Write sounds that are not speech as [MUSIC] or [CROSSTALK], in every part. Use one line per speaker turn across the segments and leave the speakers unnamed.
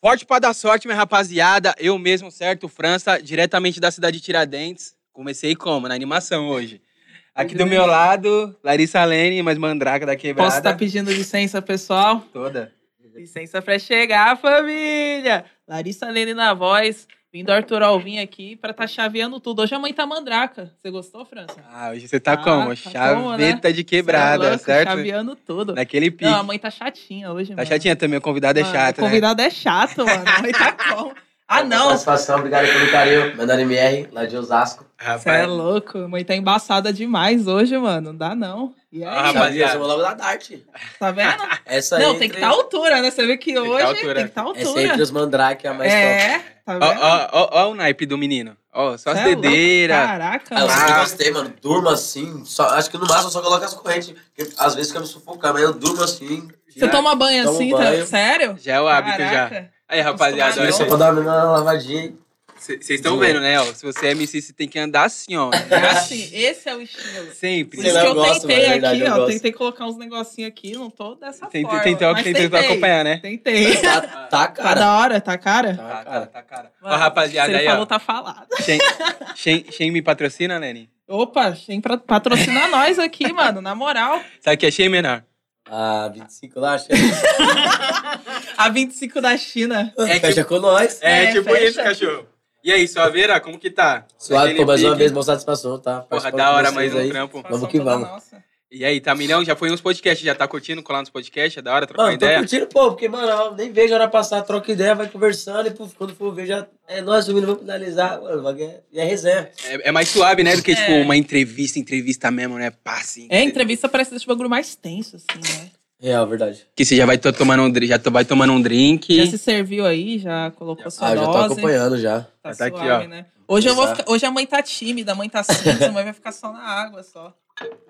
Forte para dar sorte, minha rapaziada. Eu mesmo, certo? França, diretamente da cidade de Tiradentes. Comecei como? Na animação hoje. Aqui do meu lado, Larissa Lene, mais mandraca da quebrada.
Posso estar pedindo licença, pessoal?
toda.
Licença pra chegar, família! Larissa Lene na voz, vindo Arthur Alvim aqui pra tá chaveando tudo. Hoje a mãe tá mandraca. Você gostou, França?
Ah, hoje você tá
Ah,
como?
tá como, né?
Chaveta de quebrada,
Cê é louco,
certo?
Chaveando tudo.
Naquele pique.
Não, a mãe tá chatinha hoje,
Tá
mano.
chatinha também, o convidado é
Mano,
chato,
O convidado é chato, mano. A
[LAUGHS]
mãe tá como? Ah, não!
Satisfação, obrigado pelo carinho. Meu nome é MR, lá de Osasco.
né?
Você é louco. A mãe tá embaçada demais hoje, mano. Não dá, não. E aí,
Ah,
Sabia,
rapaziada.
eu vou logo da Dart.
tá
[LAUGHS]
vendo?
Essa aí
Não, tem
entre-
que estar tá à altura, né? Você vê que
que tá à
hoje
altura.
tem que estar tá à
Essa aí entre
altura.
os Mandrake é a mais top.
É, tá
Ó,
vendo?
ó, ó, ó o naipe do menino. Ó, só as
Cê é louco,
dedeiras.
Caraca,
Ah, eu
mano.
sempre gostei, mano. Durma assim. Só, acho que no máximo eu só coloco as correntes. porque às vezes fica me sufocando, mas eu durmo assim.
Você toma banho
Toma
assim,
um banho.
tá? Sério?
Já é o hábito, já. Aí, rapaziada,
Acostumado,
olha
Só
só.
não.
pra dar uma lavadinha.
Vocês estão vendo, né? Ó, se você é MC, você tem que andar assim, ó.
[LAUGHS] É assim, esse é o estilo.
Sempre.
Por
Sei
isso
lá,
que eu
eu gosto,
tentei
mano, é
aqui,
verdade, eu
ó.
gosto.
Tentei colocar uns negocinhos aqui, não tô dessa
Tem-
forma.
Tentou
mas
tentou acompanhar, né?
[LAUGHS]
Tentei.
Tá, tá,
Tá [LAUGHS]
cara.
da hora, tá cara?
Tá,
Tá,
cara,
cara.
tá, cara. Ó,
Mano, Se
rapaziada,
ele
aí,
falou,
ó.
tá falado.
Shen, Shen, Shen me patrocina, Lenny?
Opa, tem
[LAUGHS]
pra patrocinar nós aqui, mano, na moral.
Sabe o que é Shen, menor?
Ah, 25 lá, achei.
A 25 da China.
É
Fecha com nós.
É,
É,
tipo
fecha.
isso, cachorro. E aí, suaveira, como que tá?
Suave,
Aquele
pô, mais uma
pique.
vez, boa satisfação, tá?
Porra,
Participando
da
com
hora
vocês
mais um
aí.
trampo.
Vamos que
Satisfação toda
vamos.
nossa.
E aí, tá milhão? Já foi nos podcasts, já tá curtindo colar nos podcasts? É da hora trocar
Mano, tô
ideia?
curtindo, pô, porque, mano, eu nem vejo a hora passar, troca ideia, vai conversando e, pô, quando for ver, já é nós subindo, vamos finalizar, mano, vai- é- é resenha.
É, é mais suave, né? Do que, tipo,
É.
uma entrevista, entrevista mesmo, né? Pá, assim.
É, entrevista parece esse bagulho mais tenso, assim, né?
Real, verdade.
Que você já vai to- tomando um drink, já to- vai tomando um drink.
Já se serviu aí, já colocou sua
Ah, eu já tô
dose.
acompanhando já.
Tá,
Tá aqui,
suave,
ó.
né? Hoje, eu vou
Exato.
ficar- hoje a mãe tá tímida, a mãe tá cinza, a mãe vai ficar só na água só.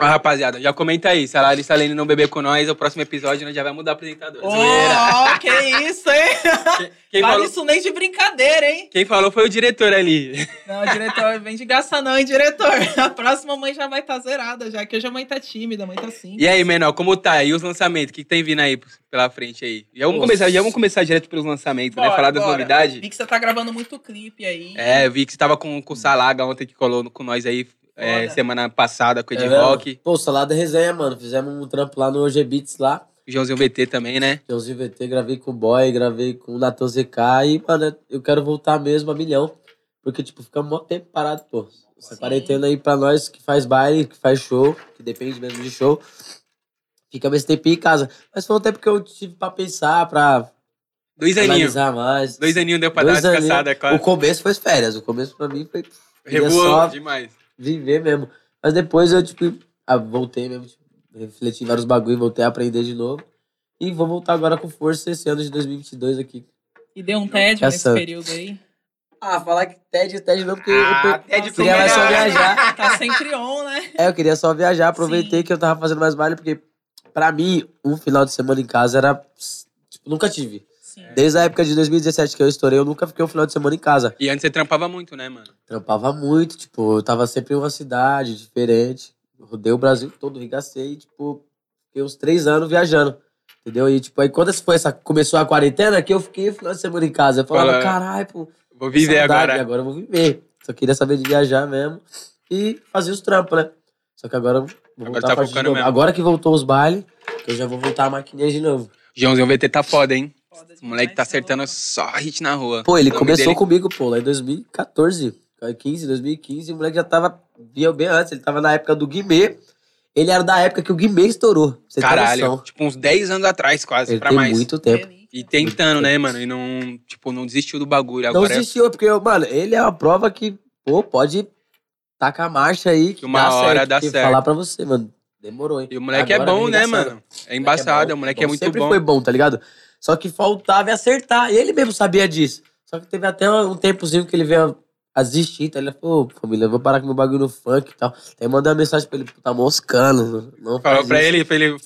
Ó, rapaziada, já comenta aí. Se a Larissa Lane não beber com nós, o próximo episódio nós já vai mudar a apresentadora.
Ô,
[LAUGHS] Zoeira.
que isso, hein?
Quem
Fala
falou,
isso nem de brincadeira, hein?
quem falou foi o diretor ali.
Não, diretor, vem de graça não, hein, diretor? [LAUGHS] A próxima mãe já vai estar tá zerada, já que hoje a mãe tá tímida, a mãe tá cinza.
E aí, menor, como tá? E os lançamentos? O que, que tem vindo aí pela frente aí? Já vamos,
Nossa.
começar, já vamos começar direto pelos lançamentos, né?
Bora,
Falar das
bora.
novidades.
Vi que você tá gravando muito clipe aí.
É, eu vi que você tava com, com o Salaga ontem que colou no- com nós aí é,
Foda.
semana passada com o Ed
É,
Rock.
velho. Pô, salada é resenha, mano. Fizemos um trampo lá no OG Beats lá.
Joãozinho VT também, né?
Tem uns IVT, gravei com o Boy, gravei com o Natan ZK. E, mano, eu quero voltar mesmo a milhão. Porque, tipo, ficamos mó tempo parado, pô. Essa
Sim.
quarentena aí pra nós que faz baile, que faz show, que depende mesmo de show. Fica mais tempinho em casa. Mas foi um tempo que eu tive pra pensar, pra
Dois aninhos.
analisar mais.
Dois aninhos deu pra
Dois
dar uma
aninhos.
descansada.
O
Claro.
começo foi férias. O começo pra mim foi
Revoou
só-
demais.
viver mesmo. Mas depois eu, tipo, ah, voltei mesmo, tipo, refleti em vários bagulho, voltei a aprender de novo. E vou voltar agora com força esse ano de 2022 aqui.
E deu um tédio
Essa-
nesse período aí.
Ah, falar que TED, TED não, porque
Ah,
eu, pe-
Ted
Nossa,
queria mais só
melhor, né?
viajar.
Tá sempre on, né?
É, eu queria só viajar, aproveitei
Sim.
que eu tava fazendo mais baile, porque pra mim, um final de semana em casa era, tipo, nunca tive.
Sim.
É.
Desde a época de 2017 que eu estourei, eu nunca fiquei um final de semana em casa.
E antes você trampava muito, né, mano?
Trampava muito, tipo, eu tava sempre em uma cidade diferente. Rodei o Brasil todo, rigacei, tipo, fiquei uns três anos viajando. Entendeu? E, tipo, aí quando essa- foi essa, começou a quarentena, que eu fiquei o final de semana em casa. Eu falava,
Fala,
caralho, pô.
Vou viver
saudade,
agora.
é Agora eu vou viver. Só queria saber de viajar mesmo e fazer os trampos, né? Só que agora eu vou
Agora
voltar
tá
a partir de
focando
novo.
mesmo.
Agora que voltou os bailes, eu já vou voltar a maquininha de novo.
Joãozinho VT tá foda, hein?
Foda
O moleque tá
demais,
acertando só hit na rua.
Pô, ele
O nome
começou
dele-
comigo, pô, lá em 2014, 15, 2015, o moleque já tava, via bem antes, ele tava na época do Guimê, ele era da época que o Guimê estourou, pra você ter
Caralho,
noção.
tipo uns 10 anos atrás quase,
Ele
pra
tem
mais.
muito
tá
tempo.
relíquia.
E tentando, né, mano? E não, tipo, não desistiu do bagulho.
Não
Agora é
desistiu, porque, mano, ele é uma prova que, pô, pode tacar a marcha aí, que
uma
dá
hora
certo,
dá
porque
certo.
falar pra você, mano, demorou, hein.
E o moleque
Agora
é bom,
vem
né,
engraçado.
mano? É embaçado, o
bom,
moleque é
bom,
muito
sempre
bom.
foi bom, tá ligado? Só que faltava é acertar. E ele mesmo sabia disso. Só que teve até um tempozinho que ele veio assistir, tá? Ele falou, pô, família, eu vou parar com meu bagulho no funk e tal. Aí mandei uma mensagem pra ele, pô, tá moscando. Não faz
Falou pra
isso.
ele, pra ele.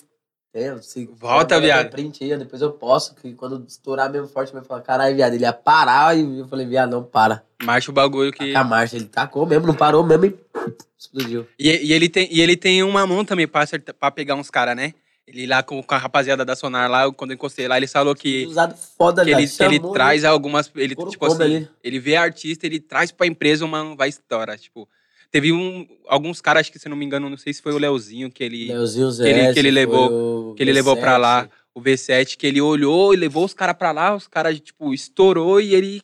É, se-
Volta,
manda
viado.
Print aí, depois eu posso, que quando estourar mesmo forte, vai falar, caralho, viado, ele ia parar. E eu falei, viado, não, para.
Marcha o bagulho que.
Taca a marcha. Ele tacou mesmo, não parou mesmo e explodiu.
E, e ele tem, e ele tem uma mão também pra, acertar, pra pegar uns caras, né? Ele lá com, com a rapaziada da Sonar lá, eu- quando eu encostei lá, ele falou que,
Usado foda,
que ele,
viado.
que ele
Chamou,
traz algumas. Ele,
Foram
tipo assim,
como ali?
ele vê artista, ele traz pra empresa uma vai história. Tipo, teve um, alguns caras, acho que se eu não me engano, não sei se foi o Leozinho que ele.
Leozinho
que ele-
ZS,
que ele
é, foi
levou-
o
que ele levou pra
V7.
lá. o V7, que ele olhou e levou os caras pra lá, os caras, tipo, estourou e ele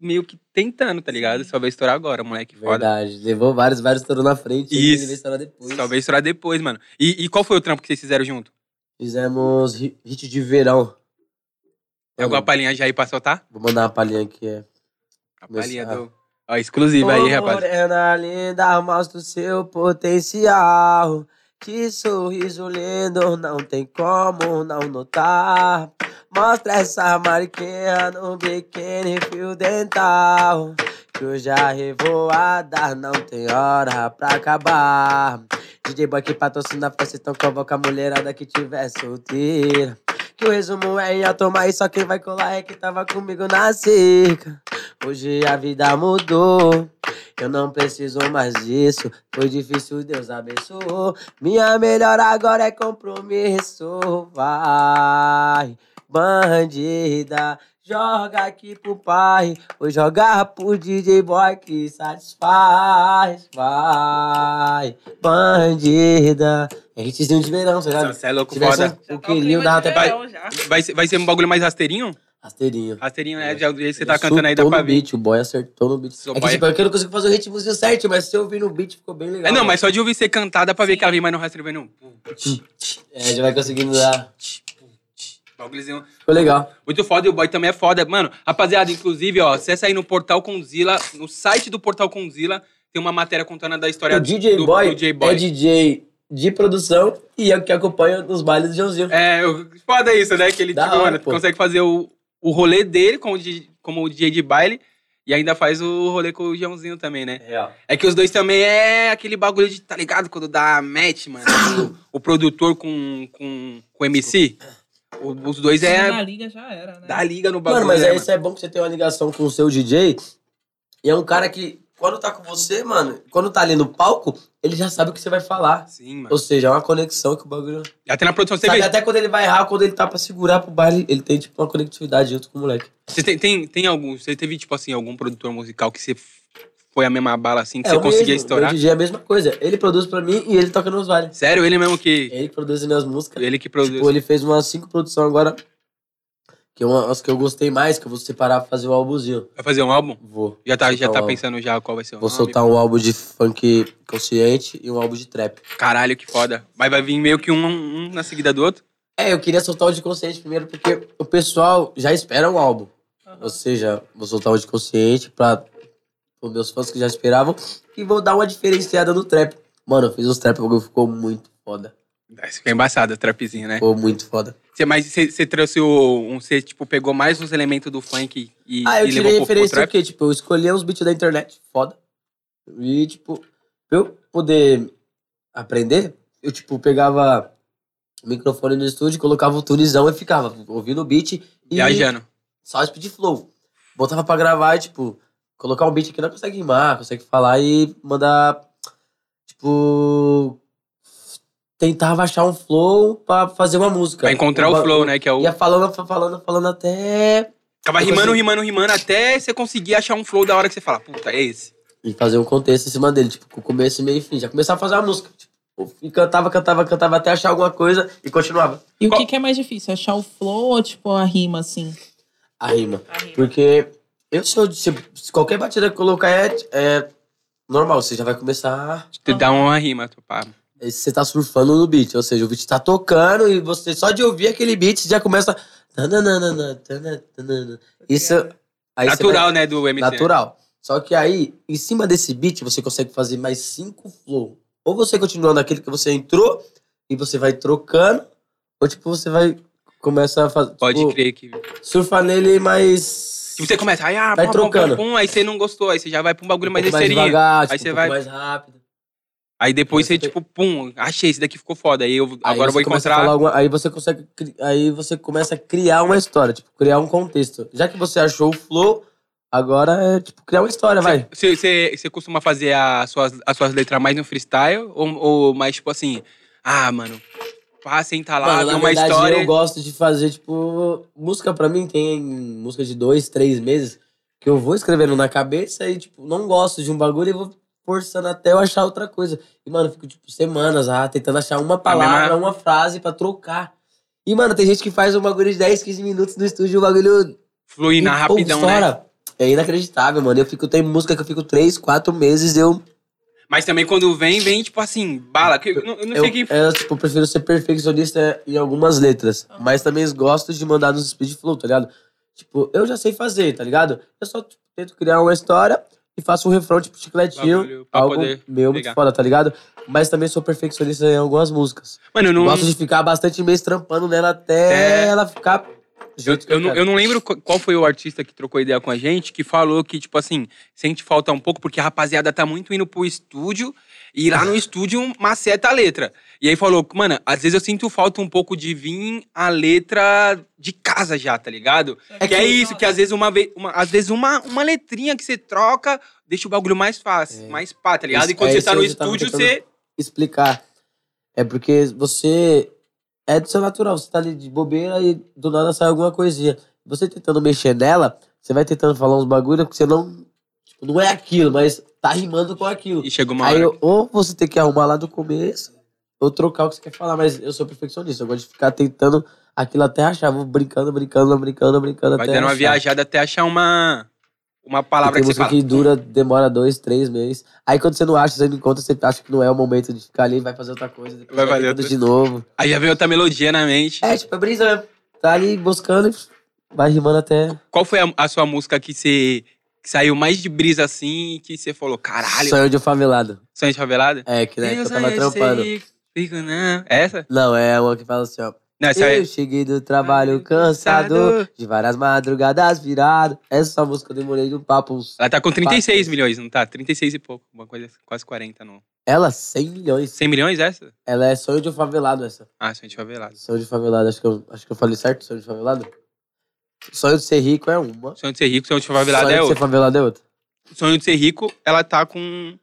meio que tentando, tá ligado?
Sim.
Só vai estourar agora, moleque foda.
Verdade. Levou vários, vários estourou na frente. E
Isso.
ele veio estourar depois.
Só vai estourar depois, mano. E, e qual foi o trampo que vocês fizeram junto?
Fizemos hi- hit de verão.
Tem alguma palhinha já aí pra soltar?
Vou mandar uma palhinha aqui. É.
A
Nesse-
palhinha
ah.
do... Ó, exclusiva aí, rapaz.
morena linda, mas do seu potencial. Que sorriso lindo, não tem como não notar. Mostra essa mariquinha no biquíni fio dental. Que hoje a revoada não tem hora pra acabar. DJ Boy que patrocina a festa, então convoca a mulherada que tiver solteira. Que o resumo é em alto, mas só quem vai colar é que tava comigo na cerca. Hoje a vida mudou. Eu não preciso mais disso. Foi difícil, Deus abençoou. Minha melhor agora é compromisso. Vai, bandida. Joga aqui pro pai. Vou jogar pro DJ boy que satisfaz. Vai, bandida. É hitzinho de verão, você já
Você é louco,
tivesse
Tá
foda.
um, um quilinho,
é
dava até pra.
verão Vai ser, vai ser um bagulho mais rasteirinho?
Rasteirinho.
Rasteirinho, é,
É.
já, do jeito que você
Ele
tá cantando aí, dá
acertou
pra
no
ver.
beat, o boy acertou no beat.
Seu
É que,
boy-
tipo, eu não consigo fazer o ritmozinho certo, mas se eu ouvir no beat ficou bem legal.
É, não,
né?
mas só de ouvir você cantar, dá pra ver que ela vem mais no rasteiro, vem no...
É, já vai conseguindo lá.
Bagulhozinho.
Ficou legal.
Muito foda, e o boy também é foda. Mano, rapaziada, inclusive, ó, acessa aí no Portal Conzilla, no site do Portal Conzilla, tem uma matéria contando da história
O DJ,
do,
boy
é do DJ Boy.
é DJ de produção e é o que acompanha os bailes do Joãozinho.
É, eu- foda isso, né? Que ele,
Da
tipo,
hora,
mano,
pô.
consegue fazer o, o rolê dele como, DJ como o DJ de baile e ainda faz o rolê com o Joãozinho também, né?
É, ó.
É que os dois também é aquele bagulho de, tá ligado? Quando dá match, mano. o produtor com, com, com o MC. o- os dois é
Na liga já era, né?
dá liga no bagulho.
Mano, mas
né,
aí isso é bom que você tem uma ligação com o seu DJ. E é um cara que, quando tá com você, mano, quando tá ali no palco, ele já sabe o que você vai falar.
Sim, mano.
Ou seja, é uma conexão que o bagulho.
Até na produção, você
Sabe,
vê.
até quando ele vai errar, quando ele tá pra segurar pro baile, ele tem, tipo, uma conectividade junto com o moleque.
Você tem, tem, tem algum. Você teve, tipo assim, algum produtor musical que você f- foi a mesma bala assim, que
É
você
o
conseguia
mesmo,
estourar?
Meu DJ é a mesma coisa. Ele produz pra mim e ele toca nos vales.
Sério, ele mesmo que.
Ele que produz minhas músicas.
Ele que produz.
É, Tipo, ele fez umas cinco produções agora. Que eu, as que eu gostei mais, que eu vou separar pra fazer o álbumzinho.
Vai fazer um álbum?
Vou.
Já tá, já tá
soltar um álbum.
pensando já qual vai ser o
Vou
nome?
soltar um álbum de funk consciente e um álbum de trap.
Caralho, que foda. Mas vai vir meio que um, um na seguida do outro.
É, eu queria soltar o de consciente primeiro, porque o pessoal já espera um álbum.
Aham.
Ou seja, vou soltar o de consciente pra os meus fãs que já esperavam. E vou dar uma diferenciada no trap. Mano, eu fiz uns trap, o bagulho ficou muito foda.
Isso fica embaçado, trapezinho, né?
Ficou muito foda.
Você, mas você você trouxe o. um- Você, tipo, pegou mais uns elementos do funk e,
Ah, eu
e
tirei
levou pro, pro
referência
trap?
porque, tipo, eu escolhi uns beats da internet, foda. E, tipo, pra eu poder aprender, eu, tipo, pegava o microfone no estúdio, colocava o tunizão e ficava ouvindo o beat e
Viajando.
só speed flow. Botava pra gravar e, tipo, colocar um beat que não consegue rimar, consegue falar e mandar, tipo... Tentava achar um flow pra fazer uma música.
Vai encontrar o
Uma-
flow, né? Que é o.
Ia falando, falando, falando até
Tava
eu
rimando,
consigo-
rimando, rimando, até você conseguir achar um flow da hora que você fala, puta, é esse.
E fazer um contexto em cima dele, tipo, com começo, meio e fim. Já começava a fazer uma música. Tipo, e cantava, cantava, cantava até achar alguma coisa e continuava.
E o
Qual-
que, que é mais difícil? Achar o flow ou, tipo, a rima, assim?
A rima.
A rima.
Porque eu sou. de- Se, se qualquer batida que colocar é, é normal, você já vai começar.
Tu dá uma rima, tu pá.
aí Você tá surfando no beat, ou seja, o beat tá tocando e você só de ouvir aquele beat você já começa. tananana, tananana. Isso. Aí você vai-
Natural, né, do MC. né?
natural. Só que aí, em cima desse beat, você consegue fazer mais cinco flow. Ou você continua naquele que você entrou e você vai trocando, ou tipo, você vai começar a fazer.
Pode
tipo,
crer que.
Surfar nele mais.
Tipo, você começa, aí, ah,
Vai
pá, pá, pá,
trocando.
pum, aí você não gostou, aí você já vai pra um bagulho
um
mais
pouco mais
desceria.
devagar, tipo,
Aí você
um pouco
vai-
mais rápido.
Aí depois você,
Começa a
tipo, pum, achei, esse daqui ficou foda. Aí eu agora
Aí
eu vou
você começa a
encontrar.
falar alguma- Aí você consegue. cri- Aí você começa a criar uma história, tipo, criar um contexto. Já que você achou o flow, agora é tipo criar uma história, vai.
Você, você, você costuma fazer as suas, as suas letras mais no freestyle? Ou, ou mais, tipo assim, ah, mano, passa entalada,
Mano, na
uma
verdade,
história.
eu gosto de fazer, tipo, música pra mim tem música de dois, três meses que eu vou escrevendo na cabeça e, tipo, não gosto de um bagulho e vou forçando até eu achar outra coisa. E, mano, eu fico, tipo, semanas ah, tentando achar uma palavra,
mesma-
uma frase pra trocar. E, mano, tem gente que faz um bagulho de 10, 15 minutos no estúdio e o bagulho
Fluir na
pô,
rapidão, né?
estoura. É inacreditável, mano. Eu fico, tem música que eu fico três, quatro meses, eu
Mas também quando vem, vem tipo assim, bala. que Eu não, eu não
Eu,
sei quem.
eu, tipo, prefiro ser perfeccionista em algumas letras.
Ah.
Mas também gosto de mandar nos speed flow, tá ligado? Tipo, eu já sei fazer, tá ligado? Eu só tipo, tento criar uma história e faço um refrão, tipo, chicletinho.
Bagulho pra
Algo
poder
meu muito
pegar.
foda, tá ligado? Mas também sou perfeccionista em algumas músicas.
Mano, eu não.
Gosto de ficar bastante mês trampando nela até
É.
ela ficar. do
Eu,
jeito que
eu, não,
quero.
eu não lembro qu- qual foi o artista que trocou ideia com a gente, que falou que, tipo assim, sente falta um pouco, porque a rapaziada tá muito indo pro estúdio, e lá
[LAUGHS]
no estúdio maceta a letra. E aí falou, mano, às vezes eu sinto falta um pouco de vir a letra de casa já, tá ligado?
É
que
que-
é isso, que às vezes uma vez, uma, às vezes uma, uma letrinha que você troca deixa o bagulho mais fácil,
É.
mais pá, tá ligado?
Isso-
E quando
é
você
isso
tá no
aí que eu tava
estúdio,
tentando-
você.
explicar. É porque você é do seu natural, você tá ali de bobeira e do nada sai alguma coisinha. Você tentando mexer nela, você vai tentando falar uns bagulho que você não. Tipo, não é aquilo, mas tá rimando com aquilo.
E chegou uma hora.
Aí ou você tem que arrumar lá do começo, ou trocar o que você quer falar, mas eu sou perfeccionista, eu gosto de ficar tentando aquilo até achar. Vou brincando, brincando, brincando, brincando
Vai
até.
dando uma
achar.
viajada até achar uma, uma
E
palavra
tem
que você
música
fala.
que dura, demora dois, três meses. Aí quando você não acha, você não encontra, você acha que não é o momento de ficar ali, vai fazer outra coisa, depois
Vai
vai
fazer
fazer
outra-
de novo.
Aí já vem outra melodia na mente.
É, tipo, é brisa mesmo. Tá ali buscando e vai rimando até.
Qual foi a, a sua música que você que saiu mais de brisa assim e que você falou, caralho,
Sonho de um favelado.
sonho de favelada?
É, que na
Meu
época eu
sonho
tava
é de
trampando.
ser rico, rico, não. É essa?
Não, é uma que fala assim, ó.
Não, essa é.
Eu cheguei do trabalho cansado, de várias madrugadas virado. Essa música eu demorei de um papo uns...
Ela tá com 36
Quatro.
milhões, não tá? 36 e pouco. Uma coisa assim, quase 40, não.
Ela, 100 milhões.
100 milhões essa?
Ela é Sonho de um favelado, essa.
Ah, sonho de favelada.
Sonho de favelado, acho que eu, acho que eu falei certo, Sonho de favelado. Sonho de ser rico é uma.
Sonho de ser rico, sonho de favelada
sonho
é
de ser
outra.
favelado é outra.
Sonho de ser rico, ela tá com,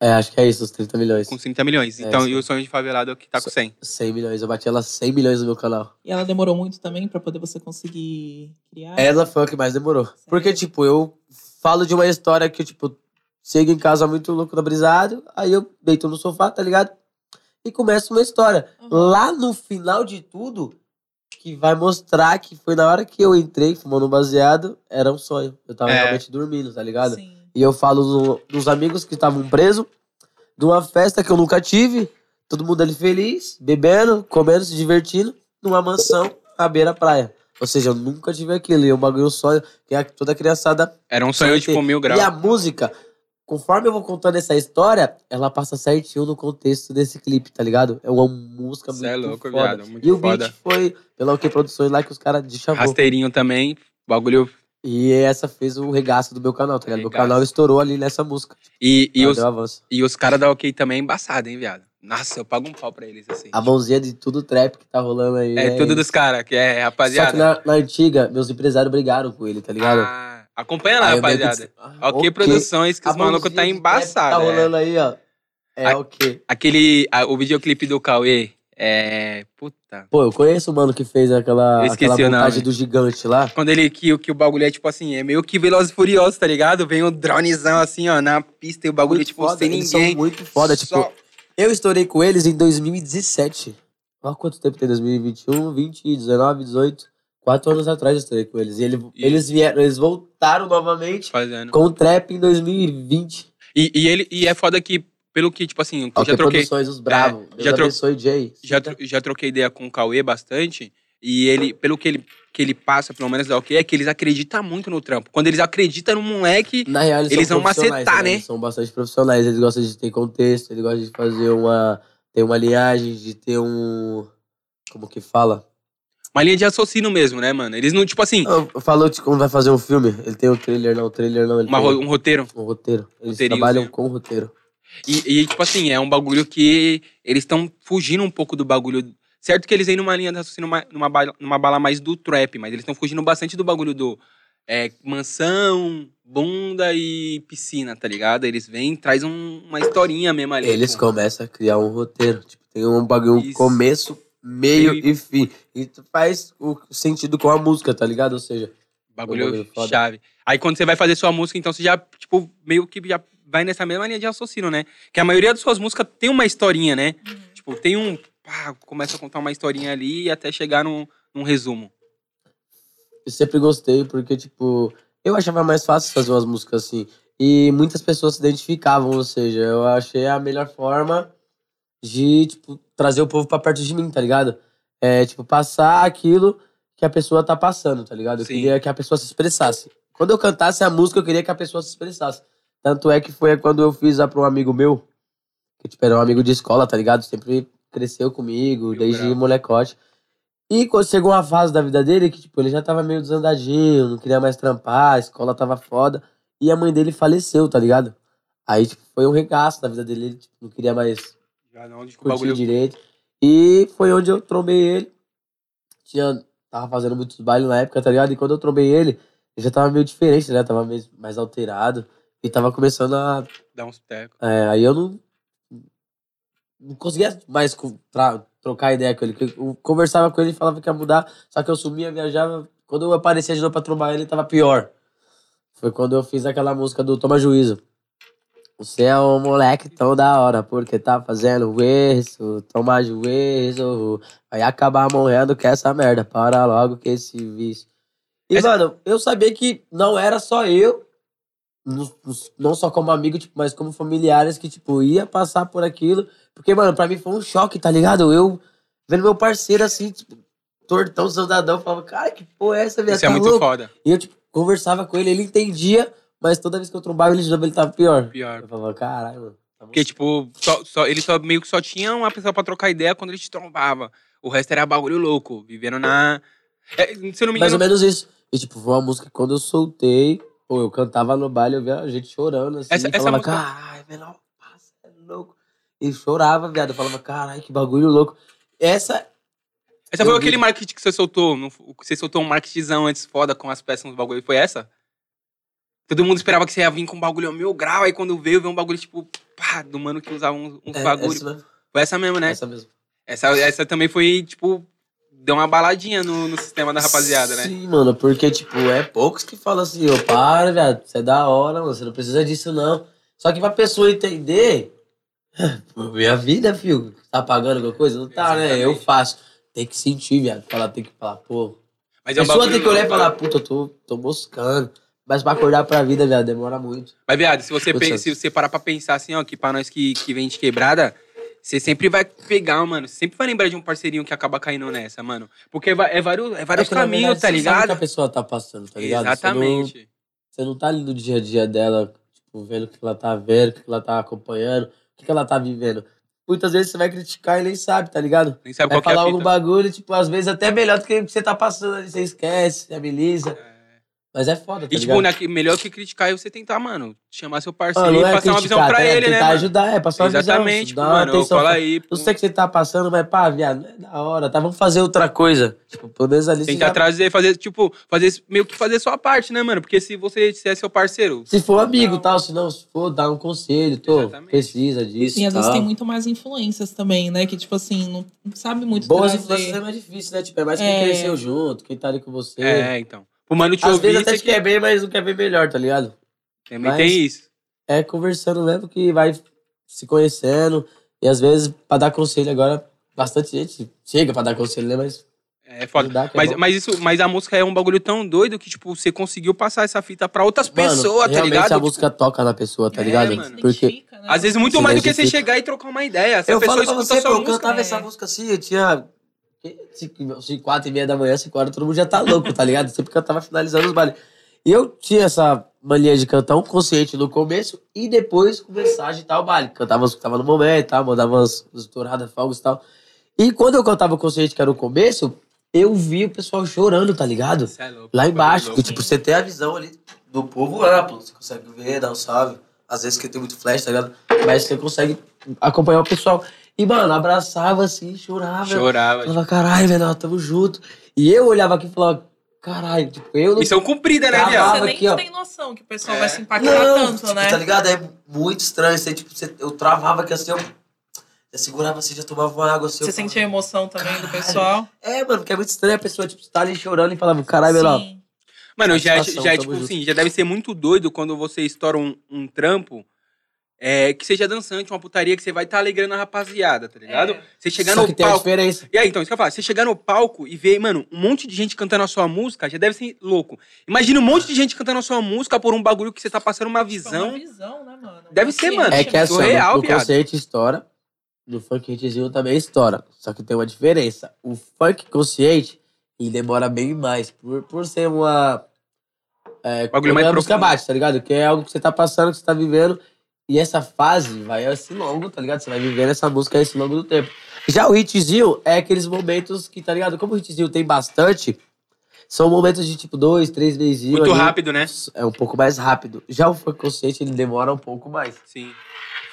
É, acho que é isso, os 30 milhões.
com 30 milhões.
É,
Então,
sim.
e o sonho de favelado que tá com 100.
100 milhões, eu bati ela 100 milhões no meu canal.
E ela demorou muito também pra poder você conseguir criar.
Ela foi a que mais demorou. Porque, tipo, eu falo de uma história que, tipo, chego em casa muito louco da brisado, aí eu deito no sofá, tá ligado? E começa uma história.
Uhum.
Lá no final de tudo, que vai mostrar que foi na hora que eu entrei fumando um baseado, era um sonho. Eu tava
É.
realmente dormindo, tá ligado?
Sim.
E eu falo do- dos amigos que estavam presos, de uma festa que eu nunca tive, todo mundo ali feliz, bebendo, comendo, se divertindo, numa mansão à beira-praia. Ou seja, eu nunca tive aquilo, e é um bagulho sonho, que a- toda a criançada...
Era um sonho,
sonha
tipo,
ter.
mil
E a
graus.
música, conforme eu vou contando essa história, ela passa certinho no contexto desse clipe, tá ligado? É uma música muito
Você é louco,
foda.
viado. Muito
e o
foda.
beat foi pela OK Produções lá que os caras de chavou.
Rasteirinho também. Bagulho.
E essa fez o regaço do meu canal, tá ligado? Meu
Regaço.
canal estourou ali nessa música.
E, e
Ela
os,
deu avanço.
E os caras da OK também é embaçado, hein, viado? Nossa, eu pago um pau pra eles, assim.
A mãozinha de tudo trap que tá rolando aí.
é tudo dos caras, que é
Só que
rapaziada.
na, na antiga, meus empresários brigaram com ele, tá ligado?
Ah, acompanha lá,
Aí eu meio que
rapaziada.
disse, ah,
OK Produções, que
A
os malucos
mãozinha
tá
de trap
embaçado.
Tá
é.
rolando aí, ó. É
Ai.
o quê?
Aquele. a- o videoclipe do Cauê é. Puta.
Pô, eu conheço o mano que fez aquela,
Eu esqueci
aquela
o nome.
montagem do gigante lá.
Quando ele. Que, que o bagulho é tipo assim, é meio que Veloz e Furioso, tá ligado? Vem um dronezão assim, ó, na pista e o bagulho,
Muito
tipo,
foda,
sem
eles são
ninguém.
muito foda, tipo,
Só-
Eu estourei com eles em 2017. Olha quanto tempo tem 2021, 20, 19, 18. Quatro anos atrás eu estourei com eles. E, ele-
E-
eles vieram, eles voltaram novamente
Fazendo.
com o trap em 2020.
E, e ele, e é foda que, pelo que, tipo assim, eu
Ok,
já troquei.
Produções, os bravos.
já
Deus
tro-
abençoe, Jay.
já, tro- já troquei ideia com o Cauê bastante. E ele, pelo que ele, que ele passa, pelo menos da OK, é que eles acreditam muito no trampo. Quando eles acreditam no moleque,
Na real, eles,
eles
são
vão
profissionais,
macetar, né?
Eles são bastante profissionais. Eles gostam de ter contexto, eles gostam de fazer uma... Ter uma linhagem, de ter um... Como que fala?
uma linha de assassino mesmo, né, mano? Eles não, tipo assim,
Ah, Falou de como vai fazer um filme. Ele tem um trailer, não. trailer, não. Ele
uma
tem
ro- um roteiro.
um roteiro. Eles
Roteirinho,
trabalham
sim.
com roteiro.
E, e, tipo assim, é um bagulho que eles estão fugindo um pouco do bagulho. Certo que eles vêm numa linha de raciocínio, ma- numa bala, numa bala mais do trap, mas eles estão fugindo bastante do bagulho do é, mansão, bunda e piscina, tá ligado? Eles vêm, traz um- uma historinha mesmo ali.
Eles
pô.
começam a criar um roteiro. Tipo, tem um bagulho, um
Isso.
começo, meio
Meio
e fim. E tu faz o sentido com a música, tá ligado? Ou seja,
Bagulho,
Bagulho foda.
chave. Aí quando você vai fazer sua música, então você já, tipo, meio que já vai nessa mesma linha de raciocínio, né? Que a maioria das suas músicas tem uma historinha, né?
Uhum.
Tipo, tem um. Pá, começa a contar uma historinha ali e até chegar num, num resumo.
eu sempre gostei, porque, tipo, eu achava mais fácil fazer umas músicas assim. E muitas pessoas se identificavam, ou seja, eu achei a melhor forma de, tipo, trazer o povo pra perto de mim, tá ligado? É, tipo, passar aquilo que a pessoa tá passando, tá ligado? Eu
Sim.
queria que a pessoa se expressasse. Quando eu cantasse a música, eu queria que a pessoa se expressasse. Tanto é que foi quando eu fiz a pra um amigo meu, que, tipo, era um amigo de escola, tá ligado? Sempre cresceu comigo,
Mil
desde
grau.
molecote. E quando chegou uma fase da vida dele que, tipo, ele já tava meio desandadinho, não queria mais trampar, a escola tava foda. E a mãe dele faleceu, tá ligado? Aí, tipo, foi um regaço na vida dele, ele tipo, não queria mais
Já não, tipo, o
curtir
bagulho.
direito. E foi onde eu trombei ele. Tinha, tava fazendo muitos bailes na época, tá ligado? E quando eu trombei ele, ele já tava meio diferente, né? Tava meio, mais alterado. E tava começando a
Dá uns tecos.
é, aí eu não. Não conseguia mais co- tra- trocar ideia com ele. porque Eu conversava com ele e falava que ia mudar, só que eu sumia, viajava. Quando eu aparecia de novo pra trombar ele, tava pior. Foi quando eu fiz aquela música do Toma Juízo. Você é um moleque tão da hora, porque tá fazendo isso, toma juízo. Vai acabar morrendo com essa merda, para logo que esse vício. E,
Essa-
mano, eu sabia que não era só eu não, não só como amigo, tipo, mas como familiares que, tipo, ia passar por aquilo. Porque, mano, pra mim foi um choque, tá ligado? Eu vendo meu parceiro assim, tipo, tortão, soldadão, falava, cara, que porra é essa, viado?
Isso é
Tá
muito
louco?"
foda.
E eu, tipo, conversava com ele, ele entendia, mas toda vez que eu trombava ele de novo, ele tava pior.
Pior.
Eu falava, caralho, mano. tá
Porque, tipo, só, só- ele só meio que só tinha uma pessoa pra trocar ideia quando ele te trombava. O resto era bagulho louco, vivendo na. É, se eu não me
Mais
engano,
ou menos isso. E, tipo, foi uma música que quando eu soltei, pô, eu cantava no baile, eu via a gente chorando, assim.
Essa-
e
essa
falava,
música-
caralho, menor, passa, é louco. E chorava, viado. Eu falava, caralho, que bagulho louco. Essa,
Essa foi
Eu vi.
aquele marketing que você soltou. não f- o que Você soltou um marketingzão antes foda com as peças no bagulho. Foi essa? Todo mundo esperava que você ia vir com um bagulho mil grau. Aí quando veio, veio um bagulho tipo, pá, do mano que usava uns, uns
é,
bagulho.
essa mesmo.
Foi essa mesmo, né?
Essa mesmo.
Essa, essa também foi, tipo, deu uma baladinha no, no sistema da rapaziada, né?
Sim, mano, porque, tipo, é poucos que falam assim, ô, para, viado, você é da hora, mano, você não precisa disso, não. Só que pra pessoa entender, [LAUGHS] pô, minha vida, filho, tá pagando alguma coisa? Não tá, né? Eu
Exatamente.
faço. Tem que sentir, viado, falar, tem que falar, pô. A
Mas é um
pessoa
bagulho.
tem que olhar e
louco.
falar, puta, eu tô, tô moscando. Mas pra acordar pra vida, viado, demora muito.
Mas, viado, se você,
Putz,
pe- se você parar pra pensar assim, ó, que pra nós que, que vem de quebrada, você sempre vai pegar, mano. Você sempre vai lembrar de um parceirinho que acaba caindo nessa, mano. Porque va- é vários, é vários
É que, na
caminhos,
verdade,
tá
você sabe o que a
ligado?
pessoa tá passando, tá ligado? Você não-
Exatamente.
Você não tá ali no dia a dia dela, tipo, vendo o que ela tá vendo, o que ela tá acompanhando, o que que ela tá vivendo. Muitas vezes você vai criticar e nem sabe, tá ligado?
Nem sabe
Vai
qual que é
falar
a
algum
fita.
bagulho, tipo, às vezes até melhor do que o que você tá passando ali, você esquece, você ameniza. Mas é foda, tá
E, tipo,
ligado?
né, que- melhor que criticar é você tentar, mano, chamar seu parceiro
Ah,
e
não é
passar uma visão pra
tá ligado?
ele, né?
Tentar
mano?
ajudar, é passar uma
Exatamente,
visão.
tipo,
dar uma
mano,
atenção,
fala
fala-
aí. tipo,
Não sei o que você tá passando, mas pá, viado, não é da hora, tá? Vamos fazer outra coisa. Tipo, pelo menos ali você
Tentar
já-
trazer, fazer, tipo, fazer esse- meio que fazer sua parte, né, mano? Porque se você se é seu parceiro,
Se for amigo e tal, se não, se for, dar um conselho, tô,
Exatamente.
precisa disso.
E às vezes
tal.
tem muito mais influências também, né? Que, tipo assim, não não sabe muito
Boas influências é
trazer.
mais difícil, né? Tipo, é mais quem
É.
cresceu junto, quem tá ali com você.
é, então. O mano te
Às
ouvir,
vezes até
você
te quer bem, mas não quer bem melhor, tá ligado?
também
mas-
tem isso.
É conversando mesmo que vai se conhecendo. E às vezes, pra dar conselho agora, bastante gente chega pra dar conselho, né? Mas
É foda.
ajudar que é
Mas,
bom.
mas, isso, mas a música é um bagulho tão doido que, tipo, você conseguiu passar essa fita pra outras
Mano,
pessoas, tá
realmente
ligado?
a
Tipo,
música toca na pessoa, tá
É,
ligado?
mano.
Porque
Identifica, né?
às vezes muito
Se
mais do que você
identifica.
chegar e trocar uma ideia. Se a
eu
É, pessoa
falo pra
escuta
você,
sua
pô, eu
música,
cantava
é.
essa música assim, eu tinha... 5, 4 e meia da manhã, 5 horas, todo mundo já tá louco, tá ligado? Sempre que eu tava finalizando os bailes. E eu tinha essa mania de cantar um consciente no começo e depois com mensagem e tal, baile. Cantava os que tava no momento e tal, mandava umas, umas touradas, fogos e tal. E quando eu cantava o consciente, que era o começo, eu vi o pessoal chorando, tá ligado?
Cê é louco,
Lá
bagulho
embaixo,
louco.
que tipo, você tem a visão ali do povo lá, pô. Você consegue ver, dar um salve. Às vezes que tem muito flash, tá ligado? Mas você consegue acompanhar o pessoal. E, mano, abraçava assim, chorava.
Chorava.
Falava, caralho, menor, tamo junto. E eu olhava aqui e falava, caralho, tipo, eu não.
Missão cumprida, né,
Tava-
viado?
Você
tava
nem
aqui, ó.
tem noção é um que o pessoal
É.
vai se impactar
não,
tanto,
tipo,
né?
tá ligado? É muito estranho. Você, tipo, você- eu travava aqui assim, eu. Já segurava assim, já tomava uma água. Assim,
Você
eu falava,
sentia a emoção também do
Caralho.
pessoal?
É, mano, porque é muito estranho a pessoa, tipo, tá ali chorando e falava, caralho, ela.
Sim.
Mano, já,
Satisfação,
já é
tamo
tipo
junto.
assim, já deve ser muito doido quando você estoura um, um trampo é, que seja dançante, uma putaria que você vai estar alegrando a rapaziada, tá ligado?
É.
Você chegar
Só
no
que tem a
palco.
diferença.
E aí, então, isso que eu falo, você chegar no palco e ver, mano, um monte de gente cantando a sua música, já deve ser louco. Imagina um monte de gente cantando a sua música por um bagulho que você tá passando uma
Visão.
Tipo,
visão.
visão, né, mano?
Deve ser,
Sim,
mano.
É que é assim, ó,
Surreal,
no, no
viado.
consciente estoura, no funk hitzinho também estoura. Só que tem uma diferença. O funk consciente, ele demora bem mais. Por, por ser uma. É,
Bagulho
quando
mais
a música
profundo.
bate, tá ligado? Que é algo que você tá passando, que você tá vivendo. E essa fase vai esse longo, tá ligado? Você vai vivendo essa música esse longo do tempo. Já o hitzinho é aqueles momentos que, tá ligado? Como o hitzinho tem bastante, são momentos de tipo dois, três vezes.
Muito rápido, né?
É um pouco mais rápido. Já o funk consciente, ele demora um pouco mais.
Sim.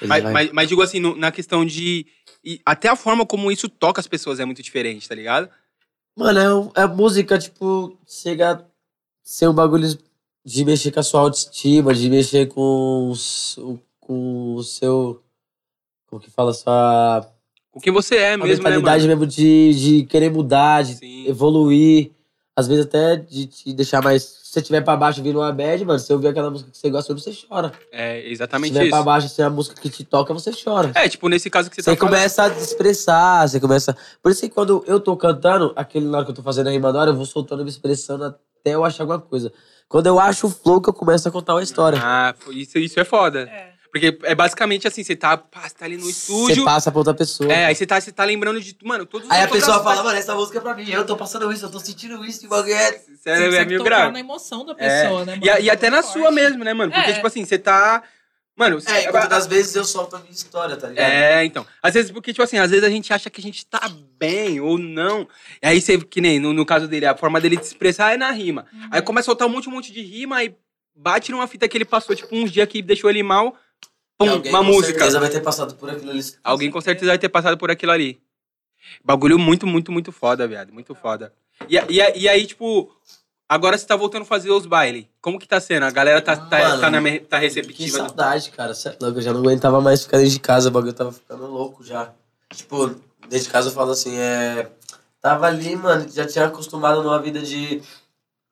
Ele
Mas,
vai-
mas- mas digo assim, no- na questão de. e até a forma como isso toca as pessoas é muito diferente, tá ligado?
Mano, é, um- é música, tipo, chega a ser um bagulho de mexer com a sua autoestima, de mexer com o, seu- com o seu. Como que fala? Sua
Com quem você é
a
mesmo, né,
mentalidade
mano?
mesmo de, de querer mudar, de
Sim.
evoluir. Às vezes até de te deixar mais. Se você tiver pra baixo e vir numa bad, mano, se você ouvir aquela música que você gosta, você chora.
É,
Se
exatamente
tiver pra
isso.
baixo, se é a música que te toca, você chora.
É, tipo, nesse caso que você,
Você
tá falando.
começa a expressar, você começa. Por isso que quando eu tô cantando, aquele na hora que eu tô fazendo a rima na hora, eu vou soltando, me expressando até eu achar alguma coisa. Quando eu acho o flow, que eu começo a contar uma história.
Ah, pô, isso, isso é foda.
É.
Porque é basicamente assim, você tá, pá, você tá ali no
Você
estúdio.
passa pra outra pessoa.
É, aí você tá, você tá lembrando de. Mano, todos os
Aí a
todas
pessoa
as-
fala, mano, essa música é pra mim, eu tô passando isso, eu tô sentindo isso, e o bagulho é.
Você
Você
é, é
consegue
mil
tocar
graus.
na emoção da
É.
pessoa, né,
E, a- e até na
Forte.
sua mesmo, né, mano? Porque,
É.
tipo assim, você tá. Mano, você-
É, enquanto das vezes eu solto a minha história, tá ligado?
É, então. Às vezes, porque, tipo assim, às vezes a gente acha que a gente tá bem ou não. E aí você, que nem no, no caso dele, a forma dele de se expressar é na rima.
Uhum.
Aí começa a soltar um monte, um monte de rima, aí bate numa fita que ele passou, tipo, uns dias que deixou ele mal.
E
Pum,
alguém
uma
com
música.
certeza vai ter passado por aquilo ali.
Alguém com certeza vai ter passado por aquilo ali. Bagulho muito, muito, muito foda, viado. Muito foda. E, a- e, a- e aí, tipo, agora você tá voltando a fazer os bailes. Como que tá sendo? A galera tá, tá,
Mano,
tá, na me- tá
Que
receptiva. do-
saudade, cara. Cê é louco, eu já não aguentava mais ficar dentro de casa, o bagulho tava ficando louco já. Tipo, dentro de casa eu falo assim, é. Tava ali, mano, já tinha acostumado numa vida de.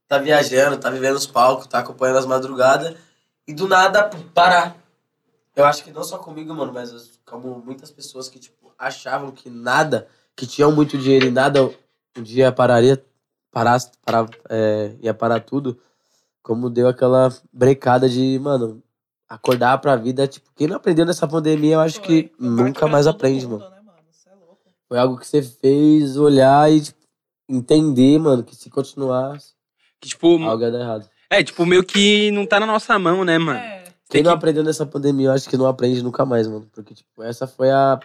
Tá viajando, tá vivendo os palcos, tá acompanhando as madrugadas. E do nada, pum, parar. Eu acho que não só comigo, mano, mas as- como muitas pessoas que, tipo, achavam que nada, que tinham muito dinheiro e nada, um dia pararia, parasse, parar, é, ia parar tudo. Como deu aquela brecada de, mano, acordar pra vida, tipo, quem não aprendeu nessa pandemia, eu acho
Foi.
que
Foi
nunca
pra
mais
todo
aprende,
mundo,
mano.
né, mano? Cê é louco.
Foi algo que você fez olhar e tipo, entender, mano, que se continuar,
Que,
Hum.
tipo,
algo ia dar errado.
é, tipo, meio que não tá na nossa mão, né, mano?
É.
Tem
Quem não
que-
aprendeu nessa pandemia, eu acho que não aprende nunca mais, mano. Porque, tipo, essa foi a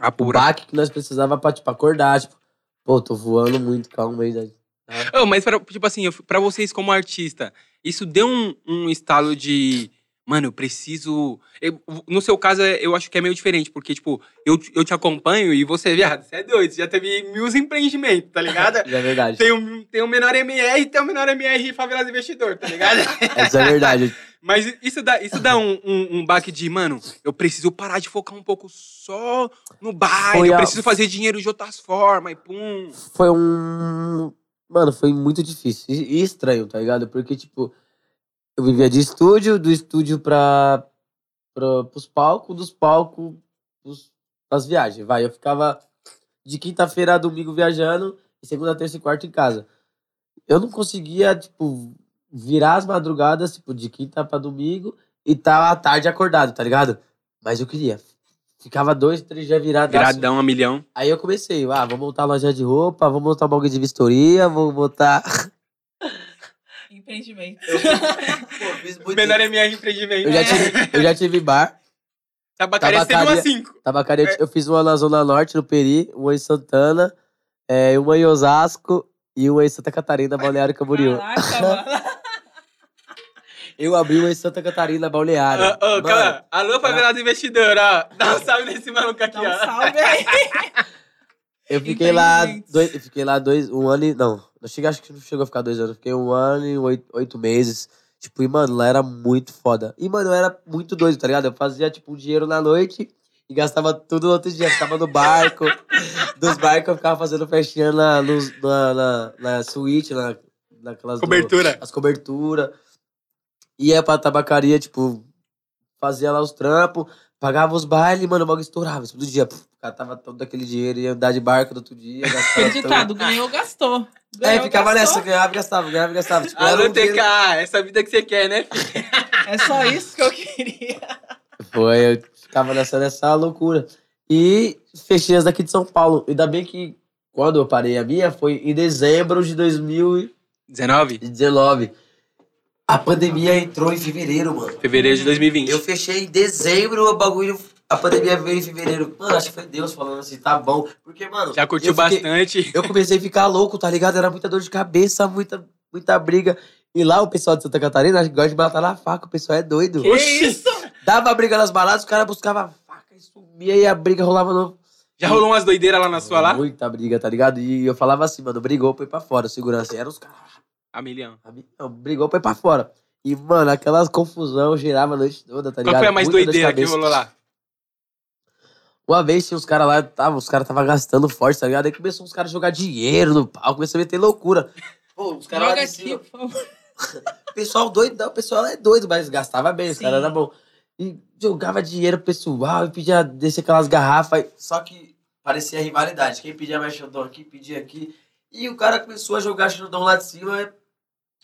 A
o
pura.
baque que nós precisava pra, tipo, acordar, tipo, pô, tô voando muito, calma aí, né?
Ô, mas, pra, tipo assim, eu f- pra vocês como artista, isso deu um, um estalo de. Mano, eu preciso. eu- no seu caso, é- eu acho que é meio diferente, porque, tipo, eu, te- eu te acompanho e você, viado, você é doido, você já teve mil empreendimentos, tá [LAUGHS] ligado?
Isso é verdade.
Tem o, tem o menor MR e tem o menor MR Favela do Investidor, tá ligado? [LAUGHS]
Isso é verdade.
Mas isso dá, isso dá um, um, um baque de, mano, eu preciso parar de focar um pouco só no baile,
Foi
eu
a-
preciso fazer dinheiro de outras formas e pum.
foi um. Mano, foi muito difícil e e estranho, tá ligado? Porque, tipo, eu vivia de estúdio, do estúdio pra, pra, pros palcos, dos palcos pros, pras viagens, vai. Eu ficava de quinta-feira a domingo viajando e segunda, terça e quarta em casa. Eu não conseguia, tipo, virar as madrugadas, tipo, de quinta pra domingo e tá à tarde acordado, tá ligado? Mas eu queria. Ficava dois, três dias virado.
Viradão a milhão.
Aí eu comecei, ah, vou montar loja de roupa, vou montar um bagulho de vistoria, vou [LAUGHS] botar.
Empreendimento.
Menor MR empreendimento.
Eu já tive, tá eu já tive bar,
Tabacaria teve uma
Tabacaria.
5.
tabacaria. Eu fiz uma na Zona Norte, no Peri, uma em Santana, é, uma em Osasco e uma em Santa Catarina, Balneário Camboriú.
Caraca,
[LAUGHS]
mano.
Eu abri uma em Santa Catarina, Balneário.
Ô, ô,
Mano,
Ah,
Tá.
cara, alô, favelado investidor, ó. Dá um salve nesse maluco aqui,
Dá um
ó.
salve aí.
eu fiquei lá,
Empreendimentos.
dois, eu fiquei lá dois, um ano e. Não, não cheguei, acho que não chegou a ficar dois anos. eu Fiquei um ano e oito, oito meses. Tipo, e, mano, lá era muito foda. E, mano, eu era muito doido, tá ligado? Eu fazia, tipo, um dinheiro na noite e gastava tudo no outro dia. Ficava no barco. [LAUGHS] dos barcos eu ficava fazendo festinha na, luz- na, na, na suíte, na, naquelas. do-
Cobertura.
as coberturas. Ia pra tabacaria, tipo, fazia lá os trampos, pagava os bailes, mano, o bagulho estourava. Todo dia, puf, catava todo aquele dinheiro, ia andar de barco no outro
[LAUGHS]
dia. gastava tudo.
[LAUGHS] Acreditado, ganhou, gastou.
É,
Ganhou,
ficava
gastou.
nessa, ganhava, gastava, ganhava, gastava. Tipo,
Alô,
um dinheiro-
TK, essa vida que você quer, né? filho?
É só isso que eu [LAUGHS] queria.
Foi, eu ficava nessa, nessa loucura. E fechei as daqui de São Paulo. Ainda bem que quando eu parei a minha foi em dezembro de 2019.
19?
A pandemia entrou em fevereiro, mano.
Fevereiro de 2020.
Eu fechei em dezembro o bagulho. A pandemia veio em fevereiro. Mano, acho que foi Deus falando assim, tá bom. Porque, mano.
Já curtiu
eu fiquei-
bastante.
Eu comecei a ficar louco, tá ligado? Era muita dor de cabeça, muita, muita briga. E lá o pessoal de Santa Catarina acho que gosta de matar na faca, o pessoal é doido.
Que isso?
Dava briga nas baladas, o cara buscava a faca e sumia e a briga rolava no.
Já rolou umas doideiras lá na sua lá?
Muita briga, tá ligado? E eu falava assim, mano, brigou, põe pra fora. Segurança. E Era os caras.
A milhão.
a mim- Não, brigou, põe pra fora. E, mano, aquelas confusão girava a noite toda, tá ligado?
Qual foi a mais
Muita dor de
doideira que
cabeça.
rolou lá?
Uma vez tinha os caras lá, tava, os caras tava gastando forte, tá ligado? Aí começou os caras a jogar dinheiro no pau, começou a meter loucura. Pô, os caras lá
Joga
de
aqui,
cima,
por favor.
o pessoal doido, não, o pessoal lá é doido, mas gastava bem, os
Sim.
caras era bom. E jogava dinheiro pro pessoal e pedia, descer aquelas garrafas. Só que parecia rivalidade. Quem pedia mais xandão aqui, pedia aqui. E o cara começou a jogar xandão lá de cima,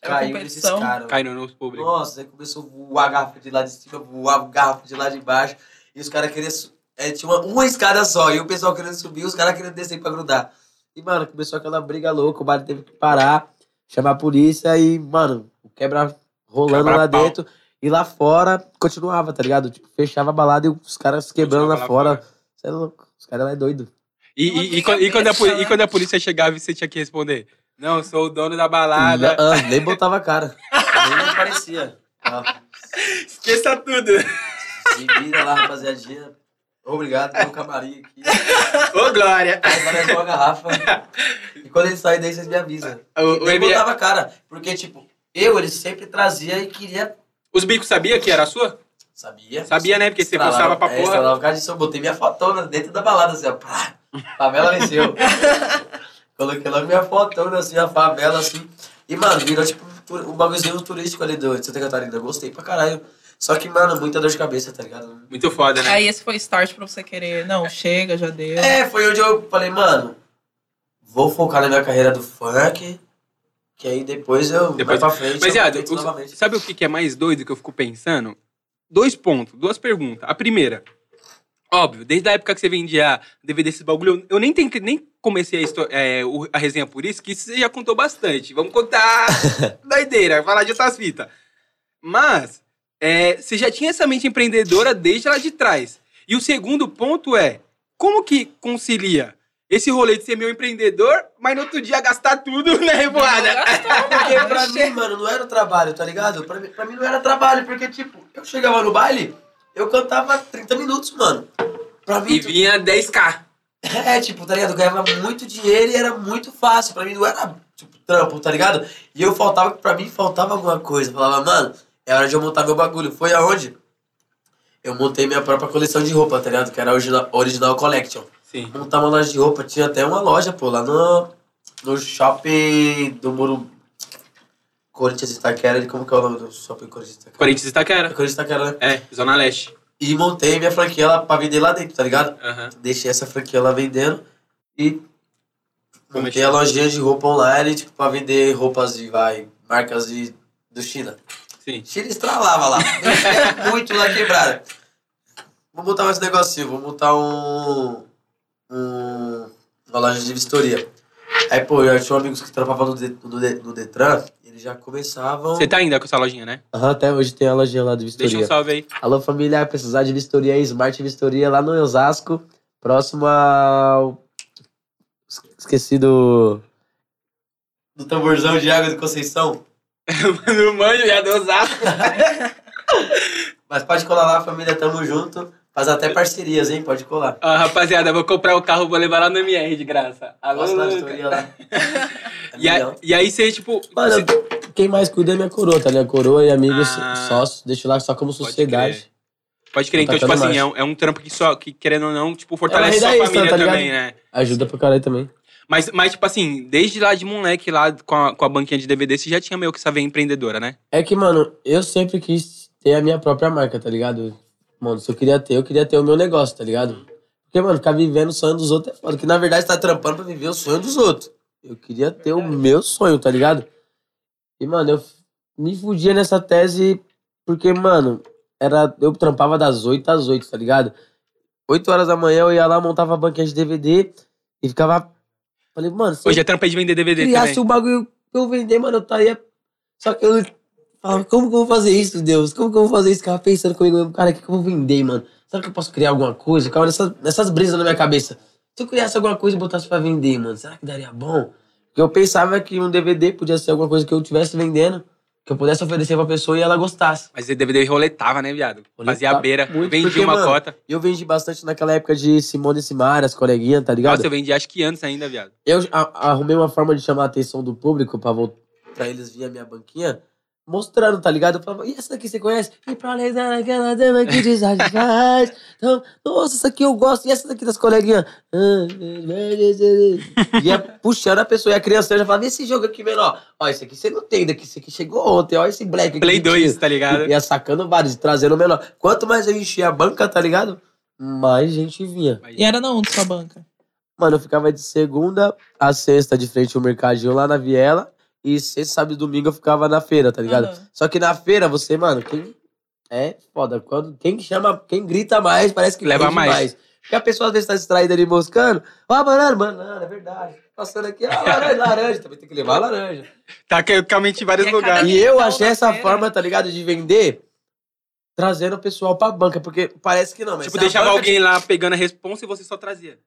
caiu nesses
competição.
caras.
Caindo nos públicos.
Nossa, aí começou a voar a garrafa de lá de cima, voar a garrafa de lá de baixo. E os caras queriam. su- É, tinha uma, uma escada só, e o pessoal querendo subir, os caras querendo descer pra grudar. E, mano, começou aquela briga louca, o bar teve que parar, chamar a polícia e, mano, o quebra rolando lá
Quebra-pau.
dentro. E lá fora continuava, tá ligado? Tipo, fechava a balada e os caras quebrando lá,
Continuava lá
fora. Você é louco, os caras lá é doido.
E,
Uma
e- e
briga
quando- e quando a,
besta,
poli- e
né?
quando a polícia chegava, você tinha que responder. Não, sou o dono da balada.
Não, ah, nem botava a cara. nem parecia. Ah.
Esqueça tudo.
Se vira lá, rapaziadinha. Obrigado pelo camarim aqui.
Ô, Glória.
Agora é só uma garrafa.
[LAUGHS]
E quando ele sai daí, vocês me avisam.
O- o
Eu
MF
botava a cara, porque, tipo, eu, ele sempre trazia e queria.
Os bicos sabia que era a sua?
Sabia?
Sabia, né? Porque você postava pra
É,
porra.
estralava por causa disso. Eu botei minha fotona dentro da balada, assim, ó. Pá, favela
[LAUGHS]
venceu. Coloquei lá minha fotona, assim, a favela, assim. E, mano, virou, tipo, um tur- um bagulhozinho turístico ali do de Santa Catarina. Eu gostei pra caralho. Só que, mano, muita dor de cabeça, tá ligado?
Muito foda, né?
Aí esse foi o start pra você querer. Não, chega, já deu.
É, foi onde eu falei, mano, vou focar na minha carreira do funk, que aí depois eu
Depois-
depois... pra frente.
Mas,
eu
Iado,
tento
o-
novamente.
sabe o que que é mais doido que eu fico pensando? Dois pontos, duas perguntas. A primeira, óbvio, desde a época que você vendia DVD esses bagulho, eu nem tentei, nem comecei a, histo- é, o- a resenha por isso, que isso você já contou bastante. Vamos contar doideira, falar de outras fitas. Mas, é, você já tinha essa mente empreendedora desde lá de trás. E o segundo ponto é, como que concilia esse rolê de ser meu empreendedor, mas no outro dia gastar tudo na revoada?
[LAUGHS]
Porque pra mim, mano, não era o trabalho, tá ligado? Pra mim, pra mim não era trabalho, porque, tipo, eu chegava no baile, eu cantava 30 minutos, mano. Pra mim,
E vinha 10k.
É, tipo, tá ligado? Eu ganhava muito dinheiro e era muito fácil. Pra mim não era, tipo, trampo, tá ligado? E eu faltava, pra mim faltava alguma coisa. Eu falava, mano, é hora de eu montar meu bagulho. Foi aonde? Eu montei minha própria coleção de roupa, tá ligado? Que era a Original, original Collection.
Sim.
Montar uma loja de roupa, tinha até uma loja, pô, lá no, no shopping do Moro. Corinthians Itaquera, como que é o nome do shopping Corinthians Itaquera?
Corinthians e Itaquera.
Corinthians Itaquera, né?
É, Zona Leste.
E montei minha franquia lá pra vender lá dentro, tá ligado?
Aham.
deixei essa franquia lá vendendo e
Como é que
montei a lojinha de roupa online, tipo, pra vender roupas de, vai, marcas de, do China.
Sim.
China estralava lá. [LAUGHS] muito lá quebrada. Vou montar mais um negocinho, vou montar um, um- uma loja de vistoria. Aí, pô, eu tinha amigos que trabalhavam no, Det- no, Det- no Detran, eles já começavam...
Você tá ainda com essa lojinha, né?
Aham, até hoje tem a lojinha lá de
Deixa um salve aí. [LAUGHS]
Alô, família, precisar de vistoria aí, Smart Vistoria lá no Osasco, próximo ao. Es- Esqueci do. Do tamborzão de água do Conceição.
Mano, manjo, já deu zaço.
Mas pode colar lá, família, tamo junto. Faz até parcerias, hein? Pode colar.
Ó, rapaziada, vou comprar o carro, vou levar lá no MR de graça. Alô,
Posso dar
Luca.
vistoria lá. É
E, a-
milhão.
e aí você, tipo...
Mano,
você-
eu- quem mais cuida é minha coroa, tá ligado? Coroa e amigos
Ah.
sócios, deixo lá só como
Pode
sociedade.
Pode crer.
Tá
Então, tipo
tocando
assim, é
mais.
um, é um trampo que só, que querendo ou não, tipo,
É,
fortalece
mas
sua
é isso,
família
tá ligado?
também, né?
Ajuda pra caralho também.
Mas, mas, tipo assim, desde lá de moleque, lá com a, com a banquinha de DVD, você já tinha meio que essa veia empreendedora, né?
É que, mano, eu sempre quis ter a minha própria marca, tá ligado? Mano, se eu queria ter, eu queria ter o meu negócio, tá ligado? Porque, mano, ficar vivendo o sonho dos outros é foda. Que na verdade tá trampando pra viver o sonho dos outros. Eu queria ter o meu sonho, tá ligado? E, mano, eu f- me fudia nessa tese porque, mano, era, eu trampava das 8 às 8, tá ligado? 8 horas da manhã eu ia lá, montava a banquinha de DVD e ficava. Falei, mano, se eu
Hoje é trampa de vender DVD
criasse
também.
o bagulho que eu vender, mano, eu estaria. Só que eu falava, como que eu vou fazer isso, Deus? Como que eu vou fazer isso? Ficava pensando comigo mesmo, cara, o que, que eu vou vender, mano? Será que eu posso criar alguma coisa? Ficava nessas, nessas brisas na minha cabeça. Se eu criasse alguma coisa e botasse pra vender, mano, será que daria bom? Porque eu pensava que um DVD podia ser alguma coisa que eu estivesse vendendo, que eu pudesse oferecer pra pessoa e ela gostasse.
Mas esse DVD roletava, né, viado? Fazia a
Roletava
beira,
muito,
vendia
porque,
uma
mano,
cota.
E eu vendi bastante naquela época de Simone e Simara, as coleguinhas, tá ligado?
Nossa, eu vendi acho que antes ainda, viado.
eu a- arrumei uma forma de chamar a atenção do público pra, vol- pra eles virem a minha banquinha, mostrando, tá ligado? Eu falava, e essa daqui você conhece? E pra lesar aquela dama que desagifaz. Então, nossa, essa aqui eu gosto. E essa daqui das coleguinhas? Ia puxando a pessoa. E a criança já falava, e esse jogo aqui, menor? Ó, esse aqui você não tem daqui. Esse aqui chegou ontem. Ó, esse black aqui.
Play
que tinha."
2, tá ligado?
Ia sacando vários, trazendo o menor. Quanto mais eu enchia a banca, tá ligado? Mais gente vinha.
E era na onde sua banca?
Mano, eu ficava de segunda a sexta de frente ao mercadinho lá na Viela. E sexta, sábado e domingo eu ficava na feira, tá ligado?
Aham.
Só que na feira você, mano, quem. É foda. Quando, quem chama, quem grita mais, parece que
Leva
vende
mais.
Porque a pessoa às vezes tá distraída ali moscando. Ó, a banana, banana, é verdade. Passando aqui,
[LAUGHS]
ó, laranja, laranja. Também tem que levar a laranja.
Tá realmente em vários
E é cada
lugares.
E eu
Então,
achei
na
essa
feira-
forma, tá ligado? De vender, trazendo o pessoal pra banca. Porque parece que não, mas.
Tipo,
se a
deixava
banca-
alguém lá pegando a responsa e você só trazia.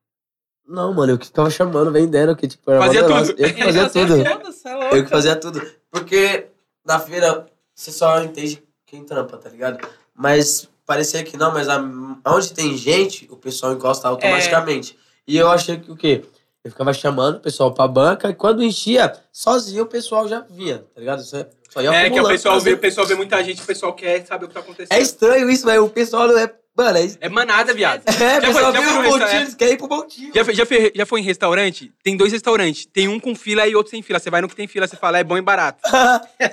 Não, mano, eu que ficava chamando, vendendo, que tipo, era
Fazia
mó
tudo.
negócio. Eu
[LAUGHS]
que fazia tudo.
tudo, cê é louco.
Eu que fazia tudo. Porque na feira você só entende quem trampa, tá ligado? Mas parecia que não, mas a, onde tem gente, o pessoal encosta automaticamente. É. E eu achei que o quê? Eu ficava chamando o pessoal pra banca e quando enchia, sozinho o pessoal já vinha, tá ligado? Isso é, só ia
É, que o
acumulando,
pessoal vê,
fazendo-
o pessoal vê muita gente, o pessoal quer saber o que tá acontecendo.
É estranho isso, mas o pessoal não é. Mano, é.
É manada, viado.
É, o
foi-
pessoal
já
viu
foi no
o montinho,
restaurante?
eles querem ir pro montinho.
Já foi, já, foi, já foi em restaurante? Tem dois restaurantes. Tem um com fila e outro sem fila. Você vai no que tem fila, você fala, é bom e barato.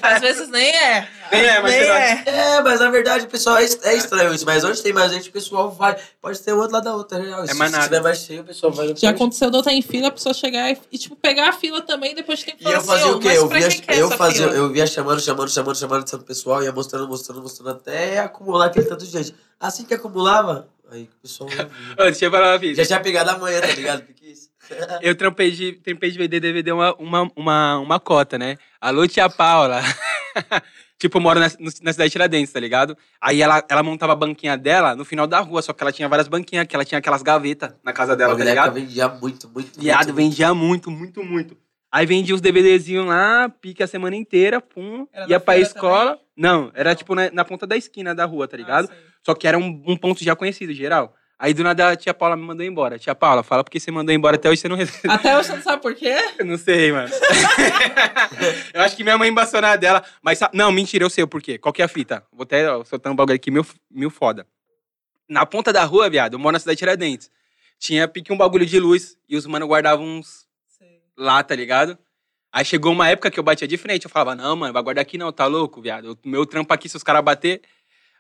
Às vezes nem é.
Nem é, mas
nem
você vai.
é.
É, mas na verdade, pessoal, é, é estranho isso. Mas onde tem mais gente, o pessoal vai. Pode ter um outro lado da outra, é real. Se-
mais
se
nada.
tiver mais cheio, o pessoal vai. no
Já
frente.
aconteceu de eu estar em fila, a pessoa chegar e, e, tipo, pegar a fila também, depois tem que
E
falar
eu fazia
assim,
o quê?
"Ô, mas
Eu
pra
via,
que que é
eu,
essa
fazia,
fila?"
eu via chamando, chamando, chamando, chamando esse pessoal, ia mostrando, mostrando, mostrando, até acumular aquele tanto de gente. Assim que acumulava, aí o pessoal ia vir.
Ô, deixa eu falar uma vida.
Já tinha pegado amanhã, tá ligado?
[LAUGHS]
Porque isso.
Eu trampei de, trampei de vender DVD uma, uma, uma, uma cota, né? Alô, tia Paula. [LAUGHS] tipo, eu moro na, no- na cidade de Tiradentes, tá ligado? Aí ela, ela montava a banquinha dela no final da rua, só que ela tinha várias banquinhas, que ela tinha aquelas gavetas na casa dela, tá
Naquela época
ligado?
vendia muito, muito.
Viado,
muito.
vendia muito, muito, muito. Aí vendia os DVDzinhos lá, pica a semana inteira, pum,
Era na
ia pra
feira
escola.
também?
Não, era
Não.
tipo na, na ponta da esquina da rua, tá ligado?
Ah, sei.
Só que era um, um ponto já conhecido, geral. Aí do nada a tia Paula me mandou embora. Tia Paula, fala porque você mandou embora até hoje você não recebeu.
Até hoje você não sabe por quê?
Eu não sei, mano. eu acho que minha mãe embaçou na dela. Mas, sa- não, mentira, eu sei o porquê. Qual que é a fita? Vou até ó, soltar um bagulho aqui, mil, mil foda. Na ponta da rua, viado, eu moro na cidade de Tiradentes. Tinha pique um bagulho de luz e os mano guardavam uns lá, tá ligado? Aí chegou uma época que eu batia de frente. Eu falava, não, mano, vai guardar aqui não, tá louco, viado? O meu trampo aqui, se os caras bater.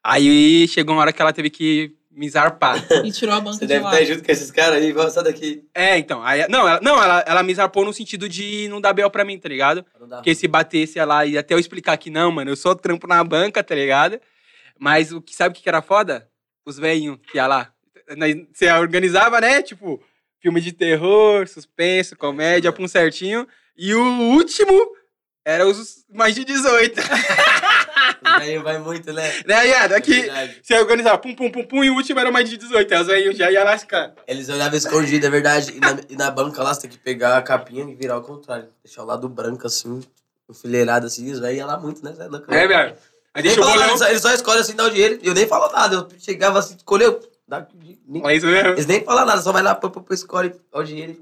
Aí chegou uma hora que ela teve que me zarpar.
E tirou a banca
Você
de
deve
lá.
estar junto com esses caras aí, vamos sai daqui.
é, então. Aí, não, ela, não ela, ela me zarpou no sentido de não dar bel pra mim, tá ligado?
Não dá.
Porque se batesse lá e até eu explicar que não, mano, eu só trampo na banca, tá ligado? Mas o que sabe o que que era foda? Os velhinhos que ia lá. Nós- Você organizava, né? Tipo, filme de terror, suspense, comédia, pra um certinho. E o último era os mais de 18.
Aí vai muito, né?
[LAUGHS] Né, Yada?
É
Aqui
verdade.
você organizava pum, pum, pum, pum, e o último era o mais de 18. Aí os velhinhos já iam lascar.
Eles olhavam escondido, é verdade. E na, e na banca lá, você tem que pegar a capinha e virar ao contrário. Deixar o lado branco, assim, enfileirado, assim. Isso aí ia lá muito, né? Zé? Não,
É, velho. Aí
Nem
deixa o
fala
bolão.
nada, eles só- eles só escolhem assim, dá o dinheiro. E eu nem falo nada. Eu chegava assim, escolheu. Dá, nem,
É isso mesmo.
eles nem falam nada, só vai lá, pô, pô, pô, escolhe, dá o dinheiro.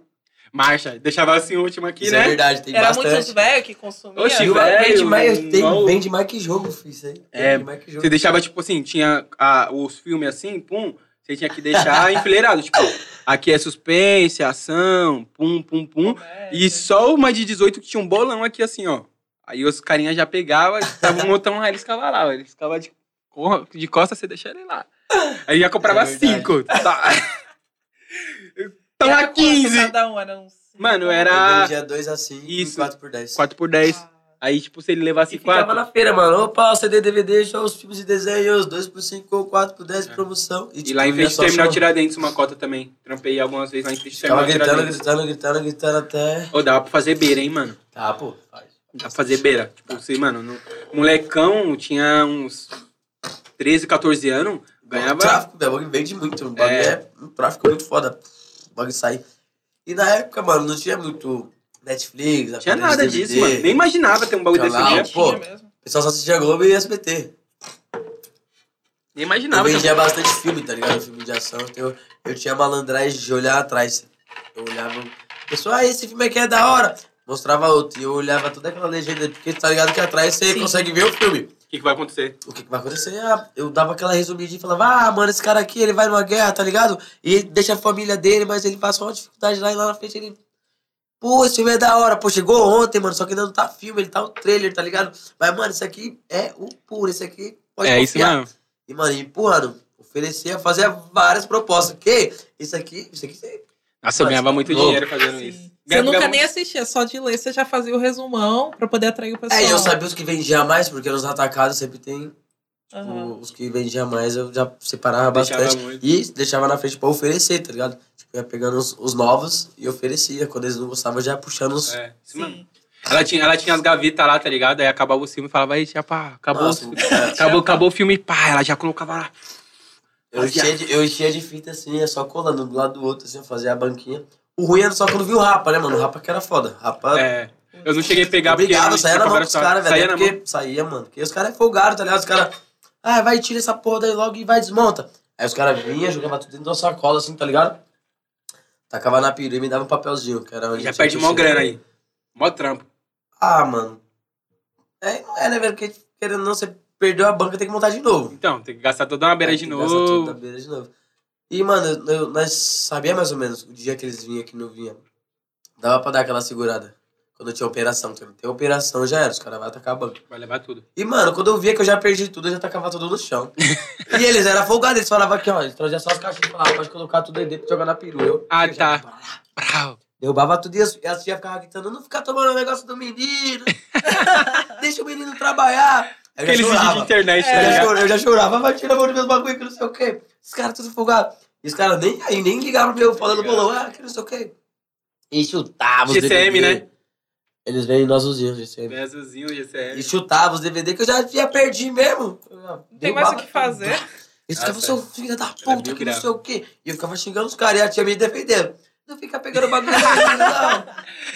Marcha, deixava assim o último aqui,
Isso é
né?
verdade, tem
Era
bastante.
muitos velhos que consumiam. né?
Oxi,
E o-
velho,
vende, mais, tem,
igual-
vende mais que jogo, filho, isso aí. Vende
É,
mais que jogo.
Você deixava, tipo assim, tinha a- os filmes assim, pum, você tinha que
[LAUGHS]
deixar enfileirado. Tipo, aqui é suspense, ação, pum, pum, pum. E só uma de 18 que tinha um bolão aqui assim, ó. Aí os carinhas já pegavam, estavam montando, aí eles ficavam lá, ó. eles ficavam de, co- de costas, você deixava ele lá. Aí já comprava
É verdade.
cinco. Tá.
Era
Tava
Então,
quanto
15.
Cada um, era uns...
Mano,
Eu
era
vendia dois assim,
Isso.
isso. 4 por 10.
4
Ah,
por 10. Aí, tipo, se ele levasse
E ficava
quatro.
na feira, mano. Opa, CD, DVD, show, os filmes de desenhos, 2 por 5, 4 por 10, promoção.
É.
tipo,
E lá em frente do
né? só
terminal
show.
Tiradentes, uma cota também. Trampei algumas vezes lá em frente do
Tava
terminal
gritando,
Tiradentes.
gritando, gritando, gritando até.
Ô, dava pra fazer beira, hein, mano?
Tá, pô. faz.
Dá pra fazer beira. Tipo, você, mano, no- molecão tinha uns 13, 14 anos,
O
ganhava.
tráfico, meu, o bagulho vende muito. O bagulho
É.
é. um tráfico muito foda. O bagulho sai. E na época, mano, não tinha muito Netflix,
Tinha
aparelhos
nada
DVD.
disso, mano. Nem imaginava ter um bagulho desse
Canal.
Nem
dia.
tinha
Ah, pô.
mesmo.
O pessoal só assistia Globo e SBT.
Nem
Eu
imaginava. um-
vendia bastante filme, tá ligado? Filme de ação. Então eu, eu tinha malandragem de olhar atrás. Eu olhava. o Pessoal, ah, esse filme aqui é da hora. Mostrava outro. E eu olhava toda aquela legenda. Porque tá ligado que atrás você
Sim.
consegue ver o filme.
O que, que vai acontecer?
O que, que vai acontecer? Ah, eu dava aquela resumidinha e falava, ah, mano, esse cara aqui, ele vai numa guerra, tá ligado? E ele deixa a família dele, mas ele passa uma dificuldade lá e lá na frente ele. Pô, esse filme é da hora. Pô, chegou ontem, mano. Só que ainda não tá filme, ele tá um trailer, tá ligado? Mas, mano, isso aqui é o puro. Isso aqui pode
é isso
confiar.
mesmo.
E, mano, empurrando. Oferecia, fazia várias propostas. Que isso aqui, isso aqui você.
Nossa, eu
Mas
ganhava muito
louco.
dinheiro fazendo
Sim.
isso.
Você
Ganhava-
nunca
ganhava-
nem assistia, só de ler você já fazia o resumão pra poder atrair o pessoal.
É, e eu sabia os que vendia mais, porque nos atacados sempre tem tipo,
Aham.
os que vendia mais, eu já separava
Deixava
bastante.
muito.
E deixava na frente pra oferecer, tá ligado? Tipo, ia pegando os, os novos e oferecia. Quando eles não gostavam, já puxando os.
É, isso
Sim.
mesmo. Ela tinha, ela tinha as gavetas lá, tá ligado? Aí acabava o filme e falava, aí, tia, pá, acabou,
Nossa,
o-
é.
acabou, acabou o filme, pá. Ela já colocava lá.
eu, enchia de, eu enchia de fita assim, ia só colando do lado do outro, assim, eu fazia a banquinha. O ruim era só quando viu o Rapa, né, mano? O Rapa que era foda. Rapa.
É. Eu não cheguei a pegar
Obrigado,
porque...
saía na mão pros caras, velho.
Saía
é
na
porque
mão.
saía, mano. Porque os caras é folgado, tá ligado? Os caras. Ah, vai, tira essa porra daí logo e vai, desmonta. Aí os caras vinham, jogavam tudo dentro da sacola, assim, tá ligado? Tacava na peru e me dava um papelzinho, que era onde
Já
tinha
perde
que
mó
tirar.
grana aí. Mó trampo.
Ah, mano. É, não é, né, velho? Porque querendo ou não, você perdeu a banca, tem que montar de novo.
Então, tem que gastar toda uma beira
Aí
de
É, tem que gastar tudo
novo.
da beira de novo. E, mano, eu- eu- nós sabia mais ou menos o dia que eles vinham que não vinha. Dava pra dar aquela segurada. Quando tinha operação, quando tem operação já era, os caras vão atacar a banca.
Vai levar tudo.
E, mano, quando eu via que eu já perdi tudo, eu já tacava tudo no
[LAUGHS]
chão. e eles eram folgados, eles falavam aqui, ó, eles traziam só as caixas e falavam, pode colocar tudo aí dentro e jogar na peru. Eu,
Ah,
eu já-
Brau.
Derrubava tudo e as- e as tias ficavam gritando, não fica tomando o negócio do menino. [LAUGHS] Deixa o menino trabalhar. Aí Eu já É.
Aquele vídeo de
chorava.
internet, tá
Eu já
ligado?
chorava, eu já chorava, vai tirar a mão dos meus bagulho que não sei o quê. Os caras tudo folgados. E os caras nem aí, nem ligavam pra eu
Tá
falando bolão, ah, que não sei o quê. E chutava os
GCM,
DVD.
né?
Eles vêm nós os dias, GCM.
Bezozinho,
E
GCR.
chutava os DVD que eu já tinha perdido mesmo.
Não tem mais o que fazer.
Eles ficavam,
Nossa,
seu filho da
Ah, tá. mil
puta, que não
graus.
sei o quê. E eu ficava xingando os caras e a tia me defendendo. Não fica pegando bagulho, não. Deixa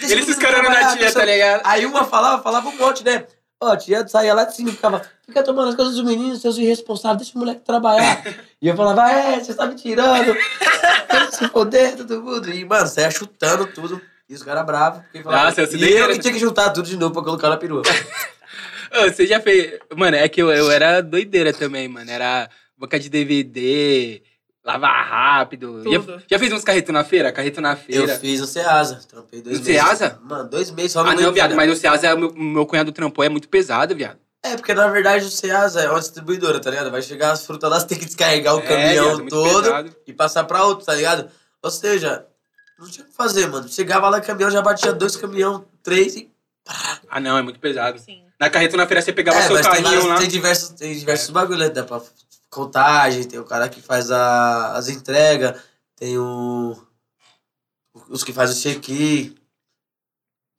Eles
o menino
escarando
trabalhar,
na tia,
deixa-
tá ligado?
Aí uma falava, falava um monte, né? Ó, a tia saía lá de cima e ficava, fica tomando as coisas dos meninos, seus irresponsáveis, deixa o moleque
[LAUGHS]
trabalhar. e eu falava, é, você tá me tirando. Tem que se foder, todo mundo. E, mano, saia chutando tudo. E os caras bravos. porque falavam-
Nossa, Ah, você
e
nem
eu
era-
que tinha que juntar tudo de novo pra colocar na perua.
Ô, Você já fez. Mano, é que eu, eu era doideira também, mano. Era boca de DVD, lavar rápido.
Tudo.
Já, já fez uns carretos na feira? Carreto na
Eu
feira.
fiz no Ceasa. Trampei dois
No
meses.
Ceasa?
Mano, dois meses só no
Ah,
meio
não, viado,
vida.
mas o Ceasa, é o meu, meu cunhado trampou, é muito pesado, viado.
É, porque na verdade o Ceasa é uma distribuidora, tá ligado? Vai chegar as frutas lá, [LAUGHS] você tem que descarregar o
É, viado,
caminhão
muito
todo
pesado.
e passar pra outro, tá ligado? Ou seja, não tinha o que fazer, mano. Chegava lá, caminhão, já batia dois caminhão, três e...
Ah, não, é muito pesado.
Sim.
Na carreta na feira você pegava
é,
seu
mas tem,
carrinho
vários-
lá. É.
tem diversos, tem diversos bagulho, né? Dá pra contagem, tem o cara que faz a- as entregas, tem o... Os que fazem o check-in,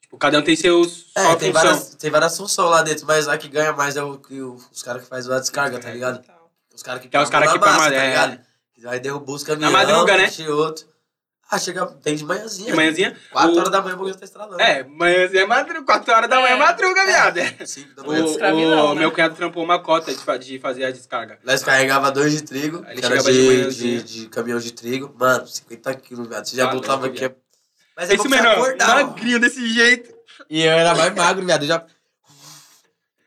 Tipo, cada um tem seus.
É,
só a
tem,
função.
várias, tem várias funções lá dentro, mas a que ganha mais é o que o- os caras que fazem a descarga, tá ligado?
Então,
Os caras que
É. Que é os caras
pagam na
que pagam,
massa,
é.
tá ligado? Que Vai derrubar os caminhões.
madruga, né?
Outro. Ah, chega, tem de manhãzinha.
De manhãzinha.
4
o-
horas da manhã o bagulho já tá estralando.
É, manhãzinha é madruga. 4 horas da manhã é
É.
madruga, viado.
5 da
O,
manhã.
Escravidão,
o
né?
meu cunhado trampou uma cota de, fa- de fazer a descarga.
Nós carregava dois de trigo,
Aí ele
que era
chegava de
de,
manhãzinha.
de, de caminhão de trigo. Mano, 50 quilos, viado. Você já
Tá
voltava
louco,
aqui.
Mas é
Esse
bom que você
menor,
acordava.
magrinho desse jeito.
E eu era mais magro, viado. Eu já.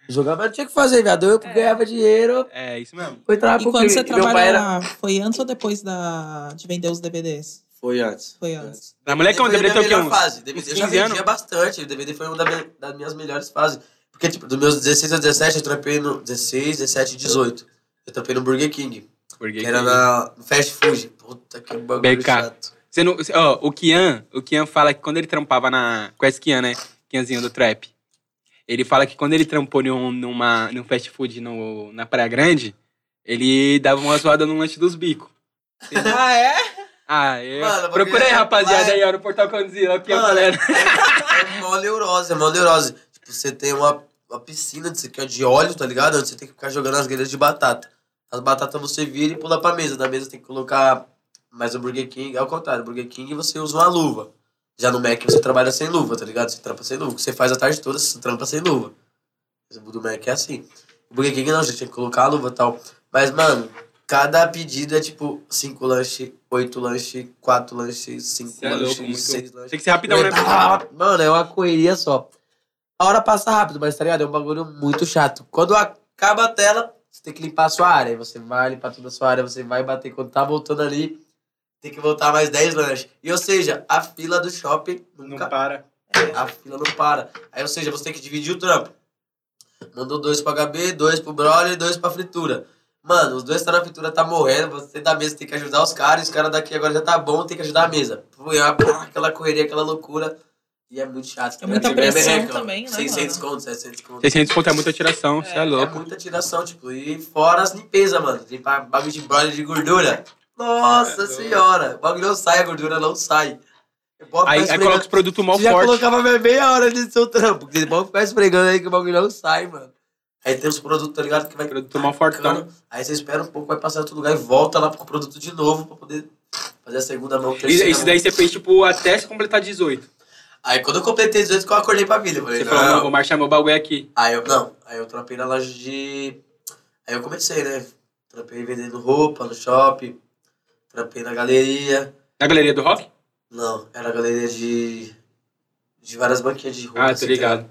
Jogava, mas não tinha o que fazer, viado. Eu ganhava dinheiro,
É, isso mesmo.
eu entrava
É. E
pro
quando
crime.
você
E Meu
trabalhou
pai era...
lá, foi antes ou depois da, de vender os DVDs?
Foi antes.
Foi antes.
Na molecão,
Foi a
É. deveria ter
minha
o quê?
melhor
Uns?
fase. DVD, eu já
15 anos?
vendia
bastante. O DVD foi uma da minha- das minhas melhores fases. Porque, tipo, dos meus 16 a 17, eu trampei no 16, 17 e 18. Eu trampei no Burger King,
Porque-
que era na no Fast Food. Puta que bagulho
BK.
chato.
Você não, você- ó, o Kian, o Kian fala que quando ele trampava na. Conhece Kian, né? Kianzinho do Trap. Ele fala que quando ele trampou num, numa, num fast food no, na Praia Grande, ele dava uma zoada no lanche dos bicos.
Ah, é?
Ah, eu.
Mano, eu vou
Procura aí,
criar-
rapaziada,
vai.
aí, ó, no portal Condzilla, o Kian
Mano,
falando.
É mó neurose, é mó neurose. Tipo, você tem uma, uma piscina de, que é de óleo, tá ligado? Onde você tem que ficar jogando as grelhas de batata. As batatas você vira e pula pra mesa. Da mesa tem que colocar mais o Burger King. Ao contrário, Burger King você usa uma luva. Já no Mac você trabalha sem luva, tá ligado? Você trampa sem luva. O que você faz a tarde toda, você trampa sem luva. Mas O do Mac é assim. O Burger King não, você tinha que colocar a luva e tal. Mas, mano, cada pedido é tipo 5 lanches, 8 lanches, 4 lanches, 5
Cê é louco,
lanches,
muito-
6 lanches.
Tem que ser rapidão, né?
Ah, Mano, é uma correria só. A hora passa rápido, mas tá ligado? É um bagulho muito chato. Quando acaba a tela, você tem que limpar a sua área. Aí Você vai limpar toda a sua área, você vai bater. Quando tá voltando ali, tem que voltar mais 10 lanches. E ou seja, a fila do shopping nunca
para.
a fila não para. Aí, ou seja, você tem que dividir o trampo. Mandou dois pro HB, dois pro Broly e dois pra fritura. Mano, os dois tá na fritura, tá morrendo. Você da mesa tem que ajudar os caras. Os caras daqui agora já tá bom, tem que ajudar a mesa. Foi ah, pá, aquela correria, aquela loucura. E é muito chato.
É muita
ligado?
pressão
merreca, mano.
também, né,
600
mano?
contos, 700 contos.
600 conto é muita tiração, você é,
É
louco.
muita tiração, tipo. E fora as limpezas, mano. Limpar bagulho de Broly de gordura. Nossa
É,
senhora. O bagulho não sai, a gordura não sai. É bom ficar
Aí, aí
esfregando-
coloca os produtos mal
você já
forte.
colocava mais meia hora de seu trampo. Porque vão ficar esfregando aí que o bagulho não sai, mano. Aí tem os produtos, tá ligado? Que vai
Produto mal fortão.
Aí você espera um pouco, vai passar em outro lugar e volta lá com o produto de novo pra poder fazer a segunda mão,
Isso,
terceira
isso
mão.
daí você fez, tipo, até se completar 18.
Aí quando eu completei 18, que eu acordei pra vida. Eu falei,
Você
não.
falou, não, vou marchar meu bagulho aqui.
Aí eu, não. Aí eu trampei na loja de... Aí eu comecei, né? Trampei vendendo roupa no shopping. Trampei na galeria.
Na galeria do rock?
Não, era a galeria de... De várias banquinhas de roupa.
Ah,
assim,
tô
tá
ligado.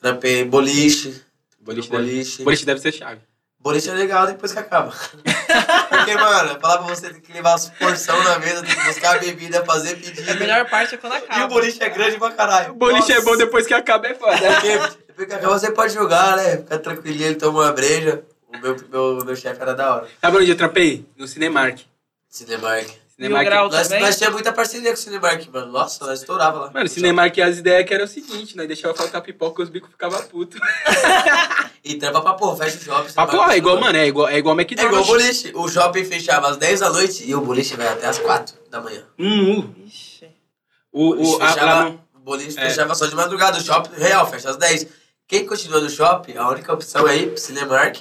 Trampei boliche.
é. Boliche deve,
boliche.
boliche deve ser chave.
Boliche é legal depois que
[LAUGHS]
acaba. Porque, mano, falar pra você tem que levar as porção na mesa, tem que buscar a bebida, fazer pedido.
A melhor parte é quando acaba.
E o boliche é grande pra caralho.
O boliche é
Nossa.
bom depois que acaba, é foda.
Porque depois que acaba você pode jogar, né? Ficar tranquilinho, ele toma uma breja. O meu, meu, meu chefe era da hora.
[LAUGHS] Sabe onde eu trampei? No Cinemark.
Cinemark.
Cinemark.
Mil grau. Eu
Nós,
também.
nós tínhamos muita parceria com o Cinemark, mano. Nossa, nós estourava lá.
Mano, Cinemark, as ideias que era o seguinte, nós deixava faltar pipoca e os bicos ficavam putos.
E trampa pra porra, fecha o shopping.
Mas,
Cinemark
porra, é igual,
estourou.
mano, é igual, é igual
É igual o
McDonald's.
boliche. O shopping fechava às 10 da noite e o boliche vai até às 4 da manhã.
Hum, hum.
Ixi.
o,
boliche
o, a,
fechava,
lá no-
o boliche
É.
fechava só de madrugada, o shopping real fecha às 10. Quem continua no shopping, a única opção é ir pro Cinemark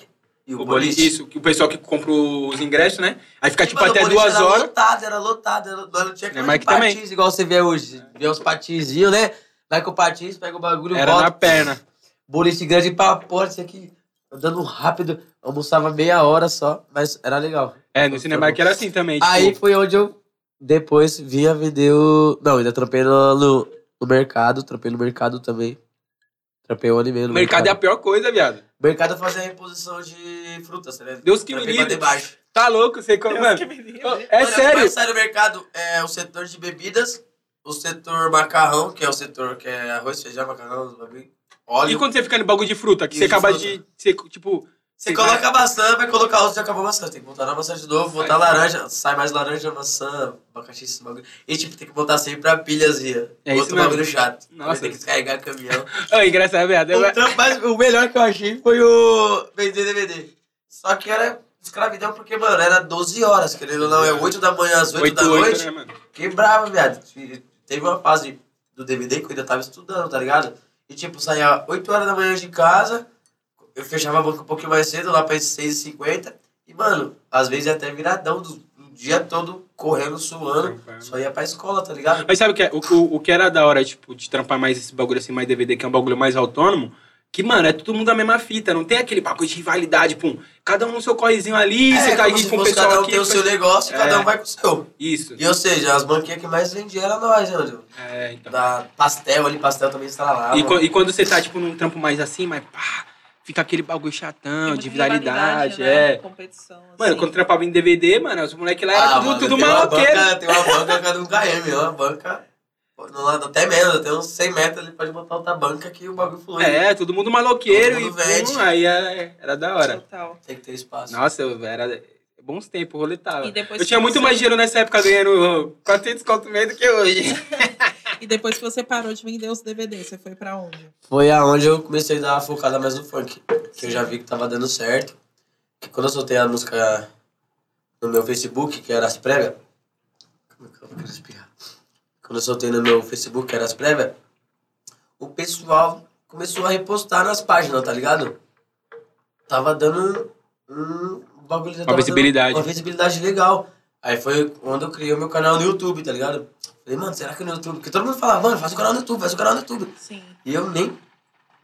e o,
o
boliche.
boliche, isso, que o pessoal que compra os ingressos, né? Aí fica,
E,
tipo,
mano, o
até
boliche
duas
era
horas.
lotado, era lotado, era lotado, não tinha aquele
Cinemark
patins,
também.
igual você vê hoje. Vê os patinzinhos, né? Vai com o patins, pega o bagulho,
Era
volta.
na perna.
Boliche grande pra porra, isso aqui. Andando rápido, almoçava meia hora só, mas era legal.
É, no Cinemark era assim também. tipo,
Aí foi onde eu depois vinha vender o. Não, ainda trampei no, no, no mercado, trampei no mercado também. Trampei um ano e meio
o
no
mercado é a
mercado.
pior coisa, viado.
O mercado fazia a reposição de frutas, tá ligado?
Deus que
Trampei
me
pra
livre.
debaixo.
Tá louco, você... come-
Deus
Mano,
que me livre.
é
Olha, o que
sério.
mais sai do mercado é o setor de bebidas, o setor macarrão, que é o setor que é arroz, feijão, macarrão, bagulho,
E
óleo.
quando você fica no bagulho de fruta, que
E
você
de
acaba
fruta.
de... Você, tipo...
Você coloca a maçã, vai colocar outro, já acabou a maçã. Tem que botar na maçã de novo, botar laranja, sai mais laranja, maçã, abacaxi, esse bagulho. E tipo, tem que botar sempre a pilhazinha.
É isso
Outro
mesmo.
bagulho chato.
Nossa.
Tem que descarregar
[LAUGHS]
caminhão.
Ah, engraçado, viado. Eu-
o, trampo mais- o melhor que eu achei foi o vender DVD. Só que era escravidão porque, mano, era 12 horas, querendo ou não, é 8 da manhã às 8,
Oito,
da
oito,
noite.
né, mano?
Quebrava, viado. Teve uma fase do DVD que eu ainda tava estudando, tá ligado? E tipo, saía 8 horas da manhã de casa, eu fechava a boca um pouquinho mais cedo, lá pra 6h50. E, mano, às vezes é até viradão do, do dia todo, correndo, suando, só ia pra escola, tá ligado?
Mas sabe o que, é? o, o, o que era da hora, tipo, de trampar mais esse bagulho assim, mais DVD, que é um bagulho mais autônomo? Que, mano, é todo mundo a mesma fita, não tem aquele papo de rivalidade, pum. Cada um no seu correzinho ali, você tá
É, como
aí
se
com o
fosse
pessoal
cada um
aqui. tipo assim, é.
tem
faz-
o seu negócio e cada um vai com o seu.
Isso.
E ou seja, as banquinhas que mais vendiam era nós, né, Rodrigo?
É, então.
Da pastel ali, pastel também estralava.
E, quan- e quando você tá, tipo, num trampo mais assim, mas pá, fica aquele bagulho chatão, de viralidade, é.
né? Competição, assim.
Mano, quando trampava em DVD, mano, os moleques lá eram É tudo,
Ah, mano,
tudo
tem uma
maloqueiro.
banca- Tem uma banca cada um KM, ó. Uma banca. pô, no lado até menos, até uns 100 metros ele pode botar outra banca que o bagulho flui.
É, todo mundo maloqueiro
Todo mundo
e
vende.
pum, aí era, era da hora.
Total.
Tem que ter espaço.
Nossa, eu era bons tempos, roletava.
E depois
Eu tinha
que
muito
você-
mais dinheiro nessa época ganhando 400 conto meio do que hoje.
E depois que você parou de vender os DVDs, você foi pra onde?
Foi aonde eu comecei a dar uma focada mais no funk. Que eu já vi que tava dando certo. Que quando eu soltei a música no meu Facebook, que era as prévias. Como é que eu vou respirar? Quando eu soltei no meu Facebook, que era as prévias, o pessoal começou a repostar nas páginas, tá ligado? Tava dando um, um bagulho. tava dando
visibilidade.
Uma visibilidade legal. Aí foi quando eu criei o meu canal no YouTube, tá ligado? Falei, mano, será que no YouTube? Porque todo mundo falava, mano, faz o canal no YouTube, faz o canal no YouTube.
Sim.
E eu nem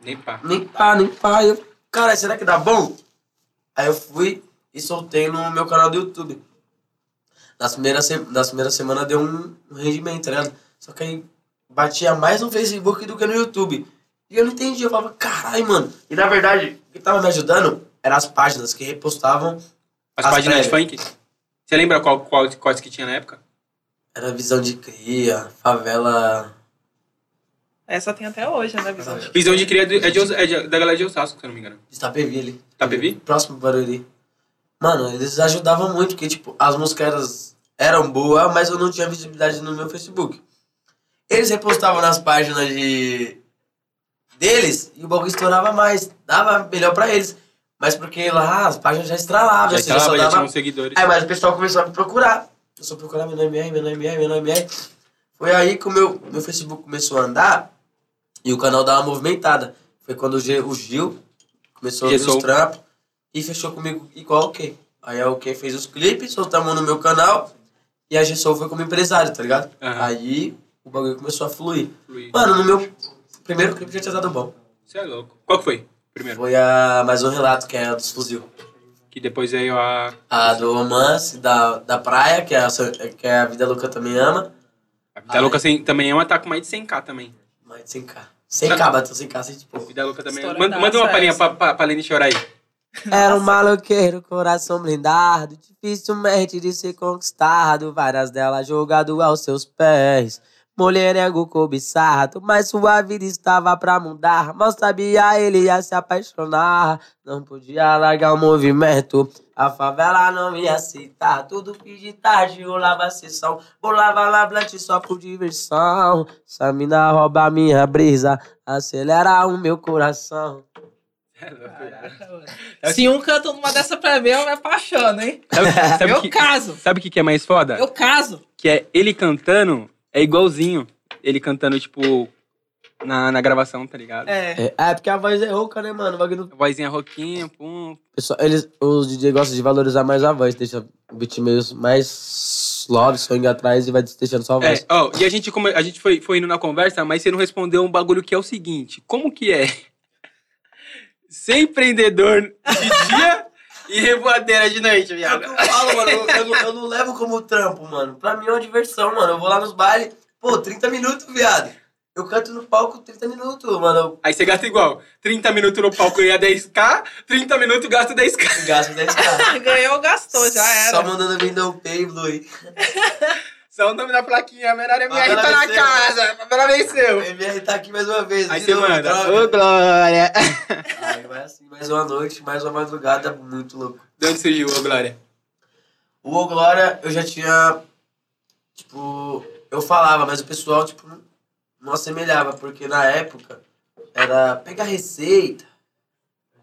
Nem pá.
nem pá, nem pá. Eu, cara, será que dá bom? Aí eu fui e soltei no meu canal do YouTube. Nas primeiras, se... Nas primeiras semanas deu um um rendimento, tá ligado? Só que aí batia mais no Facebook do que no YouTube. E eu não entendi, eu falava, caralho, mano. E na verdade, o que tava me ajudando eram as páginas que repostavam.
As,
As
páginas de funk? Você lembra qual, qual, quais que tinha na época?
Era visão de cria, favela.
Essa tem até hoje, né, visão de
Visão de cria é, do- é de Os- é de- da galera de Osasco, se eu não me engano. Tá,
Itapevi ali.
Itapevi?
Próximo do Barueri. Mano, eles ajudavam muito, porque, tipo, as músicas eram, eram boas, mas eu não tinha visibilidade no meu Facebook. Eles repostavam nas páginas de deles e o bagulho estourava mais, dava melhor pra eles. Mas porque lá as páginas já estralavam,
Já
assim, já
estava,
só
já
dava
tinha um uns seguidores.
Aí, mas o pessoal começou a me procurar. Começou a procurar meu nome é, meu nome é, meu nome é. Foi aí que o meu, meu Facebook começou a andar e o canal dava uma movimentada. Foi quando o Gil, o Gil começou a ver
Gessou.
os trampos e fechou comigo igual o Ken. Aí é o Ken fez os clipes, soltamos um no meu canal e a Gessou foi como empresário, tá ligado?
Aham.
Aí o bagulho começou a fluir.
Fluir.
Mano, no meu primeiro clipe já tinha dado bom.
Você é louco. Qual que foi? Primeiro.
Foi a mais um relato, que é a dos fuzil.
Que depois veio a.
A do romance, da, da praia, que, é a, so- que é a Vida Louca Também Ama.
A Vida Louca sem- também é um ataque mais de 100k também.
Mas 100k. 100k, bateu 100k, sem
A
tipo.
Vida Louca também.
Estouradaça
Manda, manda uma palhinha
essa.
pra, pra, pra Lene chorar aí.
Era um maloqueiro, coração blindado, dificilmente de ser conquistado. Várias delas jogado aos seus pés. Mulherengo cobiçado, mas sua vida estava pra mudar. Mal sabia ele ia se apaixonar. Não podia largar o movimento. A favela não ia aceitar. Tudo que de tarde rolava a sessão. Bolava lá blante só por diversão. Essa mina rouba a minha brisa. Acelera o meu coração.
É louco.
Caraca, mano. Se um canta uma dessa pra mim, eu me apaixono, hein?
É, Sabe
eu
o que,
caso.
sabe o que, que é mais foda?
Eu caso.
Que é ele cantando, é igualzinho. Ele cantando, tipo, na, na gravação, tá ligado?
É.
É, é porque a voz é rouca, né, mano? O bagulho
Vozinha roquinha, pum.
Pessoal, eles, os DJ gostam de valorizar mais a voz, deixa o beat meio mais love, swing atrás e vai deixando só a voz.
É, ó, e a gente, come- a gente foi, foi indo na conversa, mas você não respondeu um bagulho que é o seguinte: como que é [LAUGHS] ser empreendedor de dia e revoadeira de noite,
É o que
viado?
eu falo, mano. Eu, eu não, eu não levo como trampo, mano. Pra mim é uma diversão, mano. Eu vou lá nos bailes, pô, 30 minutos, viado. Eu canto no palco 30 minutos, mano.
Aí você gasta igual: 30 minutos no palco ganha 10k, 30 minutos gasta 10k.
Eu gasto
[LAUGHS]
10k.
Ah, Ganhou, gastou, Então já era.
Só mandando vender o pay, Blue.
Só o nome da plaquinha, melhor MR
Favela
tá na
venceu.
casa, favela
O
venceu.
MR tá aqui mais uma vez.
Aí
de
você
novo,
manda,
droga.
ô Glória.
Aí vai assim, mais uma noite, mais uma madrugada, muito louco.
De onde surgiu, ô Glória?
O Ô Glória, eu já tinha. Tipo, eu falava, mas o pessoal, tipo, não- não assemelhava, porque na época era pega a receita,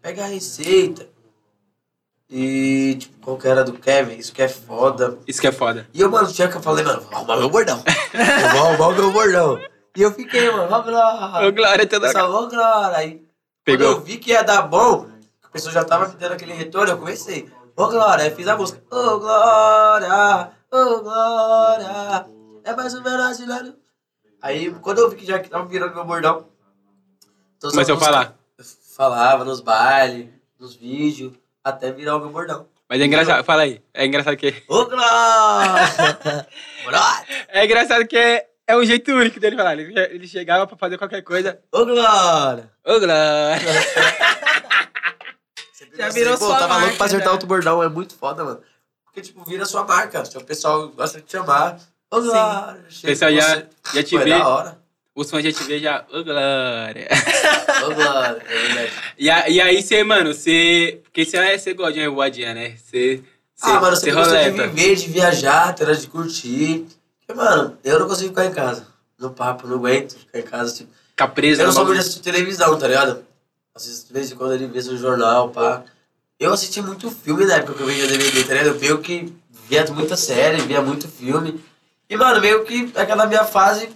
pega a receita. E, tipo, qual que era do Kevin? Isso que é foda.
Isso que é foda.
E eu, mano, tinha que eu falei, mano, vou arrumar meu bordão. Eu vou arrumar o meu bordão. E eu fiquei, mano, vamos
Ô
lá.
Ah. Glória, é toda
Essa Ô Glória. Aí quando eu
Pegou.
vi que ia dar bom, a pessoa já tava me dando aquele retorno, eu comecei. Ô Glória, aí fiz a música. Ô Glória, ô Glória, é mais um brasileiro. Aí, quando eu vi que já que tava virando meu bordão. então, essa
Começou a
música-
falar.
falava nos bailes, nos vídeos, até virar o meu bordão.
Mas é engraçado, fala aí. É engraçado que. [LAUGHS]
Ô, Clóvis! Brother!
É engraçado que é, é um jeito único dele falar. Ele, ele chegava pra fazer qualquer coisa.
Ô, Glória!
Ô, Glória!
Já virou
assim, Pô,
sua
tava
marca, né?
louco pra acertar
já.
outro bordão, é muito foda, mano. Porque, tipo, vira sua marca. Tipo, o pessoal gosta de te chamar. Ô,
Sim.
Glória!
O pessoal já- já é te
Foi
vê.
é da hora.
Os fãs já te veem já. Ô, Glória!
Ô, Glória! É
[LAUGHS]
verdade.
E, a- e aí você, mano, você. Porque você é, você gosta de uma revoadinha, né? Você. Você,
ah, mano,
você
você gosta de
roleta.
viver, de viajar, terá de curtir. Porque, mano, eu não consigo ficar em casa. No papo, não aguento ficar em casa, tipo...
Fica preso
Eu
no
não sou muito
bagulho.
de assistir televisão, tá ligado? Assisto de vez em quando ele vê no jornal, pá. Eu assisti muito filme na época que eu via DVD, tá ligado? Eu meio que via muita série, via muito filme. E, mano, meio que aquela minha fase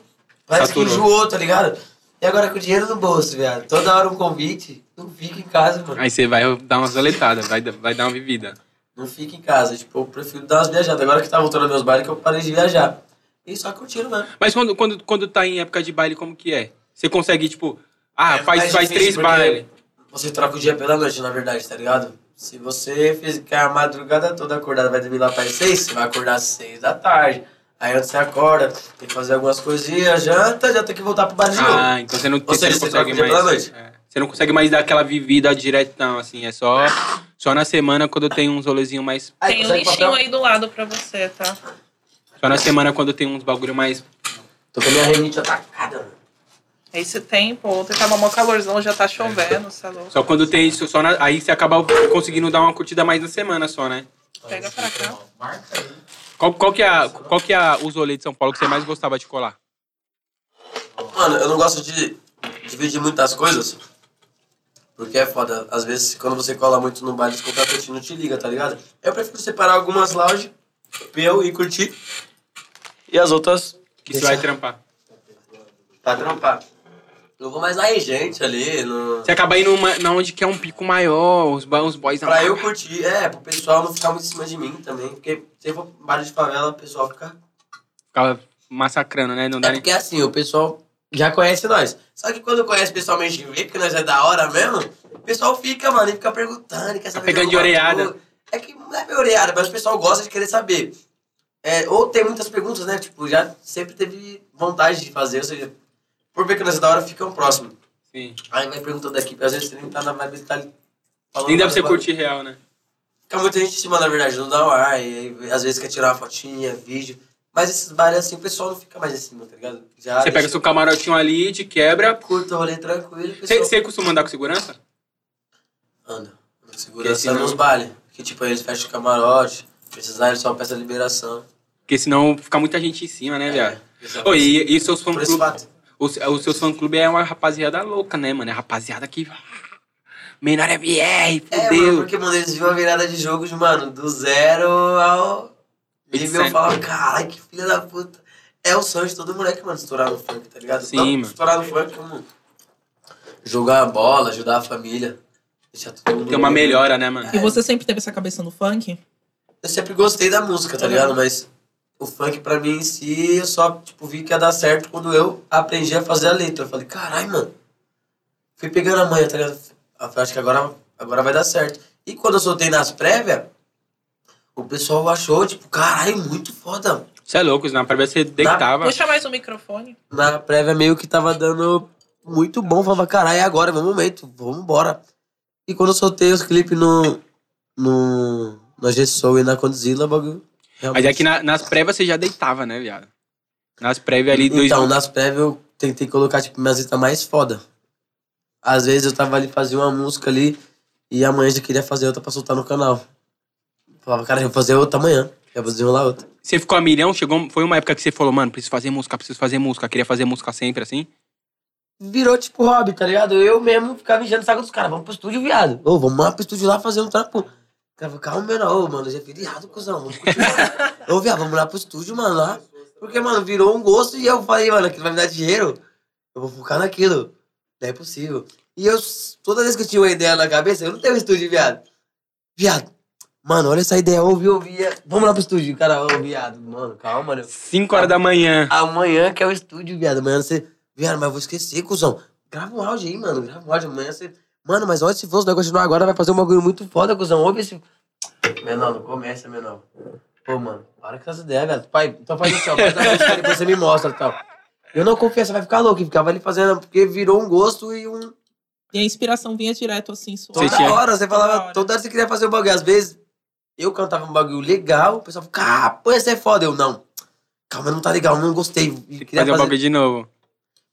parece que
Saturou.
enjoou, tá ligado? E agora com o dinheiro no bolso, viado. Toda hora um convite, não fica em casa, mano.
Aí você vai dar umas roletadas, vai, dar- vai dar uma vivida.
Não fica em casa. Tipo, eu prefiro dar umas viajadas. Agora que tá voltando aos meus bailes, que eu parei de viajar. E só curtindo, mano.
Mas quando, quando, quando tá em época de baile, como que é? Você consegue, tipo, ah,
É
faz,
mais
faz
difícil
três
porque
bailes.
Você troca o dia pela noite, na verdade, tá ligado? Se você ficar a madrugada toda acordado, vai dormir lá para as seis, você vai acordar às seis da tarde. Aí antes você acorda, tem que fazer algumas coisinhas, janta, já tem que voltar pro bar de novo.
Ah, então você não, você
seja,
não
você
consegue
troca o dia pela
mais. é. você não consegue mais dar aquela vivida diretão, assim. É só, só na semana quando tem uns rolezinhos mais.
Aí
Tem um
consegue
lixinho
papel?
aí do lado pra você, tá?
Só na semana quando tem uns bagulho mais.
Tô com a minha renite atacada, mano.
Aí você tem, pô. Ontem tava mó calorzão, já tá chovendo, você é louco.
Só quando tem isso, só na- aí você acaba conseguindo dar uma curtida mais na semana só, né?
Pega pra cá.
Qual, qual que é, a- qual que é a- os rolês de São Paulo que você mais gostava de colar?
Mano, eu não gosto de dividir muitas coisas. Porque é foda. Às vezes, quando você cola muito no baile, os contratantes não te ligam, tá ligado? Eu prefiro separar algumas lounge pra eu ir curtir. E as outras
Que você vai trampar.
pra trampar. Eu vou mais na gente ali, no...
Você acaba indo uma, na onde que é um pico maior, os, ba- os boys...
pra eu curtir. É, pro pessoal não ficar muito em cima de mim também. Porque se eu for pra baile de favela, o pessoal fica
Ficava massacrando, né? Não dá
É
nem...
porque assim, o pessoal já conhece nós. Só que quando conhece pessoalmente e vê que nós é da hora mesmo, o pessoal fica, mano, e fica perguntando, e quer saber.
Tá pegando de
alguma
orelhada.
coisa. É que não é minha orelhada, mas o pessoal gosta de querer saber. É, ou tem muitas perguntas, né? Tipo, já sempre teve vontade de fazer, ou seja, por ver que nós é da hora, ficam próximos.
Sim.
Aí vai perguntando aqui, porque às vezes você nem tá na vibe de tá ali falando.
Nem deve ser
mas-
curtir real, né?
Fica muita gente em cima, na verdade, não dá o ar, e aí, às vezes quer tirar uma fotinha, vídeo. Mas esses bares assim, o pessoal não fica mais em cima, tá ligado? Já
Você pega
deixa-
seu camarotinho ali, te quebra.
curto o rolê tranquilo,
Você,
pessoal.
você costuma andar com segurança?
Anda.
Porque
Segurança
senão-
nos baile. Que tipo, eles fecham o camarote. Precisar, eles só peçam liberação. É,
Porque senão fica muita gente em cima, né, viado?
Exato.
Ô, e, um e seus fã
Por esse
clube,
fato.
os, os seus fã clube é uma rapaziada louca, né, mano? É rapaziada que. Menor é VR,
É,
fudeu.
mano, porque, mano, eles viram a virada de jogos, mano, do zero ao.
800.
nível. eu falava, caralho, que filha da puta. É o sonho de todo moleque, mano, estourar no funk, tá ligado?
Sim,
Não
mano.
Estourar no funk como. Jogar a bola, ajudar a família. Deixar todo mundo.
Tem uma melhora, né, mano?
E você sempre teve essa cabeça no funk?
Eu sempre gostei da música, tá ligado? Mas o funk pra mim em si, eu só tipo, vi que ia dar certo quando eu aprendi a fazer a letra. Eu falei, caralho, mano. Fui pegando a manha, tá ligado? Eu falei, Acho que agora, agora vai dar certo. E quando eu soltei nas prévias, o pessoal achou, tipo, caralho, muito foda.
Você é louco, na prévia você deitava.
Puxa mais o microfone.
Na prévia meio que tava dando muito bom. Falava, caralho, é agora, é meu momento, vamos embora. E quando eu soltei os clipes no. no. na G-Soul e na Condzilla, o bagulho.
Mas é
realmente-
que na- nas prévias você já deitava, né, viado? Nas prévias ali, dois.
Então, nas prévias eu tentei colocar, tipo, minhas letras mais foda. Às vezes eu tava ali, fazia uma música ali, e amanhã eu já queria fazer outra pra soltar no canal. Falava, cara, eu vou fazer outra amanhã. Eu vou desenrolar outra.
Você ficou a milhão, chegou. Foi uma época que você falou, mano, preciso fazer música, preciso fazer música, queria fazer música sempre assim.
Virou tipo hobby, tá ligado? Eu mesmo ficava enchendo o saco dos caras, vamos pro estúdio, viado. Ô, vamos lá pro estúdio lá fazer um trampo. Ficava, calma, meu, não. ô, mano, já fiquei errado, cuzão. Vamos continuar. Ô, viado, vamos lá pro estúdio, mano, lá. Porque, mano, virou um gosto e eu falei, mano, aquilo vai me dar dinheiro. Eu vou focar naquilo. Não é possível. E eu, toda vez que eu tinha uma ideia na cabeça, eu não tenho um estúdio, viado. Viado, mano, olha essa ideia, ouvi, ouvi. Vamos lá pro estúdio, cara, ô, viado. Mano, calma, né?
Cinco horas da manhã.
Amanhã que é o estúdio, viado. Amanhã você. Viado, mas eu vou esquecer, cuzão. Grava um áudio aí, mano. Grava um áudio. Amanhã você. Mano, mas olha se fosse vai continuar agora, vai fazer um bagulho muito foda, cuzão. Ouve esse.
Menor, não começa, menor.
Pô, mano.
Para com essas ideias, velho.
Pai, então faz assim, ó. Faz a música, depois você me mostra e tal. Eu não confio, você vai ficar louco. E ficava ali fazendo, porque virou um gosto e um.
E a inspiração vinha direto assim, sua.
Sim,
Toda
tinha-
hora, você
Toda
falava,
hora.
toda hora você queria fazer um bagulho. Às vezes eu cantava um bagulho legal, o pessoal ficava, ah, pô, esse é foda. Eu não. Calma, não tá legal, não gostei. E
Tem que
queria
fazer o
fazer-
bagulho de novo.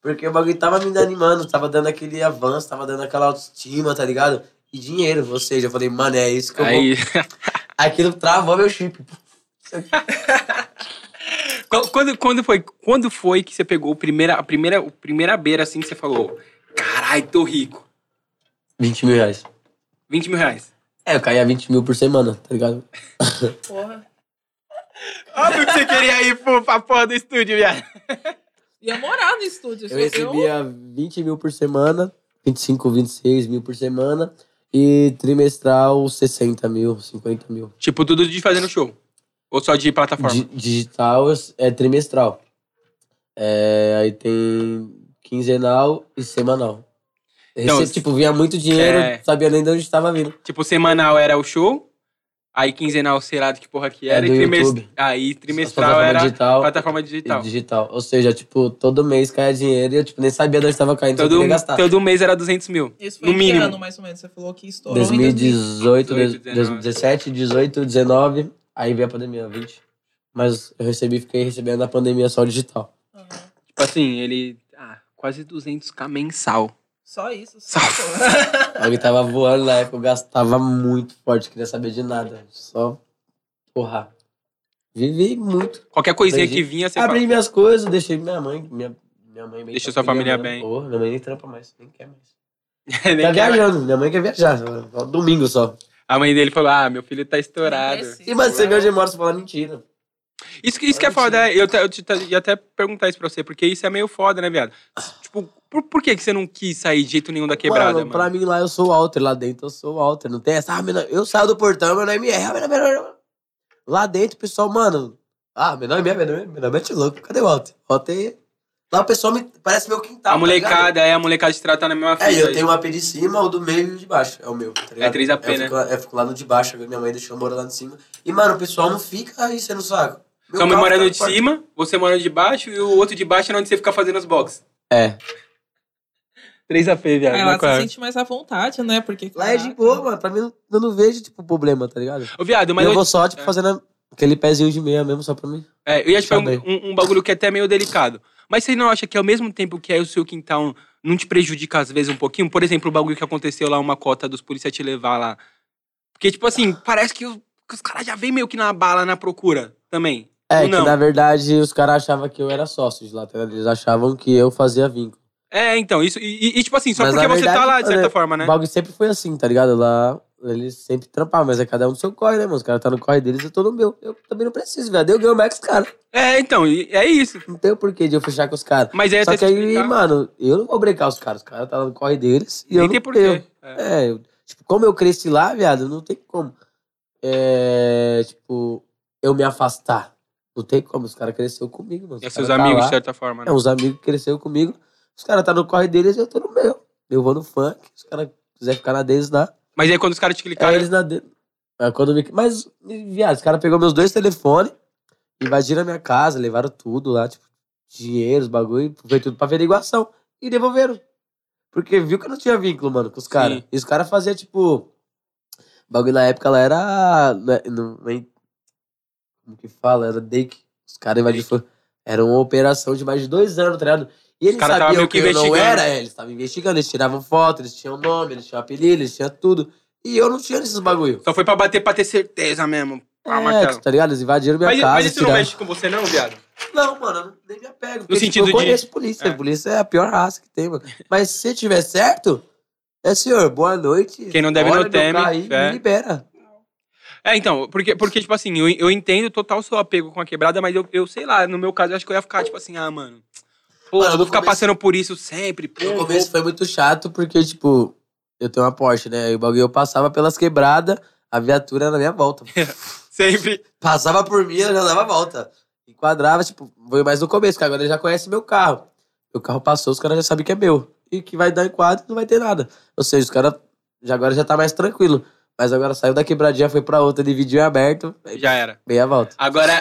Porque o bagulho tava me animando, tava dando aquele avanço, tava dando aquela autoestima, tá ligado? E dinheiro, ou seja, eu falei, mano, é isso que eu vou.
Aí. [LAUGHS]
Aquilo travou meu chip.
Qu- quando, quando, foi, quando foi que você pegou o primeira, a, primeira, a primeira beira assim que você falou? Caralho, tô rico.
20 mil reais.
20 mil reais.
É, eu caía 20 mil por semana, tá ligado?
Porra.
Óbvio que você queria ir pro, pra porra do estúdio, viado.
Ia morar no estúdio.
Eu
só que
recebia 20 mil por semana, 25, 26 mil por semana. E trimestral 60 mil, 50 mil.
Tipo, tudo de fazer no show. Ou só de plataforma?
Di- digital é trimestral. É, aí tem quinzenal e semanal.
Então,
Esse, tipo, vinha muito dinheiro,
é.
não sabia nem de onde estava vindo.
Tipo, semanal era o show. Aí quinzenal, sei lá de que porra que era.
É, do
e trimest-
YouTube.
Aí
Só
trimestral
plataforma
era
digital,
plataforma
e
digital.
digital. Ou seja, tipo, todo mês caia dinheiro e eu tipo, nem sabia de onde estava caindo, só
Todo,
queria gastar.
todo mês era 200 mil.
Isso
No
foi em que
mínimo.
ano, mais ou menos? Você falou que estourou em 2018.
2018,
2019.
2017, 18, 19, aí veio a pandemia, 20. Mas eu recebi, fiquei recebendo na pandemia só o digital.
Aham.
Tipo assim, ele. Ah, quase 200k mensal.
Só isso. Só.
Salve.
Alguém tava voando na época, eu gastava muito forte, queria saber de nada. Só porra. Vivi muito.
Qualquer coisinha
Entendi.
que vinha, você
Abri
fala.
minhas coisas, deixei minha mãe. Minha, minha mãe bem
Deixou sua
tranquila,
família
né?
bem.
Porra, minha mãe nem trampa mais, nem quer mais.
[LAUGHS] "É, Nem
tá
quer mais.
viajando, minha mãe quer viajar. só Domingo só.
A mãe dele falou: Ah, meu filho tá estourado.
Não precisa.
E mas você vê onde mora, você fala mentira.
Isso, que- isso que é foda, é, eu, te- eu te- te- ia até perguntar isso pra você, porque isso é meio foda, né, viado? Tipo, por, por que, que você não quis sair de jeito nenhum da quebrada, mano?
Pra mim lá eu sou o Walter, lá dentro eu sou o Walter. Não tem essa. Ah, menor, eu saio do portão, meu nome é. Meu nome é- Lá dentro o pessoal, mano. Ah, meu nome é, meu nome é, meu nome é louco. Cadê o Walter? Walter. Lá o pessoal me parece meu quintal.
a
tá ligado?
molecada, é, a molecada te trata na mesma
É,
fita.
eu tenho uma AP de cima, o do meio e o de baixo. É o meu, tá ligado?
três AP,
eu fico, lá- Eu fico lá no de baixo, agora minha mãe deixou eu morar lá de cima. E, mano, o pessoal não fica aí sendo saco. Meu
Sua mãe
carro
mora
fica
no de
porta-
cima, você mora no de baixo e o outro de baixo é onde você fica fazendo os box.
É.
Três a P, viado.
Aí
na
É, Ela
quadra.
se sente mais à vontade, né? Porque,
Lá é de
caraca.
boa, mano. Pra mim, não- eu não vejo, tipo, problema, tá ligado?
Ô, viado,
Mas
mas
eu,
eu,
vou só, tipo,
é.
fazendo aquele pezinho de meia mesmo, só pra mim.
é, eu ia te
Tá
perguntar um, um bagulho que é até meio delicado. Mas você não acha que ao mesmo tempo que é o seu quintal não te prejudica às vezes um pouquinho? Por exemplo, o bagulho que aconteceu lá, uma cota dos policiais te levar lá. Porque, tipo assim, parece que os, que os caras já vêm meio que na bala, na procura também.
É,
Ou
que
não?
na verdade os caras achavam que eu era sócio de lá, tá ligado? Eles achavam que eu fazia vínculo.
É, então, isso. E, e- e, tipo assim, só
Mas
porque
na
você tá
verdade,
lá, de certa
olha,
forma, né?
O bagulho sempre foi assim, tá ligado? Lá eles sempre trampavam, mas é cada um no seu corre, né, mano? Os caras tá no corre deles, eu tô no meu. Eu também não preciso, velho. Eu ganho mais que os caras.
É, então, e- é isso.
Não tem o porquê de eu fechar com os caras.
Mas é
Só
até
que
se
aí,
explicar.
mano, eu não vou brecar os caras. Os caras tá lá no corre deles e
Nem
eu não
tem
eu.
porquê. É.
É, eu- tipo, como eu cresci lá, viado, não tem como. É, tipo, eu me afastar. Não tem como, os caras cresceram comigo, mano. Os
É seus
cara tá
amigos, de
lá.
certa forma, né?
É, uns amigos que cresceram comigo. Os caras tá no corre deles e eu tô no meu. Eu vou no funk. Os caras quiser ficar na deles lá.
Mas aí quando os caras te
É,
clicaram.
eles na deles. Mas quando me... Mas, viado, os caras pegou meus dois telefones, invadiram a minha casa, levaram tudo lá, tipo, dinheiro, os bagulho, foi tudo pra averiguação. E devolveram. Porque viu que eu não tinha vínculo, mano, com os caras.
Sim.
E os caras faziam, tipo. Bagulho na época lá era. né, Não, nem- como que fala? Era DEIC. Os caras invadiram. foi- Era uma operação de mais de dois anos, tá ligado? E eles
caras tavam
sabiam
meio
que
que
eu não
investigando.
era, é, eles estavam investigando, eles tiravam foto, eles tinham nome, eles tinham apelido, eles tinham tudo. E eu não tinha esses bagulho.
Só foi pra bater pra ter certeza mesmo. Pá,
É,
martelo.
tá ligado? Eles invadiram minha
Ah, Mas,
casa.
mas isso não
tiraram-
mexe com você, não, viado?
não, mano, eu não- nem me apego. Porque,
sentido de-
tipo, eu conheço polícia.
É.
Polícia é a pior raça que tem, mano. Mas se tiver certo, é senhor, boa noite.
Quem não deve
olha
não
meu
teme,
carro Aí,
é.
Me libera.
É, então, porque, porque tipo assim, eu, eu entendo total o seu apego com a quebrada, mas eu, eu sei lá, no meu caso, eu acho que eu ia ficar, tipo assim, ah, mano. Pô, eu
Mano,
vou
no
ficar
começo-
passando por isso sempre, pô.
No começo foi muito chato, porque, tipo, eu tenho uma Porsche, né? E o bagulho eu passava pelas quebradas, a viatura era na minha volta.
Sempre.
Passava por mim, ela já dava a volta. Enquadrava, tipo, foi mais no começo, que agora ele já conhece meu carro. Meu carro passou, os caras já sabem que é meu. e que vai dar em quadro não vai ter nada. Ou seja, os caras já agora já tá mais tranquilo. Mas agora saiu da quebradinha, foi pra outra, dividiu em aberto, aí
Já era.
meia volta.
Agora,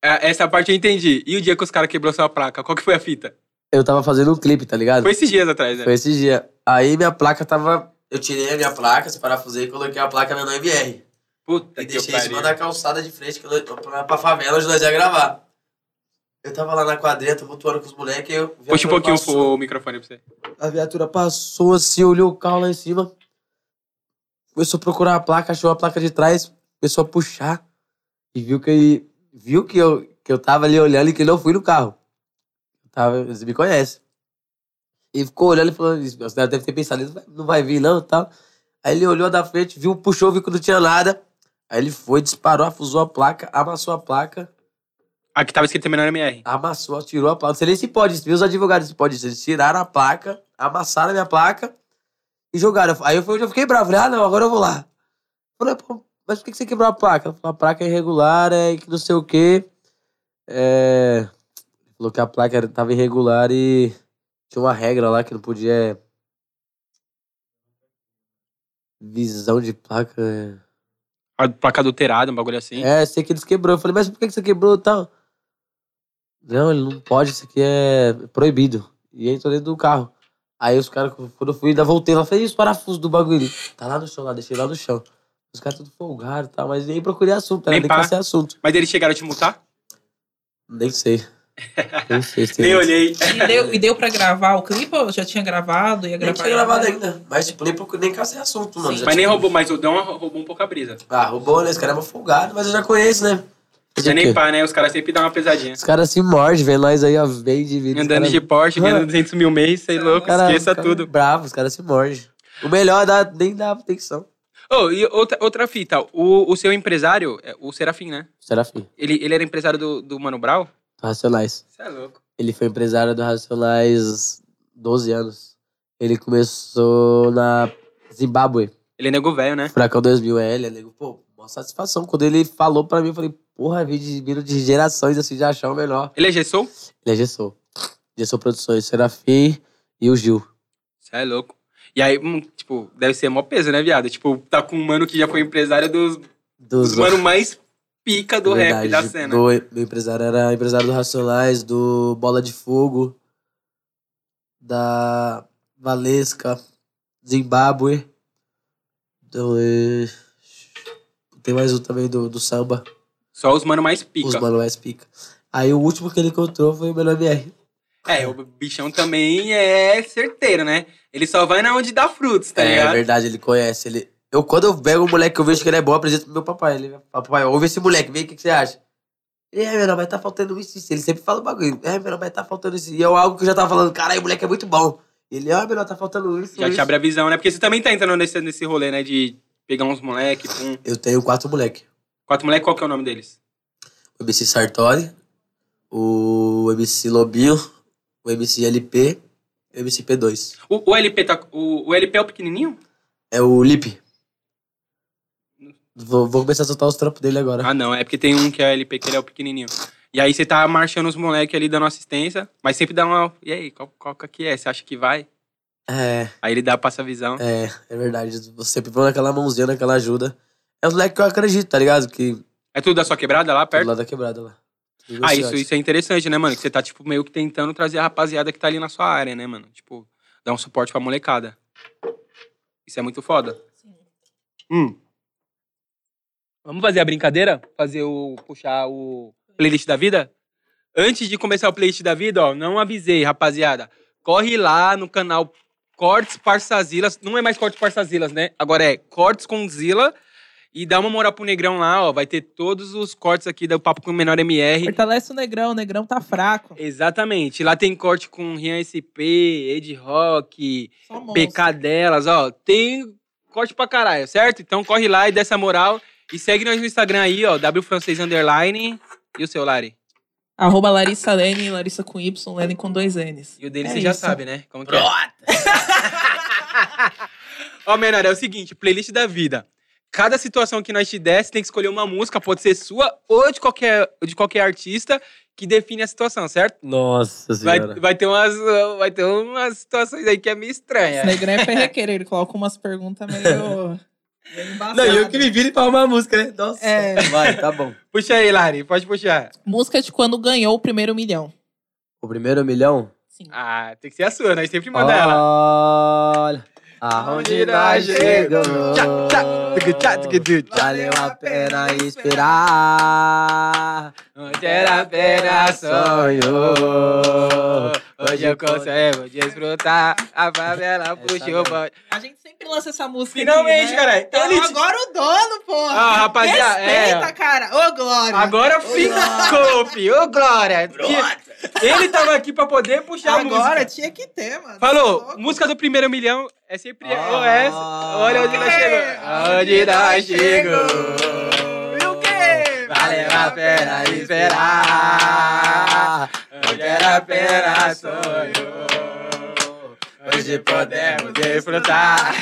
a- essa parte eu entendi. E o dia que os caras quebrou sua placa? Qual que foi a fita?
Eu tava fazendo um clipe, tá ligado?
Foi esses dias atrás, né?
Foi esse dia. Aí minha placa tava. Eu tirei a minha placa, se parafusei e coloquei a placa na 9R.
Puta
E
que
deixei em cima
pariu.
da calçada de frente que eu, pra, pra favela onde nós ia gravar. Eu tava lá na quadrilha, tumultuando com os moleques. eu- a
Puxa um
viatura
pouquinho
passou-
o microfone pra você.
A viatura passou assim, olhou o carro lá em cima. Começou a procurar a placa, achou a placa de trás, começou a puxar. E viu que, viu que, eu, que eu tava ali olhando e que eu não fui no carro. Tava, eles me conhecem. E ficou olhando e falou, "Isso, meu, você deve ter pensado, "Ele não vai- não vai vir não e tal. Aí ele olhou da frente, viu, puxou, viu que não tinha nada. Aí ele foi, disparou, afusou a placa, amassou a placa,
Aqui tava escrito menor MR.
amassou, tirou a placa. Não sei nem se pode isso, viu? Os advogados se pode isso. Eles tiraram a placa, amassaram a minha placa e jogaram. Aí foi onde eu fiquei bravo. Falei, ah, não, agora eu vou lá. Falei, pô, mas por que que você quebrou a placa? Ela falou, a placa é irregular, é que não sei o quê. É... Falou que a placa era- tava irregular e tinha uma regra lá que não podia... é, Visão de placa... é-
A placa adulterada, um bagulho assim.
é, sei que eles quebrou. Eu falei, mas por que que você quebrou e tal? Não, ele não pode, isso aqui é proibido. E entrou dentro do carro. Aí os caras, quando eu fui, ainda voltei lá, falei, e os parafusos do bagulho? Tá lá no chão, lá, deixei lá no chão. Os caras tudo folgaram e tal, mas nem procurei assunto, era
Nem
nem
pá.
pra ser assunto.
Mas eles chegaram a te multar? [LAUGHS]
Nem sei. Nem sei se tem.
Nem olhei.
E deu, e deu pra gravar o clipe ou já tinha gravado? Ia
Nem
gravar
tinha gravado ainda. Mas, tipo, nem, procurei, nem cacei assunto, mano. Já
Mas nem
tinha-
roubou, mas o Dão roubou um pouco a brisa.
Ah, roubou, né? Os caras é mó folgado, mas eu já conheço, né?
Você
Fazer o
nem
quê?
pá, né? Os caras sempre dão uma pesadinha.
Os caras se mordem, vê nós aí, ó, bem de vida. os
Andando
caras-
de Porsche, ganhando 200 mil mês, sei louco,
Cara,
esqueça
os cara
tudo.
Bravo, os caras se mordem. O melhor dá, nem dá atenção.
Oh, e outra, outra fita, o, o seu empresário, é o Serafim, né?
Serafim,
Ele, ele era empresário do, do Mano Brown?
do Racionais.
Você é louco.
Ele foi empresário do Racionais 12 anos. Ele começou na Zimbábue,
Ele é nego velho, né?
Furacão 2000. É, ele é nego, pô, uma satisfação. Quando ele falou pra mim, eu falei, porra, vi de- vindo de gerações assim de achar o melhor.
Ele é Gessou?
Ele é Gessou. Gessou Produções, Serafim e o Gil.
Você é louco. E aí, hum, tipo, deve ser mó peso, né, viado? Tipo, tá com um mano que já foi empresário dos, dos
Dos
mano mais pica do rap
Verdade,
da cena.
do- meu empresário era empresário do Racionais, do Bola de Fogo, da Valesca, Zimbábue. Do, eh, tem mais um também do, do samba,
Só os mano mais pica.
os Manuais Pica. Aí o último que ele encontrou foi o meu nome R.
É, o bichão também é certeiro, né? Ele só vai na onde dá frutos, tá
é
ligado?
verdade, ele conhece. Ele... Eu, quando eu pego um moleque que eu vejo que ele é bom, eu apresento pro meu papai. Ele fala, papai, ouve esse moleque, vem o que, que você acha? Ele é, meu nome, mas tá faltando isso, isso. Ele sempre fala o bagulho. É, meu nome, mas tá faltando isso. E eu algo que eu já tava falando, caralho, o moleque é muito bom. Ele, ó, meu nome, tá faltando isso.
Já
isso.
te abre a visão, né? Porque você também tá entrando nesse, nesse rolê, né? De pegar uns moleque, pum.
Eu tenho quatro moleques.
Quatro moleque, qual que é o nome deles?
O MC Sartori, o MC Lobinho, o MC LP e o MC P2.
O, o LP tá. O, o LP é o pequenininho?
É o Lipe. Vou, vou começar a soltar os trampos dele agora.
Ah, não. É porque tem um que é o LP, que ele é o pequenininho. E aí você tá marchando os moleque ali dando assistência, mas sempre dá uma. E aí, qual, qual que é? Você acha que vai?
É.
Aí ele dá, passa a visão.
É, é verdade. Você sempre vão naquela mãozinha, naquela ajuda. É um moleque que eu acredito, tá ligado? Que
É tudo da sua quebrada lá
do
perto?
lado da quebrada lá. assim,
Ah, isso, isso é interessante, né, mano? Que você tá, tipo, meio que tentando trazer a rapaziada que tá ali na sua área, né, mano? Tipo, dar um suporte pra molecada. Isso é muito foda. Hum. Vamos fazer a brincadeira? Fazer o. puxar o playlist da vida? Antes de começar o playlist da vida, ó, não avisei, rapaziada. Corre lá no canal Cortes Parçazilas. Não é mais Cortes Parçazilas, né? Agora é Cortes com Zila. E dá uma moral pro Negrão lá, ó. Vai ter todos os cortes aqui do Papo com o Menor MR.
Fortalece o Negrão, o Negrão tá fraco.
Exatamente. Lá tem corte com Rian SP, Ed Rock,
Só monstro.
PK delas, ó. Tem corte pra caralho, certo? Então corre lá e dá essa moral. E segue nós no Instagram aí, ó, wfrancês underline. E o seu, Lari?
Arroba Larissa Lene, Larissa com Y, Lene com dois N's.
E o dele
É
você já
isso.
sabe, né? Como que é? [LAUGHS] Ó, menor, é o seguinte, playlist da vida. Cada situação que nós te der, você tem que escolher uma música, pode ser sua ou de qualquer, de qualquer artista, que define a situação, certo?
Nossa
Vai,
senhora.
vai, ter umas, uh, vai ter umas situações aí que é meio
Esse
estranha.
negrão é ferrequeiro, ele coloca umas perguntas meio. meio
Não, e
embaçadas.
eu que me vire pra arrumar a música, né? Nossa.
É.
Vai, tá bom.
Puxa aí, Lari, pode puxar.
Música de quando ganhou o primeiro milhão.
O primeiro milhão?
Sim.
Ah, tem que ser a sua, nós sempre manda ela.
Olha, aonde nós chegamos.
Tchá, tchá, tucu, tchá, tucu, tucu, tchá.
Valeu a pena esperar.
Onde era apenas sonho. Oh. Hoje eu consigo é, desfrutar. A favela puxou o bonde.
A gente sempre lança essa música.
Finalmente, caralho.
Então
Ele-
agora o dono, porra.
Ah, rapaziada,
Respeita,
é.
cara. Ô, Glória.
Agora ficou, filho. Ô, Glória. que- Ele tava aqui pra poder puxar a
Agora
música.
tinha que ter, mano. Tá
Falou,
louco?
música do primeiro milhão é sempre
Ah.
ou essa. Olha onde nós chegou. Onde nós chegou.
E o quê?
Valeu a pena esperar. Onde era apenas sonho. Hoje podemos desfrutar.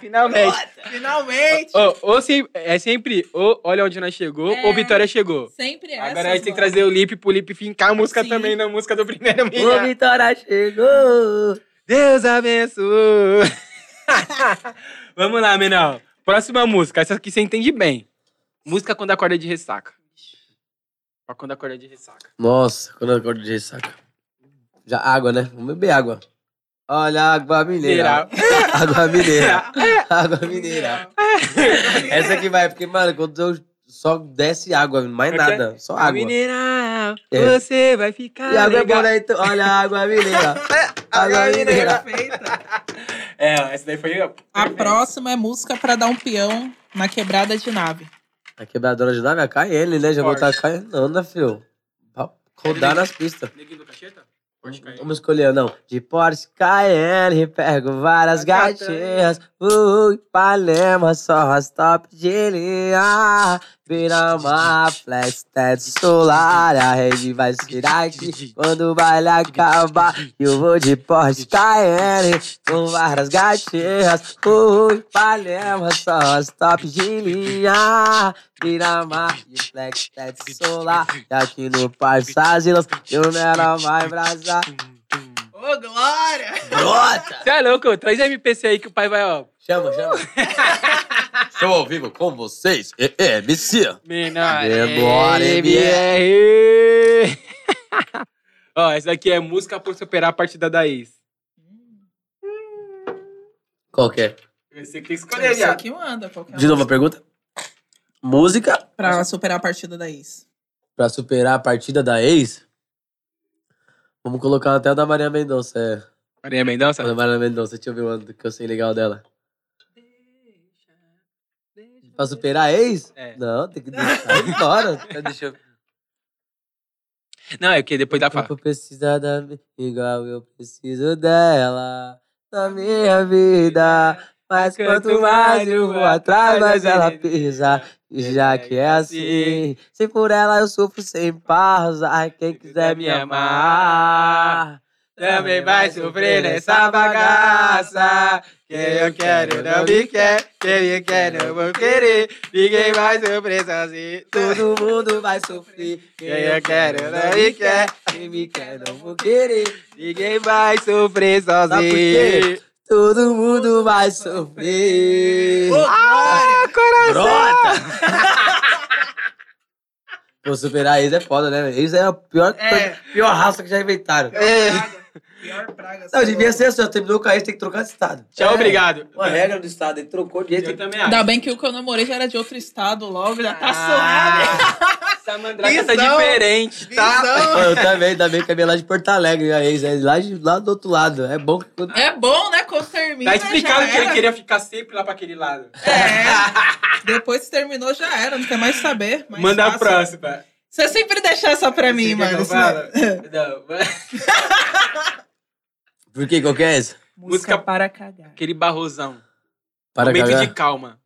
Finalmente.
Finalmente.
Ô, ou se, é sempre ou Olha Onde Nós Chegou
É.
ou Vitória Chegou.
Sempre essa. é
Agora a gente tem que trazer o Lipe pro Lipe fincar a música
Sim.
também na música do primeiro
O
milhão.
Vitória chegou.
Deus abençoe. [LAUGHS] Vamos lá, Menal. Próxima música. Essa aqui você entende bem. Música quando acorda de ressaca. Pra quando acorda de ressaca.
Nossa, quando eu acordo de ressaca. Já água, né? Vamos beber água. Olha, água mineira. [LAUGHS] água mineira. água mineira. Essa aqui vai, porque, mano, quando eu só desce água, mais
Como é que
nada. Só
A
água.
Mineira,
É.
você vai ficar.
E água é
legal.
boa, né? Então, olha, água mineira. água mineira.
Perfeita.
[LAUGHS] É, ó, essa daí foi.
A próxima é música pra dar um peão na quebrada de nave.
A quebradora de nave é a KL, né? Já
Forte.
botar a KL. Não, né, filho? Pra Rodar nas pistas.
Neguinho do cacheta? Pode cair.
Vamos escolher, não. De Porsche Cayenne, pego várias gatinhas. Uh, Ipanema, só as top de linha. Vira uma flash teto solar, a rede vai girar aqui. Quando o baile acabar, eu vou de Porsche Cayenne, com várias gatinhas. Uh, Ipanema, só as top de linha. Vira uma flash teto solar, e aqui no Parque Sasilas, eu nela vai brasar.
Ô, Glória.
Brota!
Você é louco? Traz a MPC aí que o pai vai, ó.
Chama, chama. [LAUGHS] Show ao vivo com vocês, é, é, MC.
Menor.
Menor
MR. [LAUGHS] Ó, essa daqui é música por superar a partida da ex.
Qual que é?
Você que escolher,
Isso
viado.
aqui manda
é
qualquer
De novo a pergunta? Música
música Pra superar a partida da Is.
pra superar a partida da ex? Vamos colocar até a da Maria Mendonça. É.
Maria
A da
Mendonça?
Maria Mendonça, deixa eu ver uma que eu sei legal dela. Pra superar a ex?
É.
Não, tem que deixar embora. [LAUGHS] Deixa eu...
Não, é que depois dá pra.
Tempo Tipo, precisa da mi- igual eu preciso dela na minha vida. Mas quanto mais eu vou atrás, mais ela pisa. E já que é assim, se por ela eu sofro sem pausa. Ai, Quem quiser me amar
Também vai sofrer nessa bagaça. Quem eu quero não me quer, quem me quer não vou querer. Ninguém vai sofrer sozinho.
Todo mundo vai sofrer. Quem eu quero não me quer, quem me quer não vou querer.
Ninguém vai sofrer
Sabe por
sozinho.
quê? Todo mundo vai sofrer.
Ah, coração!
Brota! [LAUGHS] Pô, superar eles é foda, né? velho? Eles é a pior, pior raça que já inventaram.
Pior praga.
Não, devia ser assim, ó, terminou com a ex, tem que trocar de estado.
Tchau, obrigado.
Uma regra do estado, ele trocou de jeito.
É.
[LAUGHS]
Eu também acho.
Ainda bem que o que eu namorei já era de outro estado logo, já tá suave.
Ah, Essa mandraka tá
Visão.
diferente, tá?
Pô, eu também, ainda bem que a minha é lá de Porto Alegre, a ex é lá, de, lá do outro lado. É bom que... quando-
É bom, né? Quando termina.
Tá explicado
já
que ele
era. É.
queria ficar sempre lá pra aquele lado.
Depois que terminou, já era. Não quer mais saber. mais
Manda a
fácil.
próxima.
Você sempre deixa essa pra mim,
Você quer que eu
mano. [LAUGHS]
fale? [LAUGHS] Não, é.
Por quê? Qual que é essa?
Música
para cagar.
Aquele barrosão.
Para
Momento
cagar.
de calma.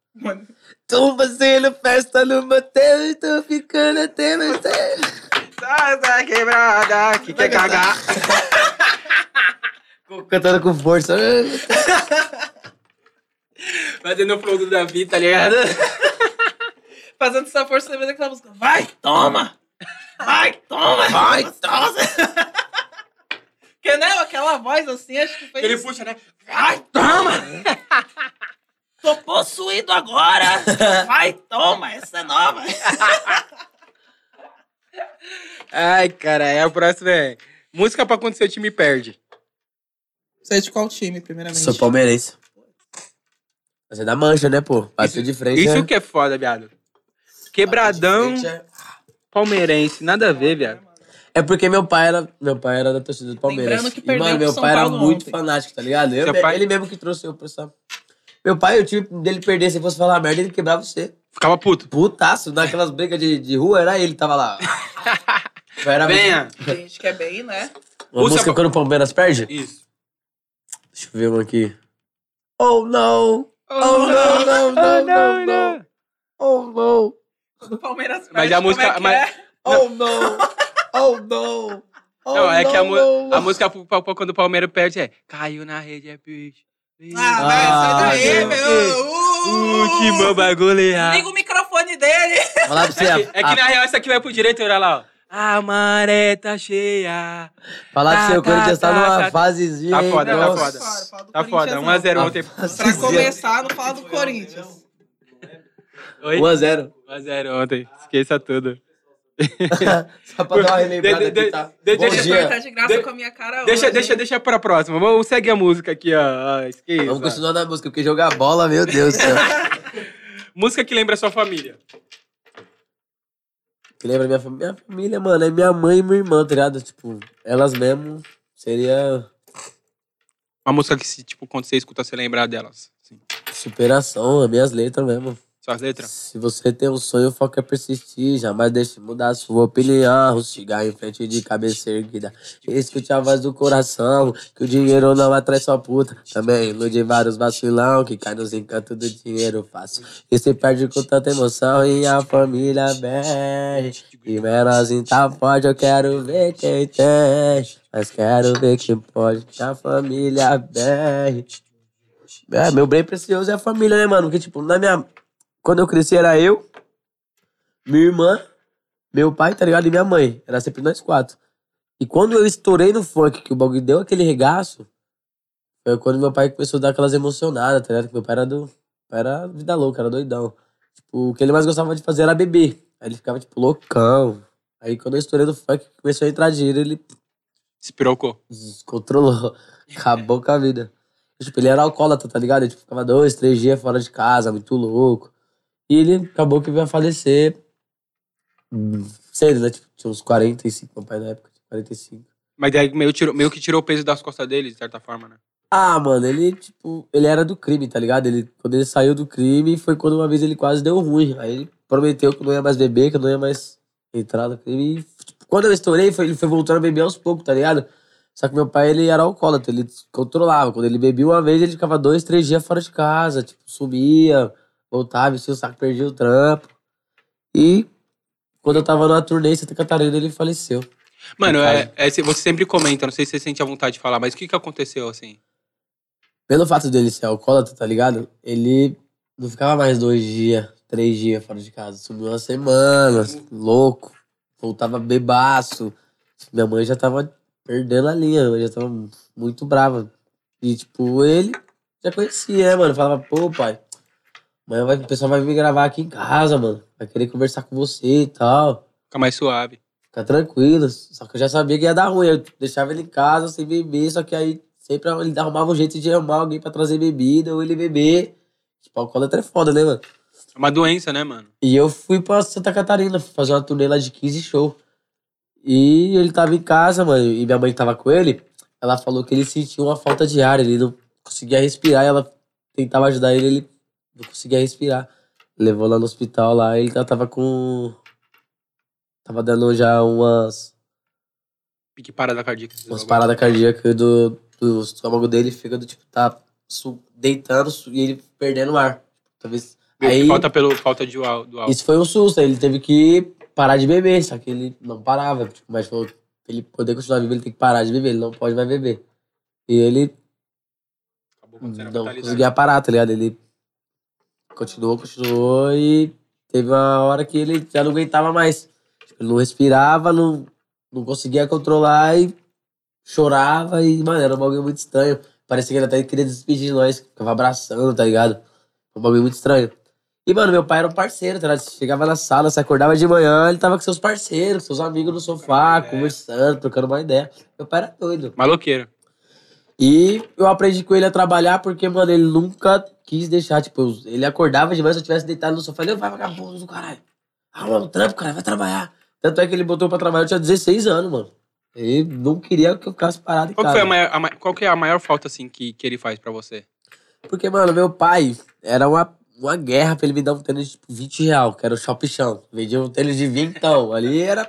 Tô fazendo festa no motel e tô ficando até mais tarde.
Tá, tá quebrada, que quer cagar.
Cantando com força.
Fazendo o flow do Davi, tá ligado?
Fazendo essa força, lembrando daquela música. Vai!
Toma!
Vai, toma!
Vai,
[LAUGHS] toma! Porque, né, aquela voz assim, acho que fez...
Ele puxa, né? Vai, toma!
[LAUGHS] Tô possuído
[LAUGHS]
agora! Vai, toma! Essa é nova!
Ai, cara, é a próxima é... Música pra quando seu time perde.
Você é de qual time, primeiramente?
Sou palmeirense. Mas é da mancha, né, pô? Bateu de frente.
Isso
né?
que é foda, viado. Quebradão,
Frente é-
palmeirense. Nada a ver, viado.
É porque meu pai era, meu pai era da torcida do Palmeiras.
Lembrando que
e,
perdeu
mano,
pro
meu
São
pai era
Paulo
muito
ontem.
fanático, tá ligado? Eu-
Seu pai-
Ele mesmo que trouxe eu pra essa. Meu pai, o time dele perder, se fosse falar merda, ele quebrava você.
Ficava puto.
Putaço, naquelas brigas de, de rua, era ele, que
[LAUGHS]
tava lá. Era
Venha.
Gente, que é bem, né?
Uma
Ô,
música
seu-
quando o Palmeiras perde?
Isso.
Deixa eu ver uma aqui. Oh não!
[LAUGHS]
Oh não, não, não, não, não! Oh não!
Do Palmeiras
Mas
perde,
a
como
música-
é que
mas-
é?
Oh não! Oh não! Oh,
Não, é que a, mu-
não, não.
a música pro- pra- pra quando o Palmeiras perde é Caiu na rede, é bicho.
Ah, vai,
Ah,
sai daí,
Deus.
meu!
Uh. Última
Uh! Liga
bagulha.
o microfone dele!
Falar pra você,
É que, é que
a-
na real essa aqui vai pro direito, olha lá, ó. A maré tá cheia.
falar pra você, o
tá,
Corinthians tá
tá,
numa
tá.
fazezinha.
Tá
hein?
foda, tá
Nossa.
foda.
Fala, fala do
Tá foda,
Corinthians,
1x0 [LAUGHS]
não.
ontem.
Pra começar, não fala do Corinthians.
Oi? [LAUGHS]
1x0.
1x0 ontem. Esqueça tudo.
Só pra dar uma relembrada
De- de-
aqui, tá?
de-
Bom
deixa-
dia.
tá de graça
De-
com a minha cara
Deixa,
hoje.
deixa, deixa pra próxima. Vamos, segue a música aqui, ó. ó, esqueça.
Vamos continuar na música, porque jogar bola, meu Deus
[LAUGHS]
do céu.
Música que lembra sua família.
Que lembra minha família? Minha família, mano, é minha mãe e minha irmã, tá ligado? Tipo, elas mesmo seria
Uma música que, se, tipo, quando você escuta, você lembrar delas. Sim.
superação, as minhas letras mesmo.
Suas letras.
Se você tem um sonho, o foco é persistir. Jamais deixe mudar a sua opinião. Chegar em frente de cabeça erguida. Escute a voz do coração. Que o dinheiro não atrai sua puta. Também ilude vários vacilão. Que cai nos encantos do dinheiro fácil. E se perde com tanta emoção. E a família bem. E menorzinho tá forte. Eu quero ver quem tem. Mas quero ver quem pode. Que a família bem. É, meu bem precioso é a família, né, mano? Porque, tipo, na minha, quando eu cresci era eu, minha irmã, meu pai, tá ligado? E minha mãe. Era sempre nós quatro. E quando eu estourei no funk, que o bagulho deu aquele regaço, foi quando meu pai começou a dar aquelas emocionadas, tá ligado? Que meu pai era do. meu pai Era vida louca, era doidão. Tipo, o que ele mais gostava de fazer era beber. Aí ele ficava, tipo, loucão. Aí quando eu estourei no funk, começou a entrar dinheiro, ele
Se pirocou.
descontrolou. Acabou com a vida. Tipo, ele era alcoólatra, tá ligado? Ele tipo, ficava dois, três dias fora de casa, muito louco. E ele acabou que veio a falecer hum, cedo, né? Tipo, tinha uns 45, meu pai na época, tinha 45.
Mas daí meio, tirou- meio que tirou o peso das costas dele, de certa forma, né?
Ah, mano, ele, tipo, ele era do crime, tá ligado? Ele, quando ele saiu do crime, foi quando uma vez ele quase deu ruim. Aí ele prometeu que não ia mais beber, que não ia mais entrar no crime. E, tipo, quando eu estourei, foi- ele foi voltando a beber aos poucos, tá ligado? Só que meu pai, ele era alcoólatra, ele controlava. Quando ele bebia uma vez, ele ficava dois, três dias fora de casa. Tipo, sumia, voltava, vestia o saco, perdia o trampo. E quando eu tava numa turnê em Santa Catarina, ele faleceu.
Mano,
No
é, é- você sempre comenta, não sei se você sente a vontade de falar, mas o que, que aconteceu, assim?
pelo fato dele ser alcoólatra, tá ligado? Ele não ficava mais dois dias, três dias fora de casa. Sumiu uma semana, louco. Voltava bebaço. Minha mãe já tava perdendo a linha, minha mãe já tava muito brava. E, tipo, ele já conhecia, né, mano? Falava, pô, pai, amanhã vai, o pessoal vai me gravar aqui em casa, mano. Vai querer conversar com você e tal
Fica mais suave.
fica tranquilo. Só que eu já sabia que ia dar ruim. Eu deixava ele em casa sem beber, só que aí sempre ele arrumava um jeito de arrumar alguém pra trazer bebida ou ele beber. Tipo, alcoólatra é foda, né, mano?
É uma doença, né, mano?
E eu fui pra Santa Catarina fui fazer uma turnê lá de 15 show. E ele tava em casa, mano, e minha mãe tava com ele. Ela falou que ele sentiu uma falta de ar, ele não conseguia respirar. E ela tentava ajudar ele, ele não conseguia respirar. Levou lá no hospital lá, ele já tava com. Tava dando já umas
Pique parada cardíaca. esses
umas
bagulho.
paradas cardíacas do, do estômago dele, fígado, tipo, tá su- deitando su- e ele perdendo o ar. Talvez. Aí,
Falta, pelo, falta de, au- do álcool.
isso foi um susto, aí ele teve que parar de beber, só que ele não parava. Tipo, mas falou, pra ele poder continuar vivo, ele tem que parar de beber, ele não pode mais beber. E ele
Acabou acontecendo a
não
fatalidade.
conseguia parar, tá ligado? Ele continuou, continuou e teve uma hora que ele já não aguentava mais. Ele não respirava, não, não conseguia controlar e chorava e, mano, era um bagulho muito estranho. Parecia que ele até queria despedir de nós, ficava abraçando, tá ligado? Foi Um bagulho muito estranho. E, mano, meu pai era um parceiro, tá ligado? Você chegava na sala, você acordava de manhã, ele tava com seus parceiros, com seus amigos no sofá, conversando, trocando uma ideia. Meu pai era doido.
Maloqueiro.
E eu aprendi com ele a trabalhar porque, mano, ele nunca quis deixar. Tipo, eu- ele acordava demais se eu tivesse deitado no sofá. Ele, vai, vagabundo do caralho. Arruma um trampo, cara, vai trabalhar. Tanto é que ele botou pra trabalhar, eu tinha 16 anos, mano. Ele não queria que eu ficasse parado em
Qual, que
casa.
foi a maior, a ma- qual que é a maior falta, assim, que, que ele faz pra você?
Porque, mano, meu pai era uma, uma guerra pra ele me dar um tênis de tipo, 20 real, que era o Shopichão. Vendia um tênis de 20, então. Ali era.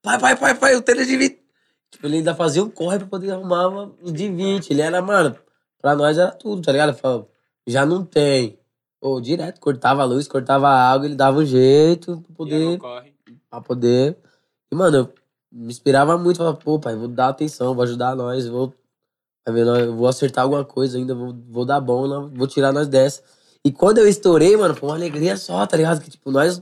Pai, pai, pai, pai, o tênis de 20. Tipo, ele ainda fazia um corre pra poder arrumar uma de 20. Ele era, mano, pra nós era tudo, tá ligado? Ele Falava, já não tem. Ou direto, cortava a luz, cortava a água, ele dava um jeito pra poder
Corre.
pra poder. E, mano, eu me inspirava muito. Falava, pô, pai, vou dar atenção, vou ajudar nós, vou. vai ver, nós- vou acertar alguma coisa ainda, vou, vou dar bom, não- vou tirar nós dessa. E quando eu estourei, mano, foi uma alegria só, tá ligado? Que tipo, nós.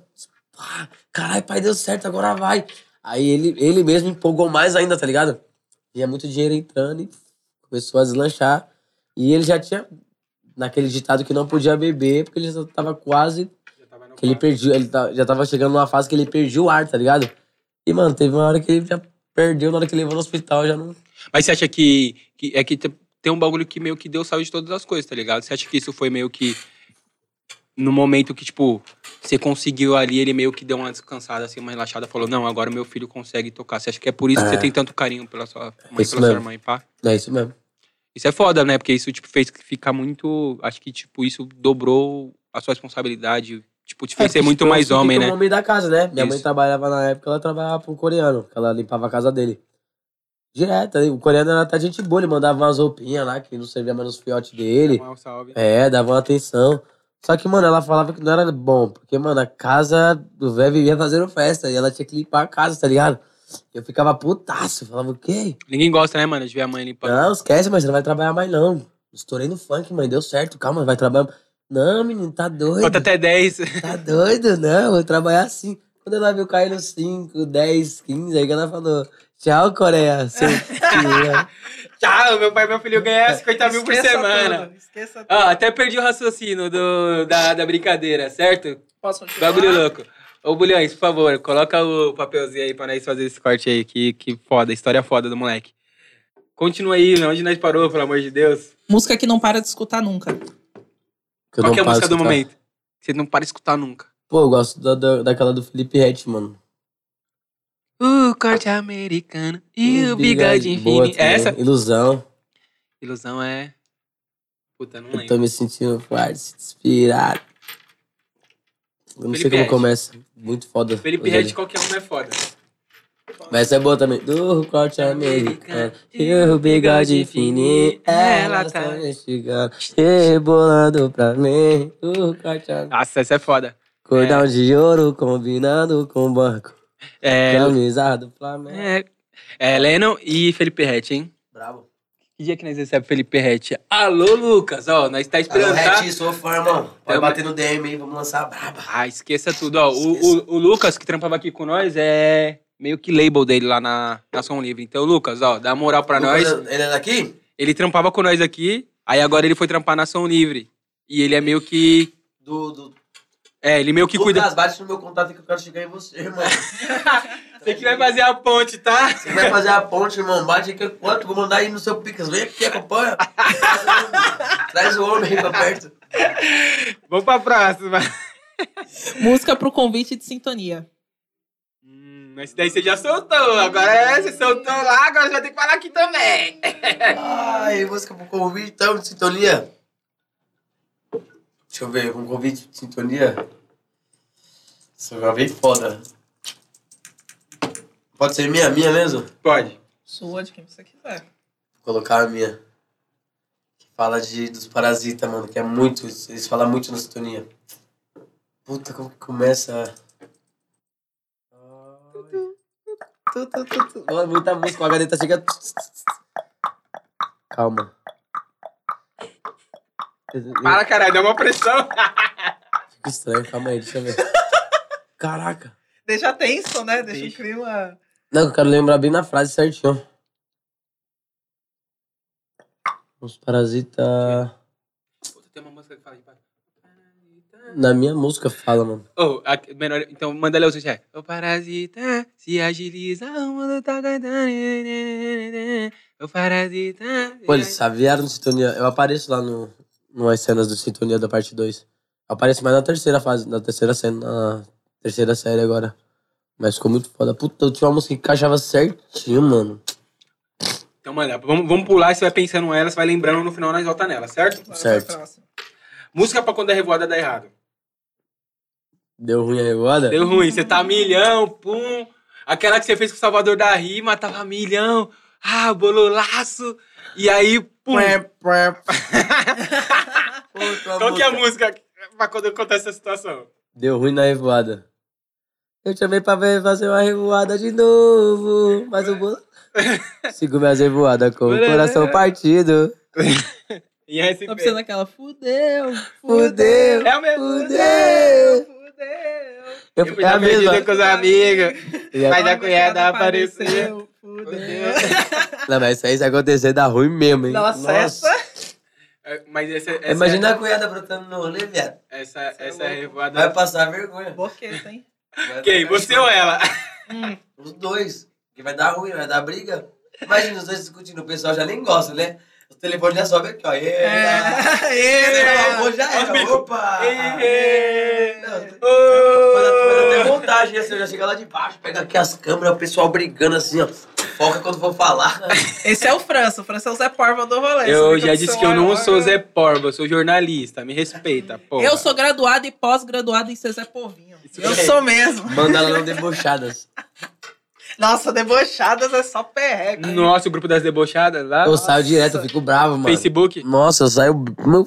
pá, Caralho, pai, deu certo, agora vai. Aí ele, ele mesmo empolgou mais ainda, tá ligado? Tinha muito dinheiro entrando e começou a deslanchar. E ele já tinha. Naquele ditado que não podia beber, porque ele já tava quase
tá
que ele perdeu, ele tá- já tava chegando numa fase que ele perdeu o ar, tá ligado? E, mano, teve uma hora que ele já perdeu, na hora que ele levou no hospital, já não.
Mas você acha que, que é que te- tem um bagulho que meio que deu saúde de todas as coisas, tá ligado? Você acha que isso foi meio que no momento que, tipo, você conseguiu ali, ele meio que deu uma descansada, assim, uma relaxada, falou, não, agora meu filho consegue tocar. Você acha que é por isso que você tem tanto carinho pela sua mãe,
Isso
pela sua
mesmo.
irmã e pá?
É isso mesmo.
Isso é foda, né? Porque isso, tipo, fez ficar muito... Acho que, tipo, isso dobrou a sua responsabilidade, tipo,
É,
te fez ser muito mais
Eu fiquei
homem,
com
né?
o homem da casa, né? Minha mãe
Isso.
trabalhava na época, ela trabalhava pra um coreano, que ela limpava a casa dele. Direto, aí o coreano era até gente boa, ele mandava umas roupinhas lá que não servia mais nos fiotes
Um
dele. É, dava uma atenção. Só que, mano, ela falava que não era bom, porque, mano, a casa do velho vivia fazendo festa e ela tinha que limpar a casa, tá ligado? Eu ficava putaço, falava, o quê?
Ninguém gosta, né, mano, de ver a mãe limpando.
Não, esquece, mas você não vai trabalhar mais, não. Estourei no funk, mãe, deu certo, calma, vai trabalhar. Não, menino, tá
Conta
doido.
até 10.
Tá doido, não, vou trabalhar assim. Quando ela viu cair nos 5, 10, 15, aí que ela falou: Tchau, Coreia, seu tio.
Tchau, meu pai e meu filho
É.
ganham 50 mil por
Esqueça
semana.
tudo, Esqueça tudo.
Ó, até perdi o raciocínio do, da, da brincadeira, certo?
Posso continuar?
Ah.
Bagulho louco. Ô, Bulhões, por favor, coloca o papelzinho aí pra nós fazer esse corte aí. Que, que foda, história foda do moleque. Continua aí, né? onde nós parou, pelo amor de Deus.
Música que não para de escutar nunca.
Que
[LAUGHS]
eu
Qual
não
que é a
paro
música
de
do
escutar.
momento? Que Você não para de escutar nunca.
Pô, eu gosto da, da- daquela do Felipe Rett, mano.
O corte americano e o bigodinho
Hum, Boa
infinito. É
também.
Essa
Ilusão.
ilusão é... Puta, não
Eu tô
lembro.
me sentindo forte, inspirado. Eu não
Felipe
sei como
Rett.
começa. Muito foda.
Felipe
Hoje
Red,
ele-
qualquer um é foda.
Mas essa é boa também. Do corte americano e o bigode fininho. Ela tá me xingando e rebolando pra mim. Do corte americano.
Nossa, essa é foda.
Cordão de ouro combinando com banco.
É,
Camisa do Flamengo.
É, é Lennon e Felipe Rett, hein?
Bravo.
Que dia que nós recebemos Felipe Rett? Alô, Lucas! Ó, nós tá esperando, tá?
sou fã, irmão.
Tamo- bater
no DM aí, vamos lançar a braba.
Ah, esqueça tudo, ó. O, o, o Lucas, que trampava aqui com nós, é meio que label dele lá na, na Som Livre. Então, Lucas, ó, dá moral pra nós.
Ele é daqui?
Ele trampava com nós aqui, aí agora ele foi trampar na Som Livre. E ele é meio que...
Do, do...
É, ele meio que cuida...
bate no meu contato que eu quero chegar em você, irmão.
Você que vai fazer a ponte, tá?
Você vai fazer a ponte, irmão. Bate aqui quanto? Vou mandar aí no seu Picas. Vem aqui,
[LAUGHS]
acompanha. Traz o homem aí pra perto.
Vamos pra próxima.
Música pro convite de sintonia.
Hum, esse daí você já soltou. Agora é, você soltou lá, agora você vai ter que falar aqui também.
Ai, música pro convite, então, de sintonia. Deixa eu ver, um convite de sintonia. Isso já veio foda. Pode ser minha, minha mesmo? Vou
Pode.
Sua, de quem você quiser.
colocar a minha. Que fala de, dos parasitas, mano, que é muito. Eles falam muito na sintonia. Puta, como que começa? Ai. Tu, tu, tu, tu. Ó, Muita música, o HD tá chegando. Calma.
Para, caralho, dá uma pressão.
Que estranho, calma aí, deixa eu ver. Caraca.
Deixa tenso, né? Deixa o
Deixa.
clima.
Não, eu quero lembrar bem na frase certinho. Os parasitas.
Tem uma música que fala de
Na minha música fala, mano.
Oh, a, menor, então manda Léo Zé. O parasita se agiliza, o mundo tá cantando. né, O parasita. se
Pô, eles sabiaram no Sintonia. Eu apareço lá no, nas cenas do Sintonia da parte 2. Eu apareço mais na terceira fase, na terceira cena, na terceira série agora. Mas ficou muito foda. Puta, eu tinha uma música que encaixava certinho, mano.
Então, mano, vamos, vamos pular, você vai pensando nela, você vai lembrando, no final nós volta nela, certo?
Bora
Certo.
pra próxima.
Música pra quando a revoada dá errado.
Deu ruim a revoada?
Deu ruim, você tá milhão, pum. Aquela que você fez com o Salvador da Rima, tava milhão. Ah, bololaço. E aí, pum.
[LAUGHS]
Qual que é a música pra quando acontece essa situação?
Deu ruim na revoada. Eu te chamei pra ver fazer uma revoada de novo. Mas
[LAUGHS]
eu vou. Sigo minhas revoadas com o
é.
coração partido.
E aí, você
Tá pensando naquela. Fudeu!
Fudeu,
É a mesma.
fudeu.
Fudeu!
Eu,
Eu
é a mesma.
com os amigos.
E é-
Mas a cunhada apareceu.
Fudeu!
Não, mas isso aí se acontecer dá ruim mesmo, hein?
Nossa, essa.
É, Mas essa, essa, é
Imagina a cunhada brotando no rolê, viado.
essa,
é
essa
louco.
revoada.
Vai passar vergonha.
é Boqueta, hein?
Vai
Quem?
ficar-
Você ou [LAUGHS] ela?
Os dois. Que vai dar ruim, vai dar briga. Imagina os dois discutindo, o pessoal já nem gosta, né? O telefone já sobe aqui, ó.
É.
É.
Eita.
Aê!
Acabou, já
Olha o
era.
bico.
Opa!
Ê,
Faz faz até
ô.
montagem, né? Você já chega lá de baixo, pega aqui as câmeras, o pessoal brigando assim, ó. Foca quando for falar.
Esse é o França. O França é o Zé Porva do rolê.
Eu
Você fica
já
com
disse
seu
que eu não
olho,
sou
olha.
Zé Porba, eu sou jornalista. Me respeita, pô.
Eu sou graduado e pós-graduado em ser Zé Povinho.
Isso
Eu
daí.
sou mesmo.
Manda ela não debochadas.
Nossa, debochadas é só perreca.
Nossa, o grupo das debochadas lá.
Eu saio direto, eu fico bravo, mano.
Facebook.
Nossa, eu saio. meu,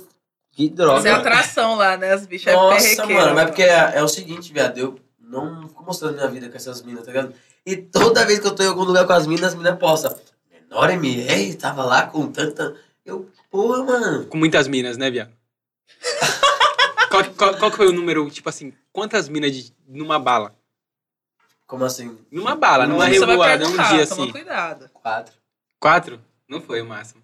Que
Você é
droga.
atração lá, né? As bichas é
Nossa,
perrequeira.
mano, mas porque é, é o seguinte, viado, eu não fico mostrando minha vida com essas minas, tá ligado? E toda vez que eu tô em algum lugar com as minas, as minas postam. Menor MR, tava lá com tanta. Eu, porra, mano.
Com muitas minas, né, [LAUGHS] viado? qual, que- qual, qual que foi o número, tipo assim, quantas minas de, numa bala?
Como assim?
Numa bala, numa
Você vai
revoada, um
perguntar,
dia
toma
assim.
cuidado.
Quatro.
Quatro? Não foi o máximo.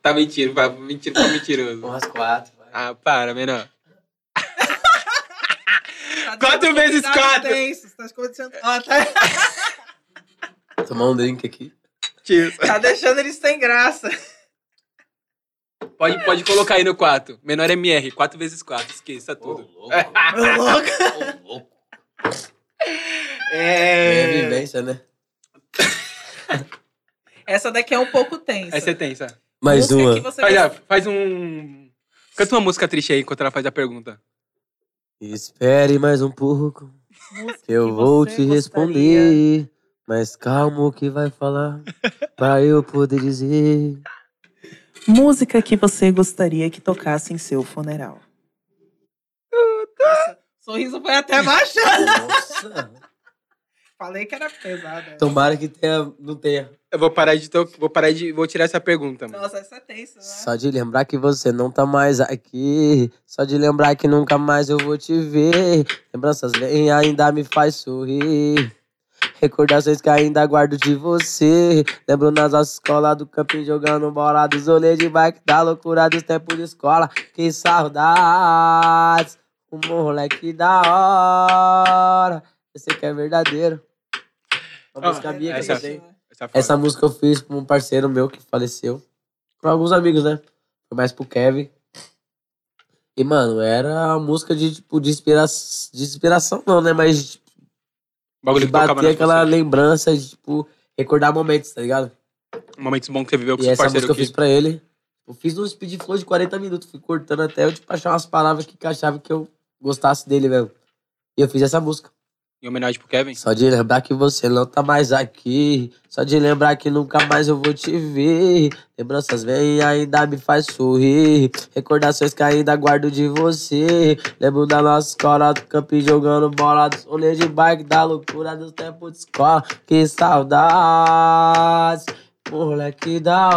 Tá mentindo, pá, mentira, tá
[LAUGHS]
mentiroso.
Umas quatro. vai.
Ah, para, menor.
Tá
Quatro
dando
vezes
convidado
quatro.
Tenso, você tá, escondendo- ó, tá-
Tomar um drink aqui.
Tio.
tá deixando eles
[LAUGHS]
sem graça.
Pode, pode colocar aí no 4. Menor MR, 4 vezes 4, esqueça tudo.
Ô, louco.
[LAUGHS] É vivência, né?
Essa daqui é um pouco tensa.
Aí você tensa.
Mais
Música
uma.
que você
Faz,
vai-
ah, faz um. Canta uma música triste aí enquanto ela faz a pergunta.
Espere mais um pouco.
Música
Que eu
que
vou
você
te
gostaria.
responder. Mas calma o que vai falar. pra eu poder dizer.
Música que você gostaria que tocasse em seu funeral. Nossa, sorriso foi até baixando.
Nossa.
Falei que era pesada.
Tomara que tenha, não tenha.
Eu vou parar de. to- Vou parar de. Vou tirar essa pergunta, mano.
Nossa, essa é tensa, né?
Só de lembrar que você não tá mais aqui. Só de lembrar que nunca mais eu vou te ver. Lembranças vêm ainda me faz sorrir. Recordações que ainda guardo de você. Lembro nas nossas escolas do campinho jogando bola. Dos rolês de bike, da loucura dos tempos de escola. Que saudades, o moleque da hora. Esse que é verdadeiro.
Ah,
Uma música é minha que eu
essa-
cantei.
é
Essa, foda.
Essa música eu fiz pra um parceiro meu que faleceu. Pra alguns amigos, né? Foi mais pro Kevin. E, mano, era a música de, tipo, de, inspira... de inspiração, não, né? Mas tipo,
O bagulho
de
que tocava
bater
nas
aquela
pessoas.
lembrança de, tipo, recordar momentos, tá ligado?
Momentos bons que você viveu com
E
seu
essa
parceiro
música eu
aqui.
fiz pra ele. Eu fiz um speed flow de 40 minutos, fui cortando até eu, tipo, achar umas palavras que encaixavam que eu gostasse dele mesmo. E eu fiz essa música.
Em homenagem pro Kevin.
Só de lembrar que você não tá mais aqui. Só de lembrar que nunca mais eu vou te ver. Lembranças vêm e ainda me faz sorrir. Recordações que ainda guardo de você. Lembro da nossa escola, do campinho jogando bola. Dos rolês de bike, da loucura dos tempos de escola. Que saudades, Moleque da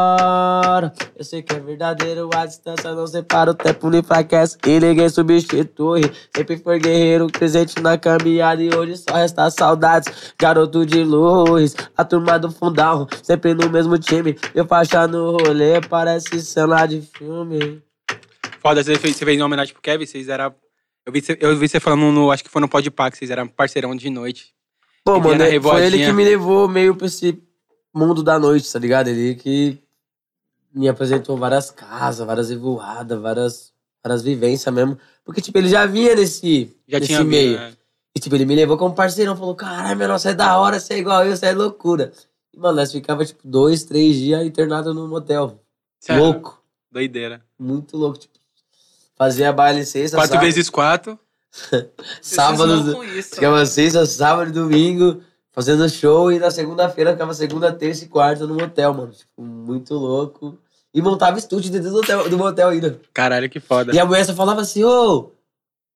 hora. Eu sei que é verdadeiro, a distância não separa, o tempo não enfraquece e ninguém substitui. Sempre foi guerreiro, presente na caminhada e hoje só resta saudades. Garoto de luz, a turma do fundão, sempre no mesmo time. Eu faixa no rolê, parece cena de filme.
Foda, você fez, você fez uma homenagem pro Kevin, vocês eram. Eu vi, você- eu vi você falando no. Acho que foi no Podpah, que vocês eram parceirão de noite.
Pô,
Ele
mano,
era
é- foi ele
revoadinha.
que me levou meio pra esse mundo da noite, tá ligado? Ele que me apresentou várias casas, várias revoadas, várias, várias vivências mesmo. Porque, tipo, ele já vinha nesse,
Já
nesse
tinha
meio.
vindo, né?
E, tipo, ele me levou como parceirão, falou, caralho, meu, você é da hora, você é igual eu, você é loucura. E, mano, nós ficava, tipo, dois, três dias internado num motel.
Cê era
Louco,
Doideira.
muito louco, tipo. Fazia baile sexta,
Quatro
sábado,
vezes quatro.
sábado,
Vocês vão com isso.
Ficava sexta, sábado e domingo fazendo show e na segunda-feira ficava segunda, terça e quarta no motel, mano. Tipo, muito louco. E montava estúdio dentro do hotel, do motel ainda.
Caralho, que foda.
E a mulher só falava assim, ô,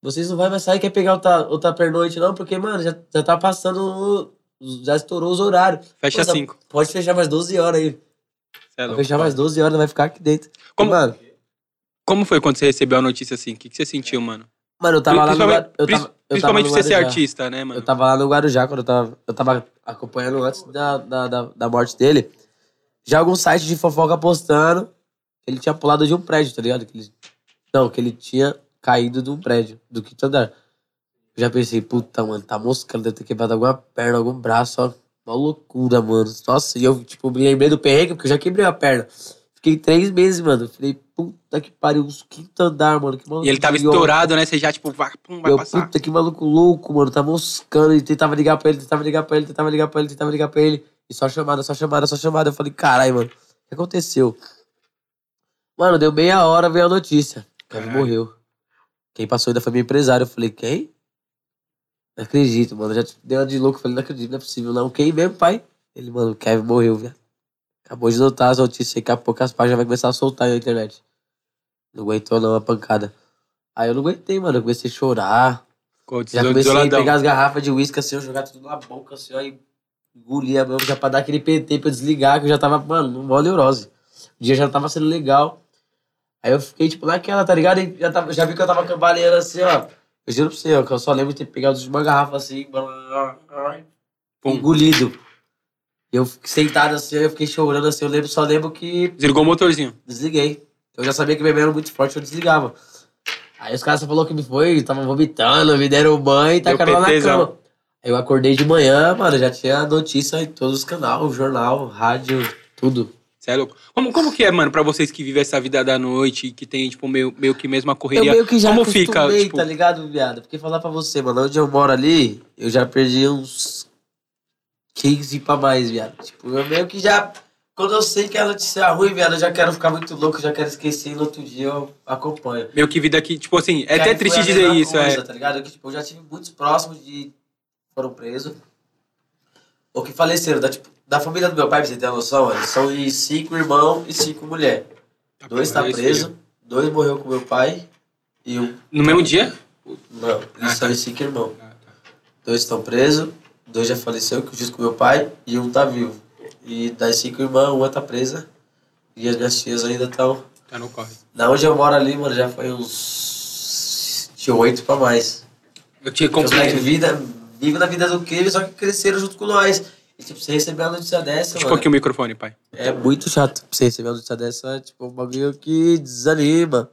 vocês não vai mais sair, quer pegar outra, outra pernoite não? Porque, mano, já, já tá passando, o- já estourou os horários.
Fecha
Nossa,
cinco.
Pode fechar mais 12 horas aí.
Cê é
Vai
louco.
fechar mais 12 horas, vai ficar aqui dentro.
Como-
E, mano,
Como foi quando você recebeu a notícia assim? O que, que você sentiu, mano?
mano, É. eu tava lá no...
principalmente
Guar- Eu
prin-
tava, eu tava
principalmente
no
você ser
Guarujá.
artista, né, mano?
Eu tava lá no Guarujá quando eu tava, eu tava acompanhando antes da, da, da, da morte dele. Já algum site de fofoca postando. que Ele tinha pulado de um prédio, tá ligado? Que ele- não, que ele tinha caído de um prédio, do quinto andar. Eu já pensei, puta, mano, tá moscando, deve ter quebrado alguma perna, algum braço, ó. Uma loucura, mano. Nossa, e eu, tipo, me lembrei do perrengue, porque eu já quebrei a perna. Fiquei três meses, mano. Falei, puta que pariu, os quinto andar, mano. Que maluco
E ele tava
idiota.
estourado, né? Você já, tipo, vai, pum, vai
Meu,
passar.
puta, que maluco louco, mano. Tá moscando. E tentava ligar pra ele, tentava ligar pra ele, tentava ligar pra ele, tentava ligar pra ele. E só chamada, só chamada, só chamada. Eu falei, caralho, mano. O que aconteceu? Mano, deu meia hora, veio a notícia. O Kevin
Caralho.
morreu. Quem passou ainda foi meu empresário. Eu falei, quem? Não acredito, mano. Eu já tipo, dei uma de louco. Eu Falei, não acredito, não é possível, não. Quem mesmo, pai? Ele, mano, o Kevin morreu, velho. Acabou de notar as notícias. Daqui a pouco as páginas vai começar a soltar aí na internet. Não aguentou, não, a pancada. Aí eu não aguentei, mano. Eu comecei a chorar.
Ficou
Já comecei a
desoladão.
pegar as garrafas de uísque assim, eu jogar tudo na boca assim, ó, e engolia mesmo, já pra dar aquele PT pra eu desligar, que eu já tava, mano, mó neurose. O dia já tava sendo legal. Aí eu fiquei, tipo, naquela, tá ligado? E Já, tava, já vi que eu tava cambaleando assim, ó. Eu juro pra você, ó, que eu só lembro de ter pegado uma garrafa assim, blá, blá, blá, blá,
Pum.
engolido. E eu fiquei sentado assim, eu fiquei chorando assim, eu lembro, só lembro que
Desligou o motorzinho.
desliguei. Eu já sabia que bebendo muito forte, eu desligava. Aí os caras só falaram que me foi, tava vomitando, me deram banho e
Deu
tacaram lá na
PTzão.
cama. Aí eu acordei de manhã, mano, já tinha notícia em todos os canais, jornal, rádio, tudo.
Você é louco. Como, como que é, mano, pra vocês que vivem essa vida da noite e que tem, tipo, meio, meio que mesmo a correria?
Eu meio que já
como
acostumei,
fica, tipo,
tá ligado, viado? Porque falar pra você, mano, onde eu moro ali, eu já perdi uns 15 pra mais, viado. Tipo, eu meio que já... Quando eu sei que a notícia é ruim, viado, eu já quero ficar muito louco, eu já quero esquecer e no outro dia eu acompanho.
meio que vida que, tipo assim, é
Que aí
até
foi
triste
a
dizer
mesma
isso,
coisa,
é.
Tá ligado? Que, tipo, eu já tive muitos próximos de. foram presos. Ou que faleceram. Da, tipo, da família do meu pai, pra você ter uma noção, eles são de cinco irmãos e cinco mulheres.
Ah,
Dois tá
Dois
preso, dois morreu com meu pai e um.
No mesmo dia?
Não, eles são de cinco irmãos. Dois estão presos, dois já faleceu, que eu disse com meu pai, e um tá vivo. E das cinco irmãs, uma tá presa. E as minhas tias ainda estão
Tá no corre.
da onde eu moro ali, mano, já foi uns de oito pra mais.
Eu tinha
Os moleques
compreendido.
vida, vivem na vida do crime, só que cresceram junto com nós. E tipo, você receber uma notícia dessa,
Tipo
mano,
aqui o microfone, pai.
é muito chato. Pra você receber uma notícia dessa, é tipo um bagulho que desanima.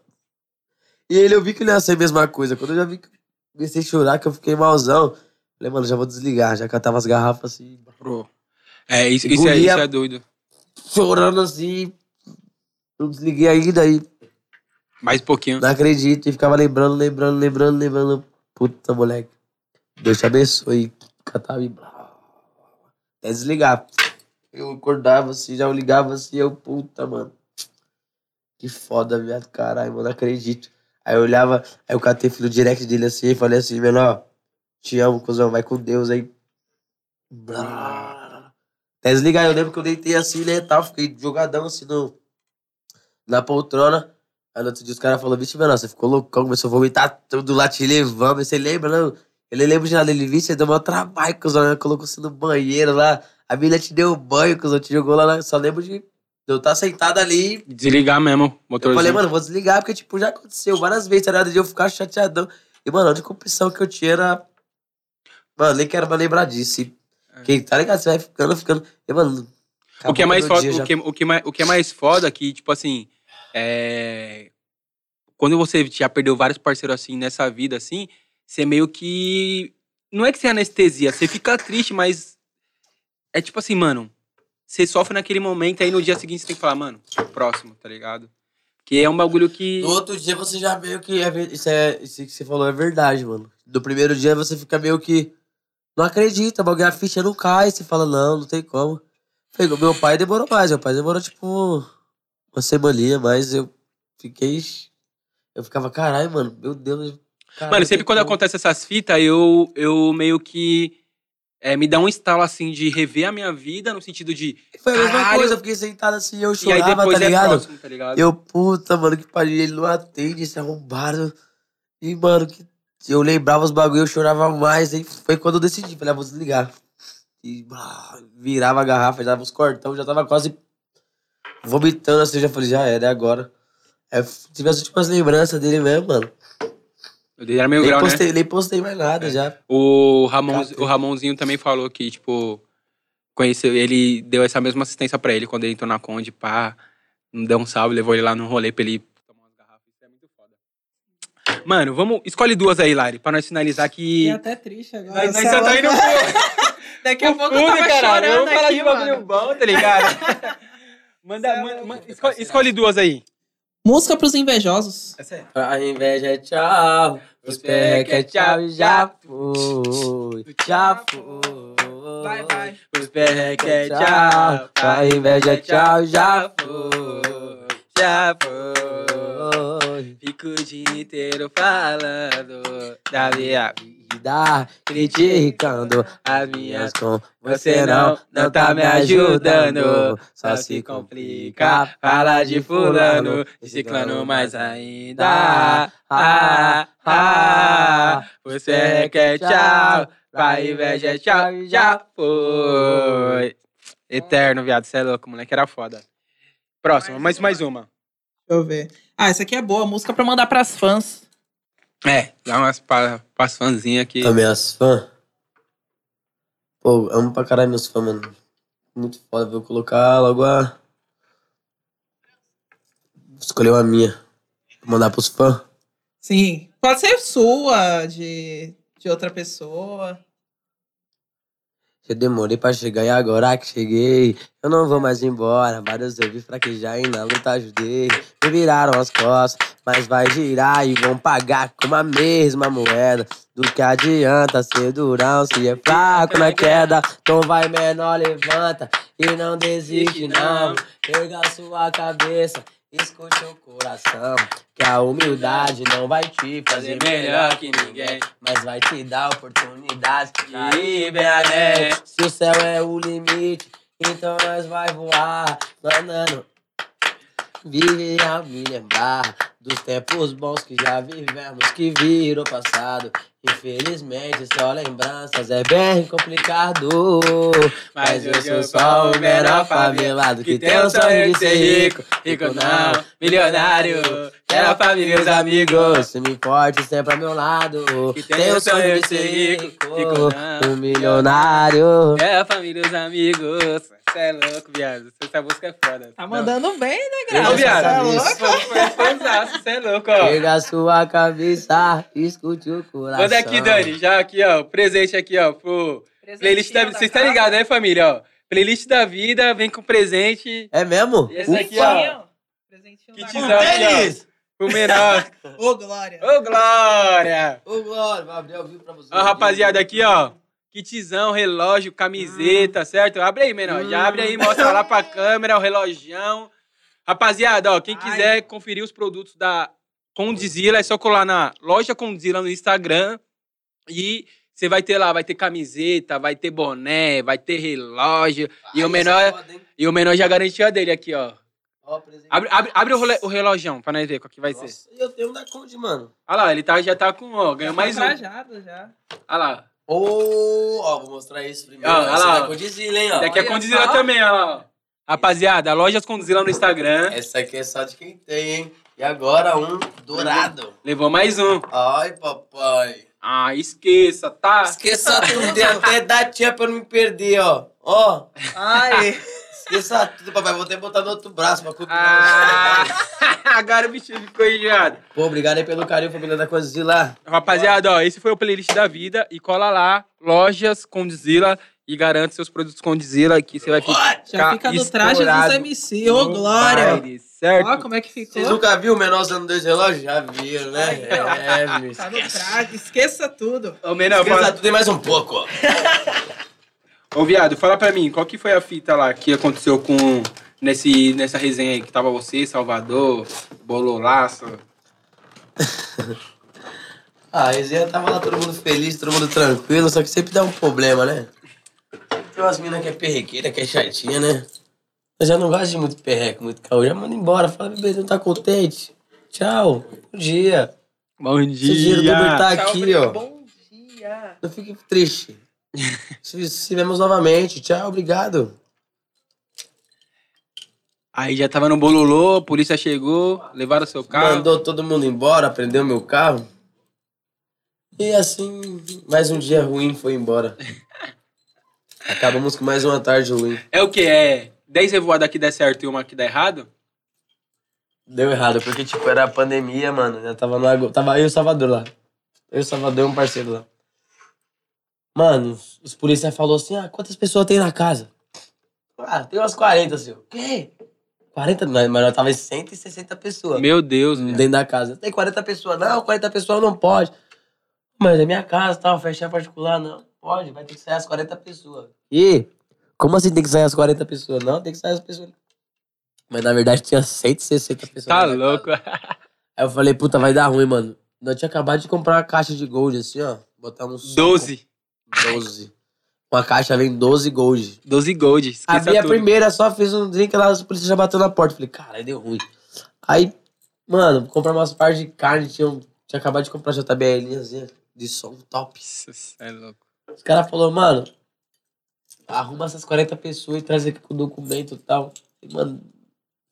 E ele, eu vi que não ia ser a mesma coisa. Quando eu já vi que comecei a chorar, que eu fiquei malzão. Falei, mano, já vou desligar. Já catava as garrafas assim,
Pro. É, isso, isso é,
Engolia-
isso é doido.
chorando assim. Não desliguei ainda e
Mais um pouquinho.
Não acredito. E ficava lembrando, lembrando, lembrando, lembrando. Puta, moleque. Deus te abençoe. Catava e... blá. Até desligar. Eu acordava assim, já eu ligava assim, eu... Puta, mano. Que foda, viado. Caralho, mano, não acredito. Aí eu olhava, aí eu catei filho direct dele assim e falei assim, menor, te amo, cuzão, vai com Deus aí. Blá. Até desligar, eu lembro que eu deitei assim, né, e tal, fiquei jogadão assim no, na poltrona. Aí no outro dia os caras falaram, vixe, menor, você ficou loucão, começou a vomitar tudo lá, te levando. Você lembra, não? Ele lembra de nada, ele, vixe, deu maior trabalho, cuzão, né? colocou você no banheiro lá. A Bíblia te deu banho, que eu te jogou lá. na- Só lembro de eu estar sentado ali
Desligar mesmo, o
eu
motorzinho.
falei, mano, vou desligar, porque, tipo, já aconteceu várias vezes, tá ligado? De eu ficar chateadão. E, mano, a única opção que eu tinha era. Mano, nem quero mais lembrar disso. E, que, tá ligado? Você vai ficando, ficando. E, mano.
É. O que, é
acabou
mais
meu
foda,
dia
o,
já.
que, o, que mais, o que é mais foda é que, tipo assim, é, quando você já perdeu vários parceiros assim nessa vida, assim, você meio que. Não é que você anestesia, você fica triste, mas. É tipo assim, mano. Você sofre naquele momento, aí no dia seguinte você tem que falar, mano, próximo, tá ligado? Que é um bagulho que.
No outro dia você já meio que. é ver- isso, é, isso que você falou é verdade, mano. No primeiro dia você fica meio que. Não acredita, bagulho, a ficha não cai. Você fala, não, não tem como. Pegou, meu pai demorou mais. Meu pai demorou, tipo, uma semaninha, mas eu fiquei. Eu ficava, caralho, mano, meu Deus. caralho,
Mano,
não
sempre
tem
quando
como."
acontece essas fitas, eu, eu meio que. é, me dá um estalo assim de rever a minha vida, no sentido de.
Foi a mesma
Caralho.
coisa, eu fiquei sentado assim, eu
E aí
chorava,
depois
tá
é
ligado?
próximo, tá ligado?
Eu, puta, mano, que pariu, ele não atende, esse arrombado. E, mano, que eu lembrava os bagulho, eu chorava mais. Aí foi quando eu decidi, falei, ah, vou desligar. E ah, virava a garrafa, já dava os cortão, já tava quase vomitando, assim, eu já falei, já era, é agora. É, tive as últimas lembranças dele mesmo, mano.
Eu dei- era meio
Nem,
grau, né? É.
postei, nem postei mais nada, já.
O, Ramon,
Caraca.
o Ramonzinho também falou que, tipo, conheceu, ele deu essa mesma assistência pra ele quando ele entrou na Conde, pá, deu um salve, levou ele lá no rolê pra ele tomar umas garrafas. Isso é muito foda. Mano, vamos. Escolhe duas aí, Lari, pra nós finalizar que.
E até triste agora.
Nós, nós já
é
tá indo pro,
Daqui a
pro
pouco eu
fundo,
tava
caralho.
chorando
Vamos falar
aqui,
de bagulho
mano.
bom, tá
[LAUGHS]
ligado? Manda,
é
manda, manda- escolhe, escolhe duas aí.
Música pros invejosos.
A inveja é tchau, os pés é tchau e já foi, já foi.
Vai, vai.
Os perreque é tchau, a inveja é tchau, já foi,
Já
foi.
Fico o dia inteiro falando da minha
Vida criticando
as
minhas com você não, não tá me ajudando. Só se complica, fala de fulano, de ciclano, mas ainda. Ah, ah,
Você quer tchau, vai inveja é tchau, já foi. Eterno, viado, você é louco, moleque era foda. Próxima, mais, mais uma.
Deixa eu ver. Ah, essa aqui é boa. Música pra mandar pras fãs.
É, dá umas pa- pras fãzinhas aqui.
Também as fãs. Pô, amo pra caralho meus fãs, mano. Muito foda. Vou colocar logo a. Escolheu a minha. Vou mandar pros fãs.
Sim. Pode ser sua, de, de outra pessoa.
Eu demorei pra chegar e agora que cheguei. Eu não vou mais embora. Vários eu vi fraquejar e na luta ajudei. Me viraram as costas, mas vai girar e vão pagar com a mesma moeda. Do que adianta ser durão se é fraco na queda. Então vai menor, levanta e não desiste não. Erga sua cabeça, escute o coração. Que a humildade não vai te fazer melhor que ninguém, mas vai te dar oportunidade de ir bem além. Se o céu é o limite, então nós vai voar, planando. Vive a me lembrar dos tempos bons que já vivemos, que viram passado. Infelizmente, só lembranças é bem complicado. Mas eu sou só o menor favelado que tem o sonho de ser rico. Rico não, milionário. Quero a família e os amigos. Se me importe sempre ao meu lado. Que tem o sonho de ser rico.
rico não,
Um milionário.
É a família, os amigos. Você é louco, viado. Essa música é foda.
Tá mandando bem, né,
Ô,
Eu
Graça?
vou
viado.
saber
Você é louco?
isso.
Você é louco, ó.
Pega a sua cabeça, escute o coração.
Manda aqui, Dani, já aqui, ó. Presente aqui, ó, pro playlist da vida. Vocês estão ligados, né, família? Ó, playlist da vida, vem com presente.
É mesmo?
E esse aqui, ó.
Presentinho. Presentinho da
Kitzão
Graça.
aqui, ó. Pro
[LAUGHS]
menor.
Ô, Glória.
Ô, Glória!
Ô, Glória, vai abrir ao vivo pra você.
Ó, rapaziada, aqui, ó. Kitzão, relógio, camiseta, certo? Abre aí, menor. Já abre aí, mostra lá pra câmera o relógio. Rapaziada, ó, quem quiser conferir os produtos da Condizila, é só colar na loja Condizila no Instagram. E você vai ter lá, vai ter camiseta, vai ter boné, vai ter relógio. e, o menor, é- e o menor já garantiu a dele aqui, ó. Abre, abre, abre o, role- o relógio pra nós ver qual que vai ser.
Eu tenho um da Conde, mano.
Olha lá, ele tá, já tá com, ó, ganhou
Já
mais
tá
um.
trajado já.
Olha lá.
Ô, ó, vou mostrar isso primeiro.
Ah,
Essa
olha lá,
da
ó.
Condizila, hein,
[LAUGHS]
ó.
Daqui é
Olha
Condizila
só.
também, ó. lá, ó. Rapaziada, lojas Condizila no Instagram.
Essa aqui é só de quem tem, hein? E agora um dourado.
Levou mais um.
Ai, papai.
Ah, esqueça, tá?
Esqueça tudo, dei até da tia pra eu não me perder, ó. Ó,
Ai,
esqueça tudo, papai. Vou até botar no outro braço pra
Ah, [LAUGHS] agora o bicho ficou enjoado.
Pô, obrigado aí pelo carinho, família da Condizila.
Rapaziada, ó, esse foi o playlist da vida. E cola lá, lojas Condizila e garante seus produtos Condizila que você vai ficar.
Já fica no traje dos
Tá estourado
MC, ô
no
Glória.
baile, certo?
Ó, como é que ficou?
Vocês nunca viram o menor usando dois relógios? Já viram, né? É, me
tá no traje, esqueça tudo.
Ô, Menor,
Esqueça
fala...
tudo e mais um pouco, ó.
Ô, viado, fala pra mim, qual que foi a fita lá que aconteceu com. Nesse, nessa resenha aí que tava você, Salvador, Bololaço.
Ah, a resenha tava lá todo mundo feliz, todo mundo tranquilo, só que sempre dá um problema, né? Tem umas minas que é perrequeira, que é chatinha, né? Eu já não gosto de muito perreco, muito caô. Já manda embora, fala, bebê, você não tá contente? Tchau, bom dia.
Bom
Esse dinheiro do Uber tá
Tchau,
aqui,
obrigado,
ó.
Bom dia.
Não fique triste. se, se vemos novamente, tchau, obrigado.
Aí já tava no bololô, a polícia chegou, levaram seu carro.
Mandou todo mundo embora, prendeu meu carro. E assim, mais um dia ruim foi
[LAUGHS]
embora. Acabamos com mais uma tarde ruim.
É o que? É 10 revoadas que der certo e uma que dá errado?
Deu errado, porque, tipo, era a pandemia, mano. né? tava no agu- Tava eu e o Salvador lá. Eu e o Salvador e um parceiro lá. Mano, os- os policiais falaram assim: ah, quantas pessoas tem na casa? Ah, tem umas 40, senhor. O quê? 40? Não, mas nós tava em 160 pessoas
Meu Deus, viado.
dentro da casa. Tem 40 pessoas. Não, 40 pessoas não pode. Mas é minha casa tal, fechar particular, não. Pode, vai ter que sair as 40 pessoas. E como assim tem que sair as 40 pessoas? Não, tem que sair as pessoas. Mas na verdade tinha 160 pessoas.
Tá
na minha [LAUGHS]
louco.
Aí eu falei, puta, vai dar ruim, mano. Nós tinha acabado de comprar uma caixa de gold, assim, ó. Botar uns
12.
12. Uma caixa vem 12 gold.
12 gold. Esqueça
Abri a
tudo.
primeira, só fiz um drink, lá os policiais já bateu na porta. Falei, caralho, deu ruim. Aí, mano, comprar umas partes de carne, tinha, um- tinha acabado de comprar JBLzinha de som top.
Nossa, cê é louco.
Os caras falaram, mano, arruma essas 40 pessoas e traz aqui com documento e tal. E, mano,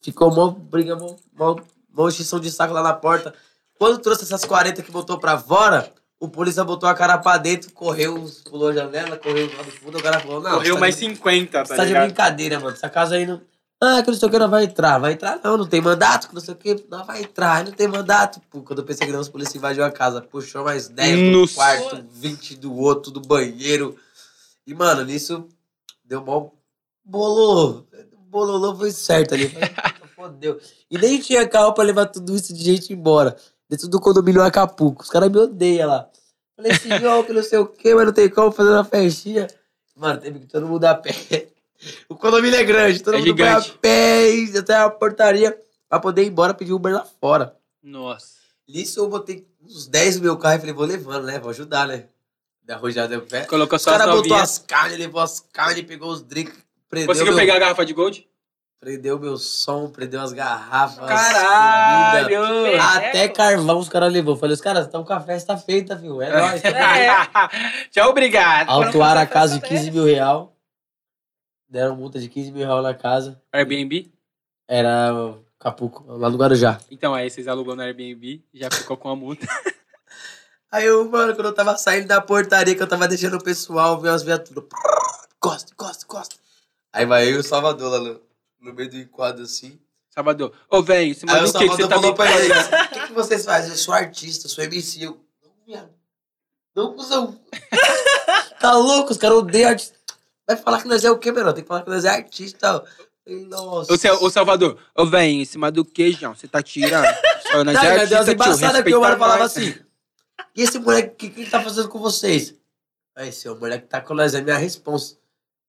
ficou mó briga, mó, mó, mó extinção de saco lá na porta. Quando trouxe essas 40 que botou pra fora, o polícia botou a cara pra dentro, correu, pulou a janela, correu lá do fundo, o cara falou, não.
Correu
você
mais
tá de-
50,
Você
tá
tá de
ligado?
brincadeira, mano. Essa casa aí não. Ah, que não sei o que, não vai entrar. Vai entrar não, não tem mandato, que não sei o que, não vai entrar. Aí não tem mandato. Pô, quando eu pensei que não, os policiais invadiu a casa. Puxou mais 10 do
Nossa.
quarto, 20 do outro, do banheiro. E, mano, nisso deu mó bololô. Bololô foi certo ali. Falei, "Puta, Fodeu. E nem tinha carro pra levar tudo isso de gente embora. Dentro do condomínio Acapulco. Os caras me odeiam lá. Falei, senhor, que não sei o quê, mas não tem como fazer uma festinha. Mano, teve que todo mundo a pé. [LAUGHS] O condomínio é grande, todo
É
mundo gigante.
gigante.
a pé, e até a portaria, pra poder ir embora pedir Uber lá fora.
Nossa.
Nisso eu botei uns 10 no meu carro e falei, vou levando, né? Vou ajudar, né? Da arrojada do pé.
Colocou
Os
só as
caras botou
novinhas.
as carnes, levou as carnes, pegou os drinks, prendeu
Conseguiu
meu,
pegar a garrafa de gold?
prendeu meu som, prendeu as garrafas. comida.
Caralho!
Até carvão os caras levou. Falei, os caras, então o café está feito, viu? É nóis. [LAUGHS]
Tchau, obrigado.
Autuaram a
Foram fazer
casa de
festa
15 mil real. Deram multa de 15 mil real na casa.
Airbnb?
Era Capuco, lá no Guarujá.
Então aí vocês alugou no Airbnb, já ficou com a multa. [LAUGHS]
Aí eu, mano, quando eu tava saindo da portaria, que eu tava deixando o pessoal ver as viaturas. prrr, Costa, costa, costa. Aí vai eu e o Salvador lá no, no meio do enquadro assim.
Salvador. Ô, velho, você
Aí o
mandou o que que você
Salvador
tá
falou pra
bem...
ele: O que, que vocês fazem? Eu sou artista, eu sou MC. Eu, não, viado. Não, cuzão.
[LAUGHS]
tá louco? Os caras odeiam artista. Vai falar que nós é o quê, menor? Tem que falar que nós é artista. Nossa.
Ô, Sa- ô, Salvador. Ô, velho, em cima do queijão, você tá tirando. Ô, nós
[LAUGHS] Não,
é
meu Deus,
artista, tio,
embaçada que
respeita
o
né?
mano falava
nós.
assim. E esse moleque, o que, que ele tá fazendo com vocês? Aí, seu moleque tá com nós, é minha responsa.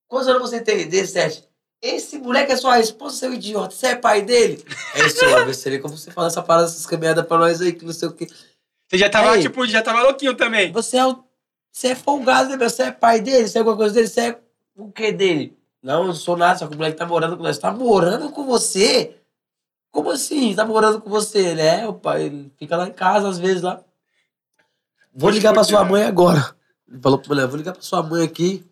Quantos anos você tem? 17. Esse moleque é sua responsa, seu idiota. Você é pai
[LAUGHS]
dele? É isso, homem. Você vê como você fala essa parada, essas caminhadas pra nós aí, que não sei o quê.
Você já tava,
Ei.
tipo, já tava louquinho também.
Você é, o... você é folgado, né, meu? Você é pai dele? Você é alguma coisa dele? Você é o quê dele? Não, eu não sou nada, só que o moleque tá morando com nós. Tá morando com você? Como assim? Tá morando com você, né? O pai ele fica lá em casa, às vezes, lá. Vou ligar pra sua mãe agora. falou pra mulher, vou ligar pra sua mãe aqui,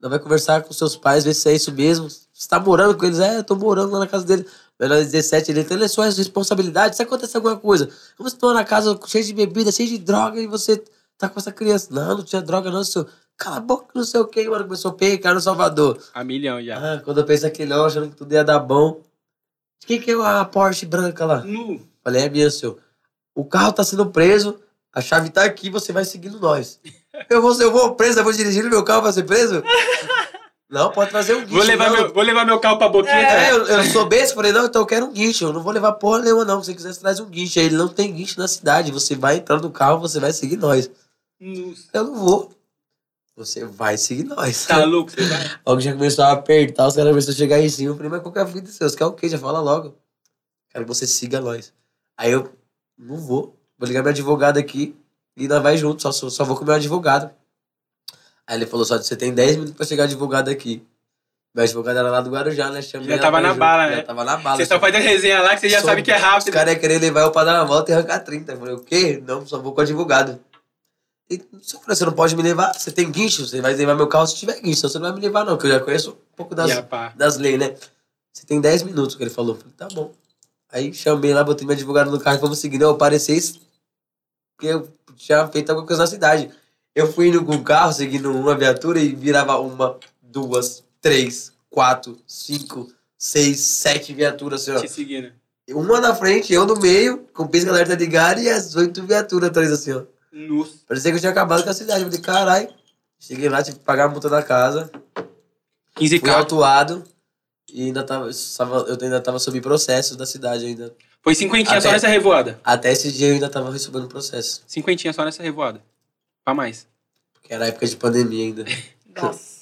ela vai conversar com seus pais, ver se é isso mesmo. Você tá morando com eles? É, eu tô morando lá na casa dele. Menor de 17, ele então ele é sua responsabilidade. Se acontecer alguma coisa, vamos tomar na casa cheio de bebida, cheio de droga, e você tá com essa criança. Não, não tinha droga, não, senhor. Cala a boca, não sei o que, mano. Começou a pecar no Salvador.
A milhão já.
Ah, quando eu pensei que não, achando que tudo ia dar bom. De quem que é a Porsche branca lá?
Nu.
Falei, é minha, senhor. O carro tá sendo preso, a chave tá aqui, você vai seguindo nós. Eu vou, eu vou preso, eu vou dirigindo meu carro pra
[LAUGHS]
ser preso? Não, pode trazer um guincho.
Vou levar,
não.
meu, vou levar meu carro pra boquinha. tá?
É,
cara.
eu, eu sou besta, falei, não, então eu quero um guincho. Eu não vou levar porra nenhuma, não. Se você quiser, você traz um guincho. Aí ele não tem guincho na cidade. Você vai entrar no carro, você vai seguir nós.
Nu.
Eu não vou. Você vai seguir nós.
Tá louco, você vai?
Logo já começou a apertar, os caras começaram a chegar em cima. Eu falei, mas qual que é a vida seu? Você quer o quê? Já fala logo. Quero que você siga nós. Aí eu, não vou. Vou ligar meu advogado aqui e nós vai junto. Só, só, só vou com meu advogado. Aí ele falou, só que você tem 10 minutos pra chegar advogado aqui. Meu advogado era lá do Guarujá, né? Chamei
Já
ela
tava
pra
na
junto.
bala,
Já
né?
tava na bala.
Vocês estão fazendo resenha lá que você já
Só-
sabe que é
Os
rápido.
caras iam querer levar eu pra dar uma volta e arrancar 30. Eu falei, o quê? Não, só vou com o advogado. E se eu falei, você não pode me levar? Você tem guincho? Você vai levar meu carro se tiver guincho. Então você não vai me levar, não, que eu já conheço um pouco das,
E a pá.
das leis, né? Você tem 10 minutos, que ele falou. Eu falei, tá bom. Aí chamei lá, botei meu advogado no carro e fomos seguindo. Eu apareci porque eu tinha feito alguma coisa na cidade. Eu fui indo com o carro, seguindo uma viatura e virava uma, duas, três, quatro, cinco, seis, sete viaturas, assim, ó.
Te seguindo.
Uma na frente, eu no meio, com o pisca alerta ligado e as oito viaturas atrás, assim, ó.
Nu.
Parecia que eu tinha acabado com a cidade. Eu falei, caralho. Cheguei lá, tive que pagar a multa da casa.
15
Fui
carros.
autuado. E ainda tava, tava- eu ainda tava sob processo da cidade ainda.
Foi cinquentinha só
Até-
nessa revoada.
Até esse dia eu ainda tava recebendo processo.
Cinquentinha só nessa revoada. Pra mais.
Porque era época de pandemia ainda.
Nossa.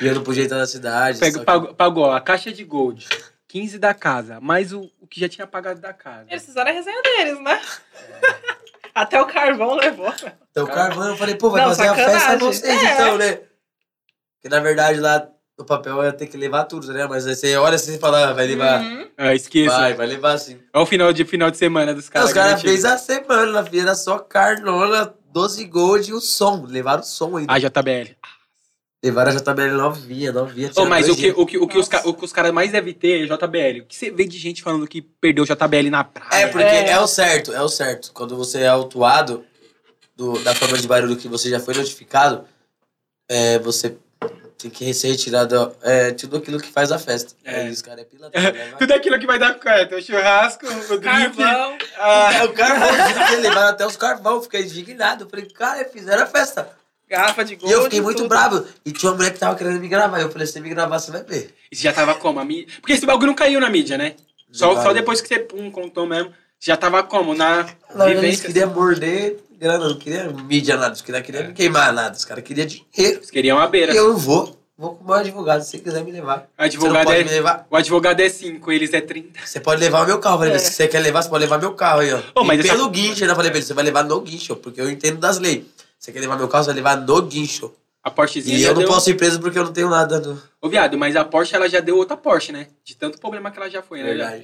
E eu não podia entrar na cidade. só
Pega,
que-
pagou, pagou a caixa de gold, 15 da casa, mais o, o que já tinha pagado da casa.
Eles fizeram a resenha deles, né? [LAUGHS] Até o carvão levou.
Então, o carvão, eu falei, pô, vai
Não,
fazer a
sacanagem.
festa a vocês,
É.
então, né? Porque na verdade lá no papel eu ia ter que levar tudo, né? Mas aí você olha assim e fala, ah, vai levar.
Uhum.
Ah, esqueça.
Vai, vai levar sim.
É o final de, final de semana dos
Não,
caras.
os caras
garantido.
fez a semana, na feira só carnona, 12 gold e o som. Levaram o som ainda.
A JBL.
Levaram a JBL novinha, novinha.
Ô,
tinha
mas o
dois
que,
dias.
o, que, o, que os, ca-
Nossa.
o que os caras mais devem ter é JBL. O que você vê de gente falando que perdeu JBL na praia?
É, porque é.
É.
o certo, é o certo. Quando você é autuado do- da forma de barulho que você já foi notificado, é, você tem que ser retirado é, tudo aquilo que faz a festa.
É.
Aí os caras é pilatão, né?
[LAUGHS] Tudo aquilo que vai dar corta. O churrasco, o drink. ah.
Carvão.
a-
É, o carvão, dizem que eles levaram até os carvão, eu fiquei indignado. Eu Falei, cara, fizeram a festa.
Garrafa de
E
gold.
eu fiquei muito
tudo.
bravo. E tinha uma mulher que tava querendo me gravar. Eu falei, se você me gravar, você vai ver.
Isso já tava como? A mídia... Porque esse bagulho não caiu na mídia, né? Só, só depois que você pum, contou mesmo. Já tava como? Na
Não, eles
vivência. assim.
queriam morder grana, não queria mídia nada, os caras queriam
É.
me queimar nada, os caras queriam dinheiro.
Eles queriam uma beira.
E eu não vou, vou com o meu advogado, se você quiser me levar.
Advogado
você não
é-
pode me levar,
O advogado é 5, eles é 30.
você pode levar o meu carro. Eu Falei,
É.
mas se você quer levar, você pode levar meu carro aí, ó.
Ô,
E
mas essa-
pelo guincho, ainda falei pra ele, você vai levar no guincho, porque eu entendo das leis. Você quer levar meu carro, você vai levar no guincho.
A Porschezinha
E
já
eu não
deu...
posso ir preso porque eu não tenho nada no...
Ô, viado, mas a Porsche, ela já deu outra Porsche, né? De tanto problema que ela já foi, né? Já,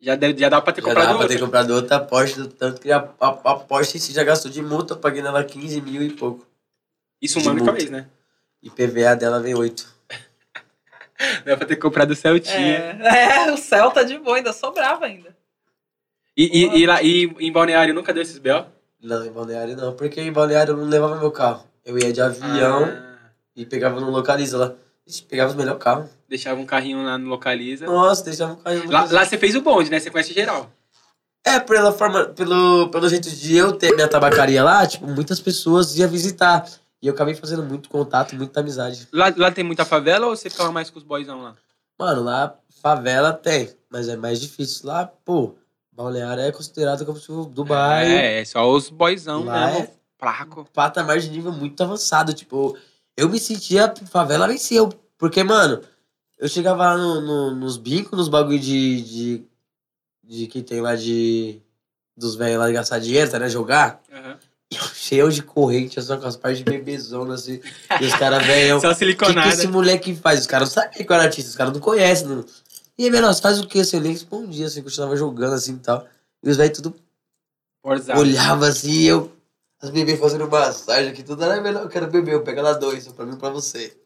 já, deve- já dava pra ter
Já
comprado
dava pra
outra.
ter comprado outra Porsche, do tanto que a, a, a Porsche em si já gastou de multa, eu paguei nela 15 mil e pouco.
Isso
de
uma única
multa.
vez, né?
E PVA dela vem 8.
Dava pra ter comprado o Celtinha.
É, é, o céu tá de boa, ainda sobrava ainda.
E, e, e lá, e em Balneário nunca deu esses B.O.?
Não, em balneário não, porque em balneário eu não levava meu carro. Eu ia de avião
Ah,
e pegava no localiza lá. Ixi, pegava os melhores carros.
deixava um carrinho lá no Localiza.
Nossa, deixava um carro.
Lá, lá você fez o bonde, né? Você conhece geral.
É, pela forma, pelo, pelo jeito de eu ter minha tabacaria lá, tipo, muitas pessoas iam visitar. E eu acabei fazendo muito contato, muita amizade.
Lá, lá tem muita favela ou você ficava mais com os boyzão lá?
Mano, lá favela tem, mas é mais difícil. Lá, pô, balneário é considerado como se fosse Dubai.
É, é só os boyzão
Lá
mesmo.
é-
Fraco.
patamar de nível muito avançado. Tipo, eu me sentia favela vencia. eu- Porque, mano, eu chegava lá no- no- nos bicos, nos bagulho de, de. de que tem lá de. dos velhos lá de gastar dinheiro, tá, né? Jogar.
Aham.
E eu cheio de corrente, só com as partes de bebezona, assim. E os caras velhão.
[LAUGHS] Só
O que, que
siliconada.
esse moleque faz? Os caras não sabem qual era artista, os caras não conhecem. Não. E aí, menor, você faz o quê? Assim, eu nem respondia, assim, continuava jogando assim e tal. E os velhos tudo
Forzado.
olhava assim e eu. As bebês fazendo massagem aqui, tudo. Ah, é melhor, eu quero beber, eu pego lá dois, um pra mim e um pra você.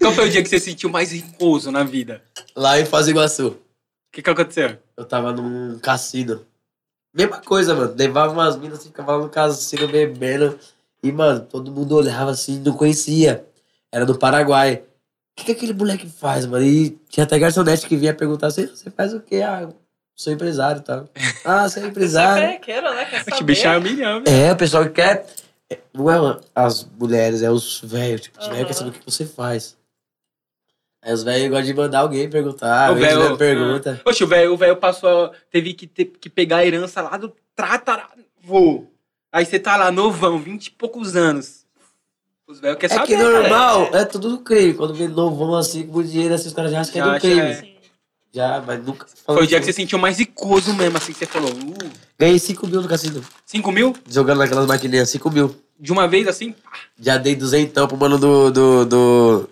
Qual foi o dia que você se sentiu mais ricoso na vida?
Lá em Foz do Iguaçu.
O que, que aconteceu?
Eu tava num cassino. Mesma coisa, mano. Levava umas minas assim, ficava lá no cassino bebendo. E, mano, todo mundo olhava assim, não conhecia. Era do Paraguai. O que, que aquele moleque faz, mano? E tinha até garçonete que vinha perguntar assim: você faz o quê? Ah, eu sou empresário
[LAUGHS]
e tal. Ah, você é empresário.
Perequeiro, né? Quer
Que
saber?
bicho é um milhão, velho.
É, o pessoal que quer. é, Não é uma- as mulheres, é os velhos. Tipo, os
Aham.
velhos querem saber o que você faz. Aí os velhos gostam de mandar alguém perguntar.
O
alguém
velho-
velho pergunta.
Oxe, o velho o velho passou, teve que, ter- que pegar a herança lá do trataravô. Aí você tá lá, novão, vinte e poucos anos. Os velhos querem
É
saber.
que
cara.
normal, é tudo do crime. Quando vê novão assim, com dinheiro, assim, os caras já acham que é
Já
do
acha,
crime.
é.
Sim.
Já, mas nunca.
Foi o dia que você se sentiu mais ricoso mesmo, assim, que você falou. Uh,
Ganhei 5 mil no cassino.
5 mil?
Jogando naquelas maquininhas, 5 mil.
De uma vez, assim?
Já dei duzentão pro mano do, do, do-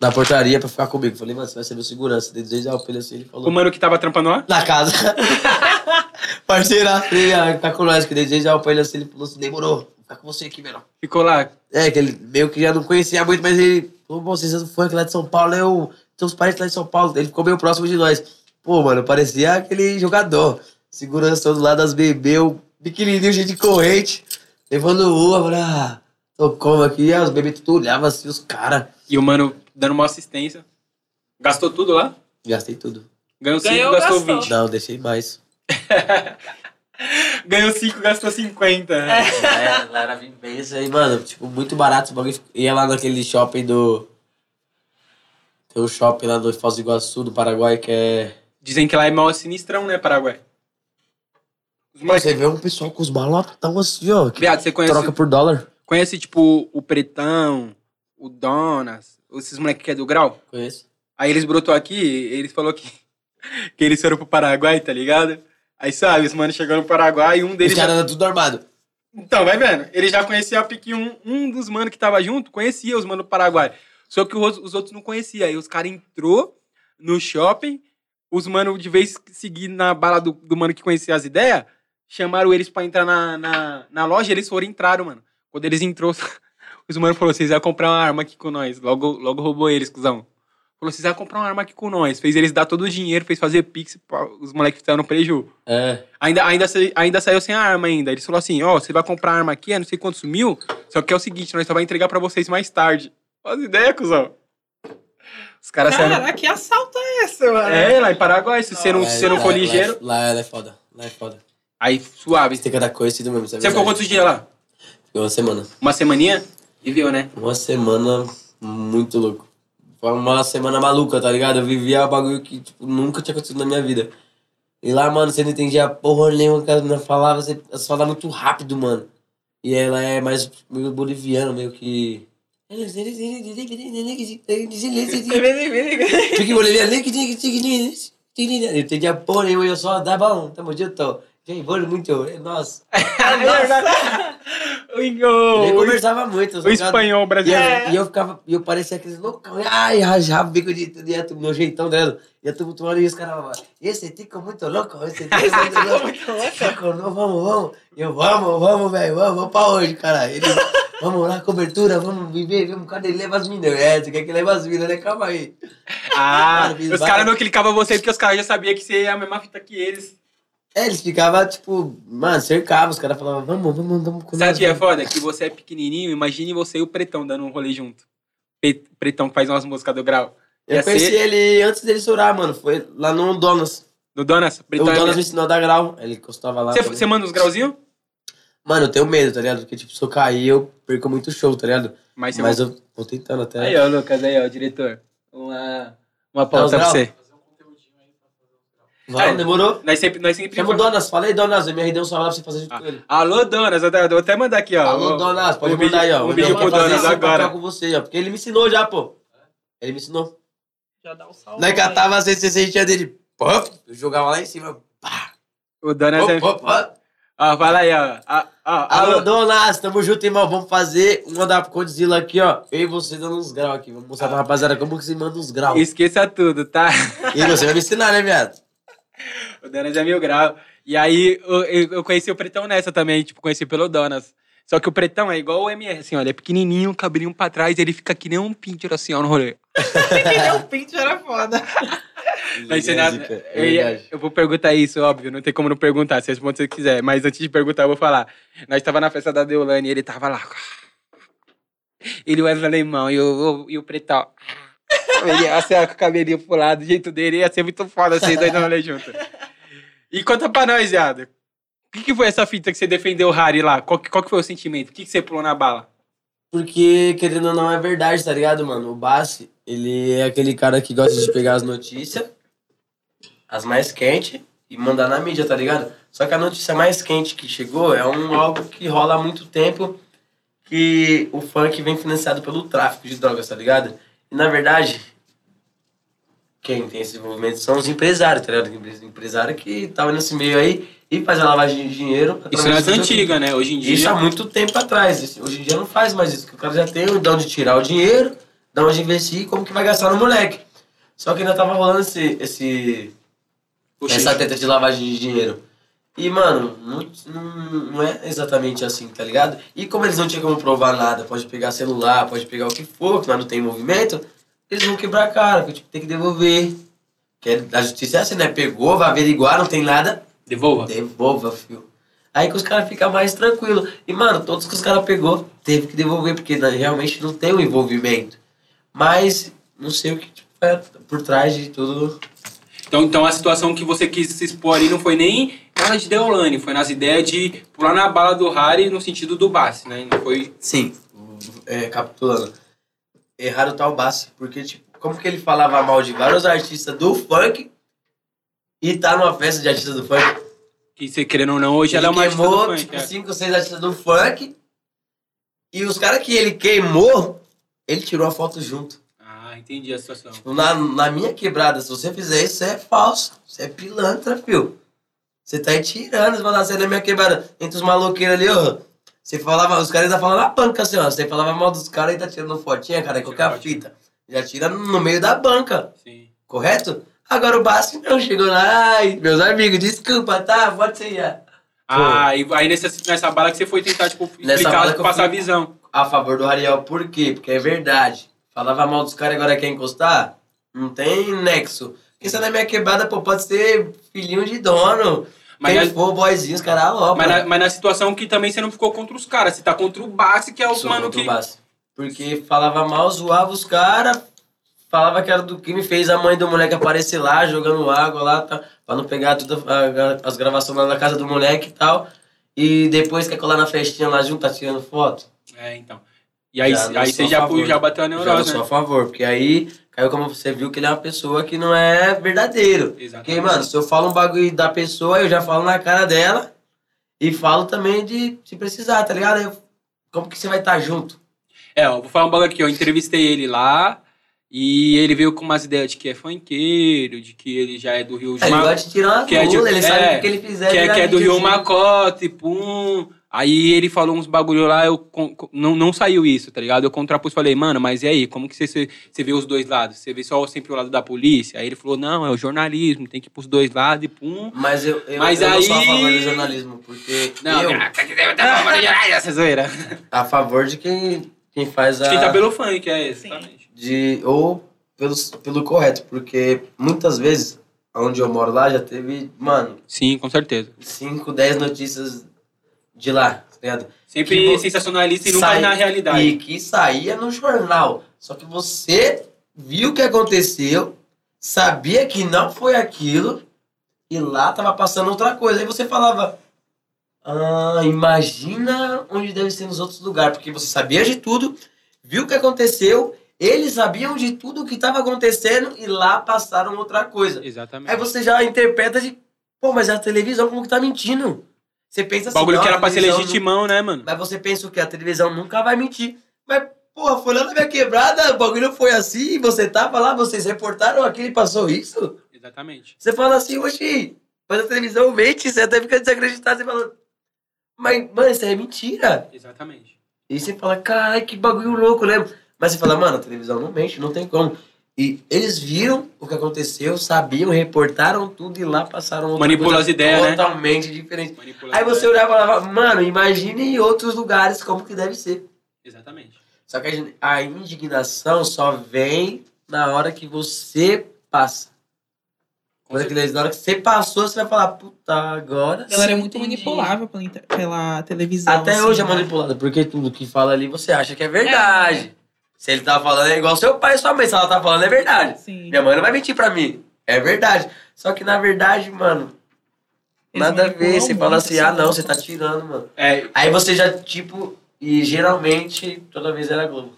Da portaria pra ficar comigo. Falei, mano, você vai ser meu segurança. Dei 200 reais pra ele assim, ele falou.
O mano que tava trampando lá?
Na casa. [LAUGHS] Parceira, falei, ah, tá com nós, que dei 200 reais pra ele assim, ele falou assim, demorou. Vou ficar com você aqui, melhor.
Ficou lá.
É, que ele meio que já não conhecia muito, mas ele falou, pô, vocês são do funk lá de São Paulo, né? eu tenho uns parentes lá de São Paulo. Ele ficou meio próximo de nós. Pô, mano, parecia aquele jogador. Segurança todo lado das bebês, eu pequenininho, cheio de corrente. Levando rua, falei, ah, tô como aqui. E as bebês tudo olhavam assim, os caras.
E o mano dando uma assistência. Gastou tudo lá?
Gastei tudo.
Ganhou 5,
Ganhou,
gastou
gastou.
20.
Não, deixei mais.
Ganhou 5, gastou 50. É.
É, lá era vivência e, mano, tipo, muito barato esse bagulho. Ia lá naquele shopping do. Tem um shopping lá do Foz do Iguaçu, do Paraguai, que é.
Dizem que lá é maior sinistrão, né, Paraguai? Os moleques.
Você vê um pessoal com os balotão assim, ó. Que
Viado, você conhece,
troca por dólar.
conhece, tipo, o Pretão, o Donas, esses moleques que é do grau?
Conheço.
Aí eles brotou aqui, eles falou que, [LAUGHS] que eles foram pro Paraguai, tá ligado? Aí sabe, os manos chegou no Paraguai e um
Os
deles. já-
caras andam tudo armado.
Então, vai vendo. Ele já conhecia a Pique, um, um dos manos que tava junto, conhecia os manos do Paraguai. Só que os, os outros não conhecia. Aí os caras entrou no shopping, os manos, de vez seguir na bala do, do mano que conhecia as ideias, chamaram eles pra entrar na, na, na loja, eles foram e entraram, mano. Quando eles entrou, [LAUGHS] os manos falaram, vocês vão comprar uma arma aqui com nós. Logo, logo roubou eles, cuzão. Falou, vocês vão comprar uma arma aqui com nós. Fez eles dar todo o dinheiro, fez fazer pix, pá, os moleques ficaram no prejuízo.
É.
Ainda, ainda, sa- ainda saiu sem a arma ainda. Eles falaram assim, ó, você vai comprar a arma aqui, é não sei quantos mil, só que é o seguinte, nós só vai entregar pra vocês mais tarde. Olha as ideias, cuzão. Os caras saíram...
Caraca, que assalto é esse, mano?
É, lá em Paraguai, se você não,
Lá
se
é-
você não
lá-
for
lá-
ligeiro...
Lá, lá é foda. Lá é foda.
Aí, suave.
Você tem cada coisa assim do mesmo. sabe?
Você ficou quantos dias lá?
Ficou uma semana.
Uma semaninha? E viu, né?
Uma semana muito louco. Foi uma semana maluca, tá ligado? Eu vivia um bagulho que tipo, nunca tinha acontecido na minha vida. E lá, mano, você não entendia porra nenhuma que as meninas falavam. Você elas falavam muito rápido, mano. E ela é mais meio boliviano, meio que... [LAUGHS] Fique boliviano. Eu entendia porra nenhuma. Eu só dá bom, tamo junto. Gente, bolo muito. Nossa. Eu nem
o,
conversava muito. eu
o
só ficava-
espanhol
e eu,
brasileiro.
e eu ficava, e eu parecia aqueles loucão, e, ai, rajava o bico de tudo, e a tu- meu jeitão dela. E eu tumultuando e os caras falavam, esse "Ah, tico muito louco, esse tico muito louco. Esse tico, não, vamos, vamos. E eu, vamos, vamos, velho, vamos, vamos pra hoje, cara. Ele, vamos lá, cobertura, vamos viver, vamos, cadê? Leva as minas, Eu, é, tu quer que leva as minas, né? Calma aí.
Ah,
Cara, fiz
os caras
várias-
não clicavam vocês porque os caras já sabiam que você é a mesma fita que eles.
É, eles ficavam, tipo, mano, cercavam, os caras falavam, vamos, vamos, vamos. com
Sabe o
nós,
que é
vamos."
foda? Que você é pequenininho, imagine você e o Pretão dando um rolê junto. Pe- Pretão que faz umas músicas do grau.
Eu
Ia ser-
conheci ele antes dele estourar, mano, foi lá no Donas.
Do Donas?
O
Pretão é-
Donas me ensinou a dar grau, ele encostava lá.
Você
também.
você manda uns grauzinhos?
Mano, eu tenho medo, tá ligado? Porque, tipo, se eu cair, eu perco muito show, tá ligado?
Mas, você
Mas eu vou tentando até.
Aí, ó, Lucas, aí, ó, diretor. Uma, uma
Dá uns
pauta pra
grau?
você.
Vai,
é.
demorou?
Nós sempre. Nós sempre
Chama o Donas, fala aí, Donas, o MR deu um salve pra você fazer junto com ele.
Alô, Donas, eu vou até mandar aqui, ó.
Alô,
Ó,
Donas, pode
um
mandar aí, ó.
Um vídeo
Eu
pro
vou fazer
Donas
esse papel
agora.
com você, ó. Porque ele me ensinou já, pô. Ele me ensinou.
Já dá um salve.
Nós catava as receitinhas dele. Pop, eu jogava lá em cima. Pá,
O Donas é.
pop, pop, pop.
Ó, fala aí, ó. Ah, ó,
Alô,
Alô,
Donas, tamo junto, irmão. Vamos fazer uma da Condzilla aqui, ó. Eu e você dando uns graus aqui. Vamos mostrar pra rapaziada como que se manda uns graus.
esqueça tudo, tá?
E você vai me ensinar, né, viado?
O Donas é mil grau. E aí eu, eu- eu conheci o Pretão nessa também, tipo, conheci pelo Donas. Só que o Pretão é igual o MR, assim, ó, ele é pequenininho, cabelinho pra trás, ele fica que nem um pinter, assim, ó, no rolê.
né?
Ele deu um pinte, era foda.
Vai ser nada.
Lésbica, é
Eu, ia-
verdade.
eu vou perguntar isso, óbvio. Não tem como não perguntar. Você responde se você quiser. Mas antes de perguntar, eu vou falar. Nós tava na festa da Deolane e ele tava lá. Ele, o Wesley Alemão e o, o- e o Pretão. Ele ia ser com o cabelinho pro lado, do jeito dele. Ia ser muito foda vocês dois não rolê junto. E conta pra nós, viado. O que, que foi essa fita que você defendeu o Harry lá? Qual que, qual que foi o sentimento? O que, que você pulou na bala?
Porque, querendo ou não, é verdade, tá ligado, mano? O Bassi, ele é aquele cara que gosta de pegar as notícias, as mais quentes, e mandar na mídia, tá ligado? Só que a notícia mais quente que chegou é um algo que rola há muito tempo, que o funk vem financiado pelo tráfico de drogas, tá ligado? E, na verdade, quem tem esse envolvimento são os empresários, tá ligado? Os empresários que estavam nesse meio aí e faz a lavagem de dinheiro.
Isso
através
nas
do-
antigas, né? Hoje em dia.
é isso é há muito tempo atrás. Isso- Hoje em dia não faz mais isso, porque o cara já tem de onde tirar o dinheiro, de onde investir e como que vai gastar no moleque. Só que ainda tava rolando esse, esse,
Puxa,
essa tenta de lavagem de dinheiro. E, mano, não, não, não é exatamente assim, tá ligado? E como eles não tinham como provar nada, pode pegar celular, pode pegar o que for, que nós não tem movimento, eles vão quebrar a cara, porque tipo, tem que devolver. Que é- a justiça é assim, né? Pegou, vai averiguar, não tem nada,
Devolva.
Devolva, filho. Aí que os caras ficam mais tranquilos. E, mano, todos que os caras pegou, teve que devolver, porque né, realmente não tem o envolvimento. Mas não sei o que tipo, é por trás de tudo.
Então, então a situação que você quis se expor ali não foi nem nada de Deolane, foi nas ideias de pular na bala do Harry no sentido do Bassi, né? Não foi.
Sim. É, capitulando. Erraram o tal Bassi, porque, tipo, como que ele falava mal de vários artistas do funk e tá numa festa de artistas do funk?
Que você querendo ou não, hoje ela
ele
é uma artista
queimou,
do funk,
tipo,
é.
cinco, seis artistas do funk. E os caras que ele queimou, ele tirou a foto junto.
Ah, entendi a situação.
Na, na minha quebrada, se você fizer isso, você é falso. Você é pilantra, filho. Você tá aí tirando, mano, você na minha quebrada. Entre os maloqueiros ali, ó. Você falava, os caras ainda falavam na banca, assim, ó. Você falava mal dos caras e tá tirando fotinha, cara, qualquer fita. Já tira no meio da banca,
Sim.
correto? Agora o Basque não chegou lá. Ai, meus amigos, desculpa, tá? Pode ser já.
Ah, e aí nessa, nessa bala que você foi tentar, tipo,
bala
explicar,
que eu
passar a
fui-
visão.
a favor do Ariel, por quê? Porque é verdade. Falava mal dos caras e agora quer encostar? Não tem nexo. Isso na minha quebrada, pô, pode ser filhinho de dono.
Mas,
Quem
na,
for, boyzinho, os caras ó,
mas, na, mas na situação que também você não ficou contra os caras, você tá contra o Bassi, que é o
Sou
mano
contra o
que.
Vasco. Porque falava mal, zoava os caras, falava que era do crime, fez a mãe do moleque aparecer lá, jogando água lá, tá, pra não pegar tudo, a- a- as gravações lá na casa do moleque e tal. E depois quer colar na festinha lá junto, tá tirando foto.
É, então. E aí,
Já, não
aí
sou
você
a
já,
favor.
já bateu a
Já não
neurose,
sou a
né?
favor, porque aí caiu como você viu que ele é uma pessoa que não é verdadeiro. Porque,
Exatamente.
mano, se eu falo um bagulho da pessoa, eu já falo na cara dela e falo também de se precisar, tá ligado? Eu- como que você vai estar junto?
É, ó, vou falar um bagulho aqui, ó. Eu entrevistei ele lá e ele veio com umas ideias de que é funkeiro, de que ele já é do Rio de
Ele
Janeiro.
vai te tirar uma
que é de-
pula, ele sabe
é,
que o que ele fizer.
que é,
vira
que é do Rio
videozinho.
Macota e pum. Aí ele falou uns bagulho lá, eu con- con- não, não saiu isso, tá ligado? Eu contrapus, falei, mano, mas e aí? Como que você, você você vê os dois lados? Você vê só sempre o lado da polícia? Aí ele falou, não, é o jornalismo, tem que ir pros dois lados e pum.
Mas eu, eu,
Mas
eu não sou a
aí-
favor do jornalismo, porque
Não,
eu, Tá.
cara, tá bom, mas- essa zoeira.
a favor de quem, quem faz a...
Quem tá pelo funk, é esse.
Sim.
exatamente.
de ou pelo, pelo correto, porque muitas vezes, onde eu moro lá, já teve, mano,
Sim, com certeza.
5, 10 notícias de lá, tá ligado?
Sempre
Que vo-
sensacionalista e nunca
Sai-
na realidade.
E que saía no jornal. Só que você viu o que aconteceu, sabia que não foi aquilo, e lá tava passando outra coisa. Aí você falava. Ah, imagina onde deve ser nos outros lugares, porque você sabia de tudo, viu o que aconteceu, eles sabiam de tudo o que estava acontecendo e lá passaram outra coisa.
Exatamente.
Aí você já interpreta de, pô, mas a televisão como que tá mentindo? Você pensa
o
assim,
bagulho
"Não,
que
a
era pra ser
televisão não-
legitimão, né, mano?
mas você pensa o quê? A televisão nunca vai mentir. Mas, porra, foi lá na minha quebrada, o bagulho foi assim, você tava lá, vocês reportaram aquilo e passou isso?
Exatamente.
Você fala assim, oxi, mas a televisão mente, você até fica desacreditado, você fala, mas, mano, isso aí é mentira.
Exatamente.
E você fala, caralho, que bagulho louco, né? Mas você fala, mano, a televisão não mente, não tem como. E eles viram o que aconteceu, sabiam, reportaram tudo e lá passaram outra
Manipulou
coisa
as ideias, né?
totalmente diferente.
Manipula-
Aí você olhava e falava, mano, imagine em outros lugares como que deve ser.
Exatamente.
Só que a, gente- a indignação só vem na hora que você passa.
Com
Quando aquele- Na hora que você passou, você vai falar, puta, agora.
A galera é
sim,
muito
entendi."
manipulável pela, inter- pela televisão.
Até
assim,
hoje é
né?
manipulada, porque tudo que fala ali você acha que é verdade. Se ele tá falando é igual seu pai e sua mãe, se ela tá falando é verdade.
Sim.
Minha mãe não vai mentir pra mim. É verdade. Só que na verdade, mano,
Eles
nada a ver.
manipulam
Você
muito né?
fala assim,
essa
ah não,
pessoa.
você tá tirando, mano.
É,
Aí você já, tipo, e geralmente toda vez era Globo.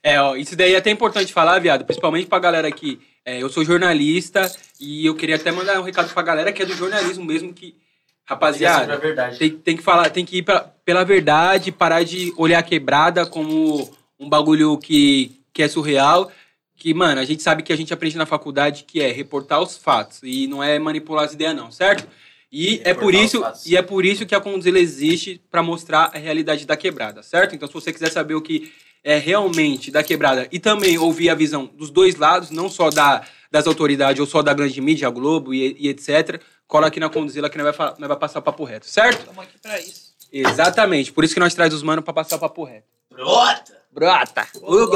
É, ó, isso daí é até importante falar, viado, principalmente pra galera aqui. É, eu sou jornalista e eu queria até mandar um recado pra galera que é do jornalismo mesmo, que,
Diga sempre a
rapaziada,
verdade.
tem, tem que falar, tem que ir pra- pela verdade, parar de olhar a quebrada como um bagulho que, que é surreal. Que, mano, a gente sabe que a gente aprende na faculdade que é reportar os fatos e não é manipular as ideias, não, certo? E é,
Reportar
por
os
isso,
fatos.
e é por isso que a Conduzila existe pra mostrar a realidade da quebrada, certo? Então, se você quiser saber o que é realmente da quebrada e também ouvir a visão dos dois lados, não só da, das autoridades ou só da grande mídia, a Globo e, e etc., cola aqui na Conduzila que nós vai, fa- nós vai passar o papo reto, certo?
Estamos aqui pra isso.
Exatamente. Por isso que nós traz os manos pra passar o papo reto.
Brota!
Brota! Ô,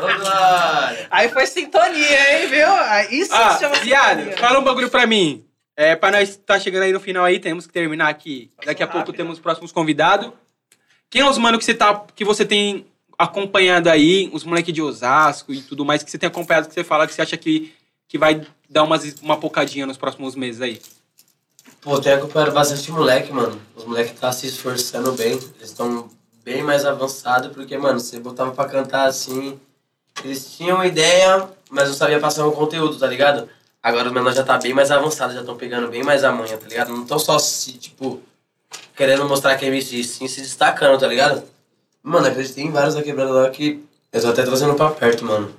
Ô, Glória!
Aí foi sintonia, hein, viu? Aí Isso
Ah,
se chama
viado,
sintonia.
fala um bagulho pra mim. É, pra nós tá chegando aí no final aí, temos que terminar aqui. Daqui
Passou
a pouco
rápido.
temos os próximos convidados. Quem é os manos que você tá, que você tem acompanhado aí, os moleque de Osasco e tudo mais, que você tem acompanhado, que você fala, que você acha que, que vai dar umas, uma pocadinha nos próximos meses aí?
Pô, tenho acompanhado bastante moleque, mano. Os moleques tá se esforçando bem. Eles estão bem mais avançados, porque, mano, você botava pra cantar assim. Eles tinham ideia, mas não sabia passar um conteúdo, tá ligado? Agora os menores já tá bem mais avançados, já estão pegando bem mais a manha, tá ligado? Não tão só se, tipo, querendo mostrar que é MC, sim se destacando, tá ligado? Mano, acredito em vários da quebrada lá que eu tô até trazendo pra perto, mano.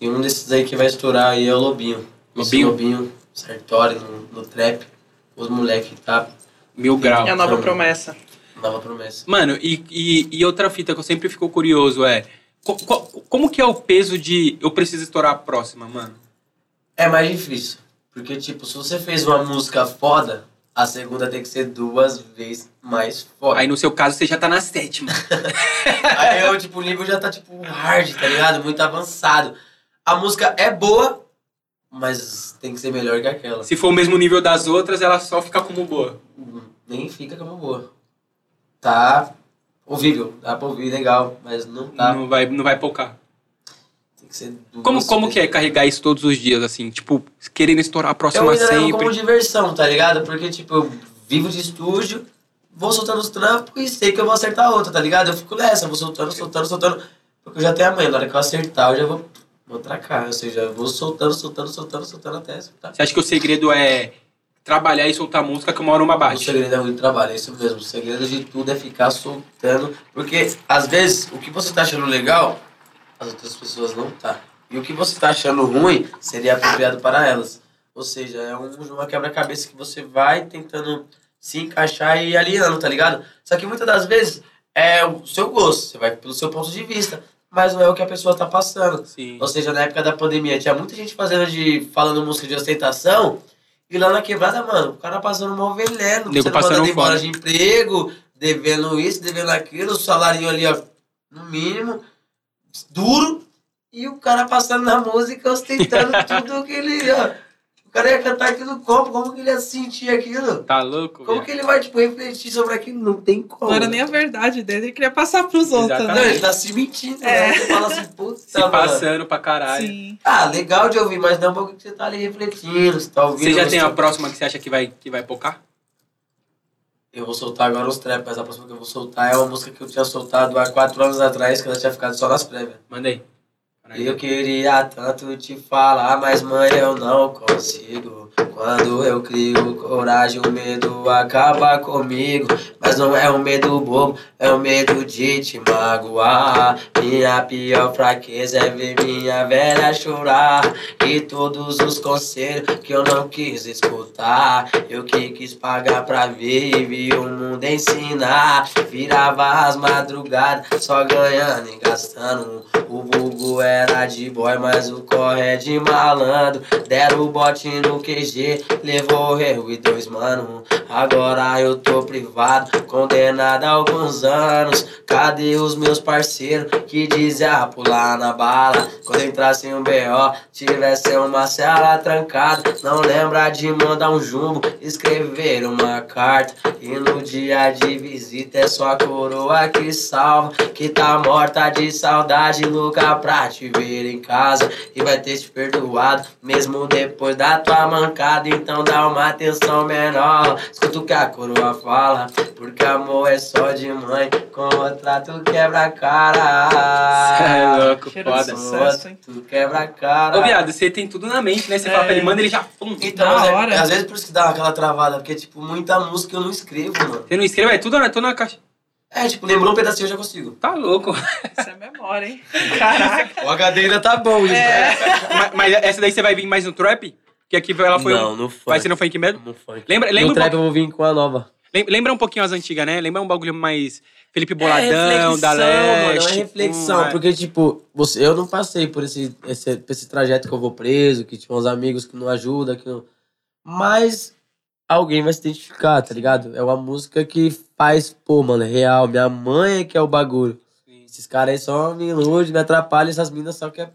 E um desses aí que vai estourar aí é o Lobinho. Esse
Lobinho?
Lobinho, Sartori, no, no trap. Os moleque tá
Mil graus.
É a nova promessa.
nova promessa.
Mano, e, e, e outra fita que eu sempre fico curioso é. co- co- como que é o peso de eu preciso estourar a próxima, mano?
É mais difícil. Porque, tipo, se você fez uma música foda, a segunda tem que ser duas vezes mais foda.
Aí no seu caso você já tá na sétima.
Aí eu, tipo, o nível já tá, tipo, hard, tá ligado? Muito avançado. A música é boa, mas tem que ser melhor que aquela.
Se for o mesmo nível das outras, ela só fica como boa.
Nem fica como boa. Tá ouvível, dá pra ouvir legal, mas não tá.
Não vai, não vai pocar.
Tem que ser duas
Como, como
vezes.
que é carregar isso todos os dias, assim? Tipo, querendo estourar a
Eu
próxima
ainda levo
sempre.
como diversão, tá ligado? Porque, tipo, eu vivo de estúdio, vou soltando os trampos e sei que eu vou acertar outra, tá ligado? Eu fico nessa, vou soltando, soltando, soltando. Porque eu já tenho a mãe, na hora que eu acertar, eu já vou, vou tracar. Ou seja, eu vou soltando, soltando, soltando, soltando até acertar.
Você acha que o segredo é trabalhar e soltar música que uma hora uma
O
bate?
segredo é muito trabalho, é isso mesmo. O segredo de tudo é ficar soltando. Porque, às vezes, o que você tá achando legal, as outras pessoas não tá. E o que você tá achando ruim, seria apropriado para elas. Ou seja, é um, uma quebra-cabeça que você vai tentando se encaixar e ir alinhando, tá ligado? Só que muitas das vezes é o seu gosto, você vai pelo seu ponto de vista, mas não é o que a pessoa tá passando.
Sim.
Ou seja, na época da pandemia, tinha muita gente fazendo de. falando música de ostentação. E lá na quebrada, mano, o cara passando mal veleno.
Nego
sendo
passando
mandado tá embora
fome.
de emprego, devendo isso, devendo aquilo, salário ali, ó, no mínimo, duro. E o cara passando na
[LAUGHS]
música, ostentando tudo que ele. Ó, o cara ia cantar aquilo como? Como que ele ia sentir aquilo?
Tá louco?
Como
viado?
que ele vai, tipo, refletir sobre aquilo? Não tem como.
Não era nem a verdade dele, ele queria passar pros outros,
Não,
Exatamente.
ele tá se mentindo,
É.
né? Você fala
[LAUGHS]
assim, puta,
Se
mano.
passando pra
né?
caralho.
Sim.
Ah, legal de ouvir, mas não porque você tá ali refletindo, você tá ouvindo.
Você já tem a
eu, vou sol-
próxima que você acha que vai, que vai pocar?
eu vou soltar agora os trap, mas a próxima que eu vou soltar é uma música que eu tinha soltado há quatro anos atrás, que ela tinha ficado só nas prévias.
Manda aí.
Eu queria tanto te falar, mas mãe, eu não consigo. Quando eu crio coragem, o medo acaba comigo. Mas Mas não é o medo bobo, é o medo de te magoar. Minha pior fraqueza é ver minha velha chorar. E todos os conselhos que eu não quis escutar. Eu que quis pagar pra ver e vi o mundo ensinar. Virava as madrugadas, só ganhando e gastando. O vulgo era de boy, mas o corre é de malandro. Deram o bote no QG, levou eu e dois mano. Agora eu tô privado, condenado a alguns anos. Cadê os meus parceiros que dizem a pular na bala? Quando entrasse um BO, tivesse uma cela trancada. Não lembra de mandar um jumbo, escrever uma carta. E no dia de visita é só a coroa que salva. Que tá morta de saudade, louca pra te ver em casa. E vai ter te perdoado, mesmo depois da tua mancada. Então dá uma atenção menor. Escuta o que a coroa fala, porque amor é só de mãe. Contrato quebra-cara.
Cê é louco,
Cheiro
foda.
de sucesso, hein?
Tu quebra-cara.
Ô, viado, você tem tudo na mente, né? Você
É.
fala pra ele, manda ele já. Pum.
Então,
Da
mas é-
hora.
às vezes por isso que dá aquela travada, porque, tipo, muita música eu não escrevo, mano.
Você não escreve, é tudo na, tudo na caixa.
É, tipo, lembrou um pedacinho, eu já consigo.
[LAUGHS]
Tá louco.
Isso é memória, hein? Caraca.
O HD ainda tá bom, isso.
mas, mas essa daí você vai vir mais no trap? Que aqui ela foi. um-
Não, no funk.
Vai ser no funk mesmo?
no funk.
Lembra,
No
lembra, um
trap
pouco-
eu vou vir com a nova.
lem- lembra um pouquinho as antigas, né? Lembra um bagulho mais. Felipe
é
Boladão,
reflexão,
da Leste.
mano, é reflexão.
pum, é.
Porque, tipo, você, eu não passei por esse, esse, por esse trajeto que eu vou preso, que tinha uns amigos que não ajudam, que não... Mas alguém vai se identificar, tá ligado? É uma música que faz, pô, mano, é real. Minha mãe é que é o bagulho. Esses caras aí só me iludem, me atrapalham, essas minas só quer...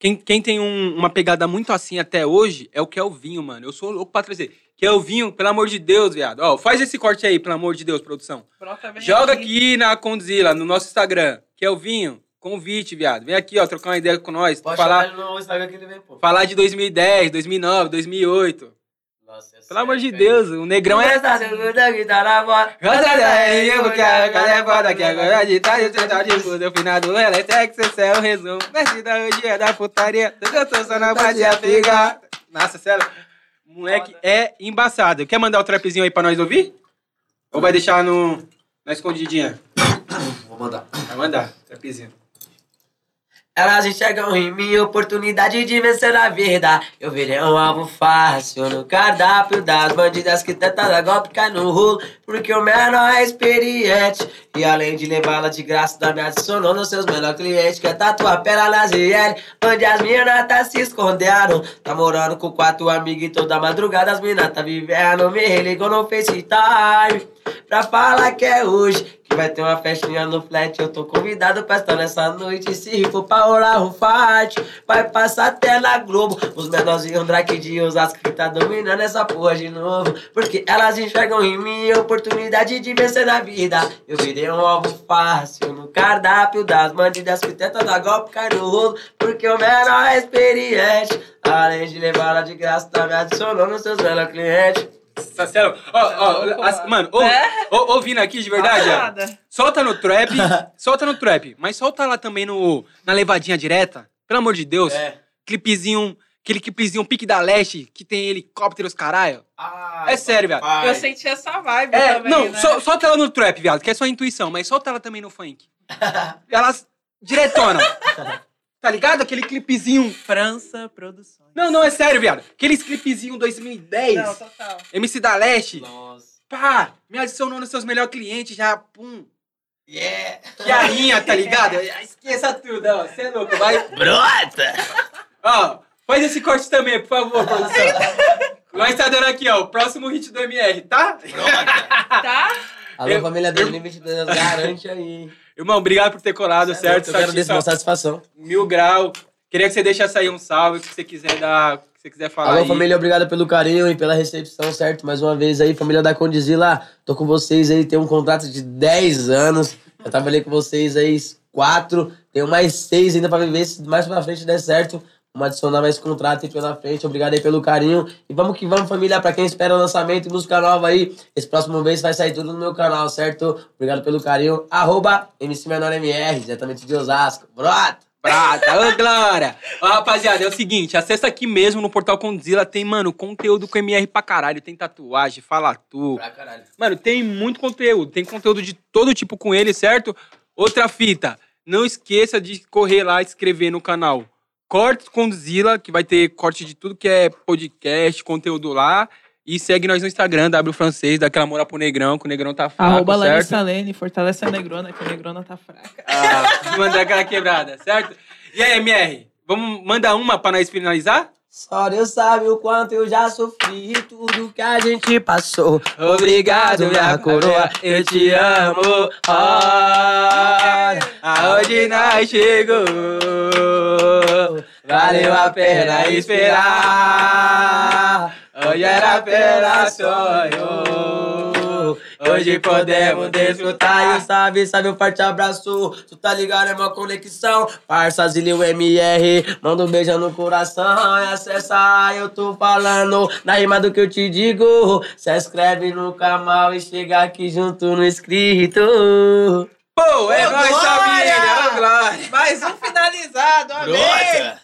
Quem, quem tem um- uma pegada muito assim até hoje é o Kelvinho, mano. Eu sou louco pra trazer. Kelvinho, pelo amor de Deus, viado. Ó, faz esse corte aí, pelo amor de Deus, produção.
Brota, vem
Joga aqui na Condzilla, no nosso Instagram. Kelvinho, convite, viado. Vem aqui, ó, trocar uma ideia com nós.
Pode
falar,
chamar ele no Instagram que ele vem, pô.
falar de 2010, 2009, 2008.
Nossa, é
Pelo amor de
sério,
Deus, o negrão é. é tá é Nossa, sério. Moleque é embaçado. Quer mandar o trapzinho aí pra nós ouvir? Ou vai deixar no, na escondidinha?
cara. Vou mandar.
Vai mandar, trapzinho.
Elas enxergam em mim oportunidade de vencer na vida. Eu virei um alvo fácil no cardápio das bandidas que tentam dar golpe cai no rolo, porque o menor é experiente. E além de levá-la de graça, da me adicionou nos seus melhores clientes, que é tatuapé lá na ZL, onde as minas tá se escondendo. Tá morando com quatro amigos e toda madrugada as minas tá vivendo. Me religou no FaceTime pra falar que é hoje. Que vai ter uma festinha no flat, eu tô convidado pra estar nessa noite. Se for pra rolar o fight, vai passar até na Globo. Os menorzinhos drag de Osasco que tá dominando essa porra de novo. Porque elas enxergam em mim a oportunidade de vencer na vida. Eu virei um alvo fácil no cardápio das bandidas que tentam dar golpe, cai no rolo. Porque o menor é experiente. Além de levá-la de graça, tá me adicionando nos seus velhos clientes.
Sincero. Tá Ó, ó, as- mano,
É?
ou- ou- ouvindo aqui de verdade, ó.
Né? Nada.
Solta no trap, solta no trap, mas solta lá também no, na levadinha direta. Pelo amor de Deus.
É.
Clipezinho, aquele clipezinho um pique da leste, que tem helicópteros, caralho. é sério, viado.
Eu senti essa vibe
É,
também,
não,
né?
sol- solta ela no trap, viado, que é só intuição, mas solta ela também no funk. Elas diretona. tá ligado? Aquele clipezinho.
França Produções.
Não, é não, é sério, viado. Aqueles clipezinho 2010.
Não, tá- total.
MC da Leste.
Nossa.
Pá, me adicionou nos seus melhores clientes já, pum.
Yeah!
Piarinha, tá ligado? Esqueça tudo, ó. Você é louco, vai.
Brota!
Ó, faz esse corte também, por favor, produção. Nós tá dando aqui, ó, o próximo hit do MR, tá?
Tá?
Ah,
Alô,
Eu-
família 2022, garante aí. hein? Tá
Irmão, obrigado por ter colado, certo?
é Eu quero desse
Satisfa-
uma satisfação.
Mil grau. Queria que você deixasse aí um salve, que você quiser dar, o que você quiser falar
Alô,
aí.
família, obrigado pelo carinho e pela recepção, certo? Mais uma vez aí, família da Condizila, tô com vocês aí, tenho um contrato de 10 anos. Eu trabalhei com vocês aí 4, tenho mais 6 ainda pra viver, se mais pra frente der certo. Vamos adicionar mais contrato aí pela frente, obrigado aí pelo carinho. E vamos que vamos, família, pra quem espera o lançamento e música nova aí, esse próximo mês vai sair tudo no meu canal, certo? Obrigado pelo carinho, arroba MC Menor MR, diretamente de Osasco. Brota!
Prata, ô Glória! Ó, rapaziada, é o seguinte, acessa aqui mesmo no Portal Condzilla, tem, mano, conteúdo com MR pra caralho, tem tatuagem, fala tu.
Pra caralho.
Mano, tem muito conteúdo, tem conteúdo de todo tipo com ele, certo? Outra fita, não esqueça de correr lá e inscrever no canal. Cortes Condzilla, que vai ter corte de tudo que é podcast, conteúdo lá. E segue nós no Instagram, W Francês, dá aquela moral pro Negrão, que o Negrão tá fraco,
Arroba
certo?
Larissa Lene, fortalece a Negrona, que a Negrona tá fraca.
Ah, mandar aquela quebrada, certo? E aí, MR? Vamos mandar uma pra nós finalizar?
Só Deus sabe o quanto eu já sofri e tudo que a gente passou.
Obrigado, minha coroa, eu te amo. Olha aonde nós chegou. Valeu a pena esperar. Hoje era apenas sonho. Hoje podemos desfrutar.
Tá, sabe, sabe, um forte abraço. Tu tá ligado, é uma conexão. Parças e Lil MR, manda um beijo no coração. E acessa, eu tô falando na rima do que eu te digo. Se inscreve no canal e chega aqui junto no inscrito.
Pô,
Ô,
é nóis,
Glória!
família. Ô, Glória.
Mais um finalizado, amém!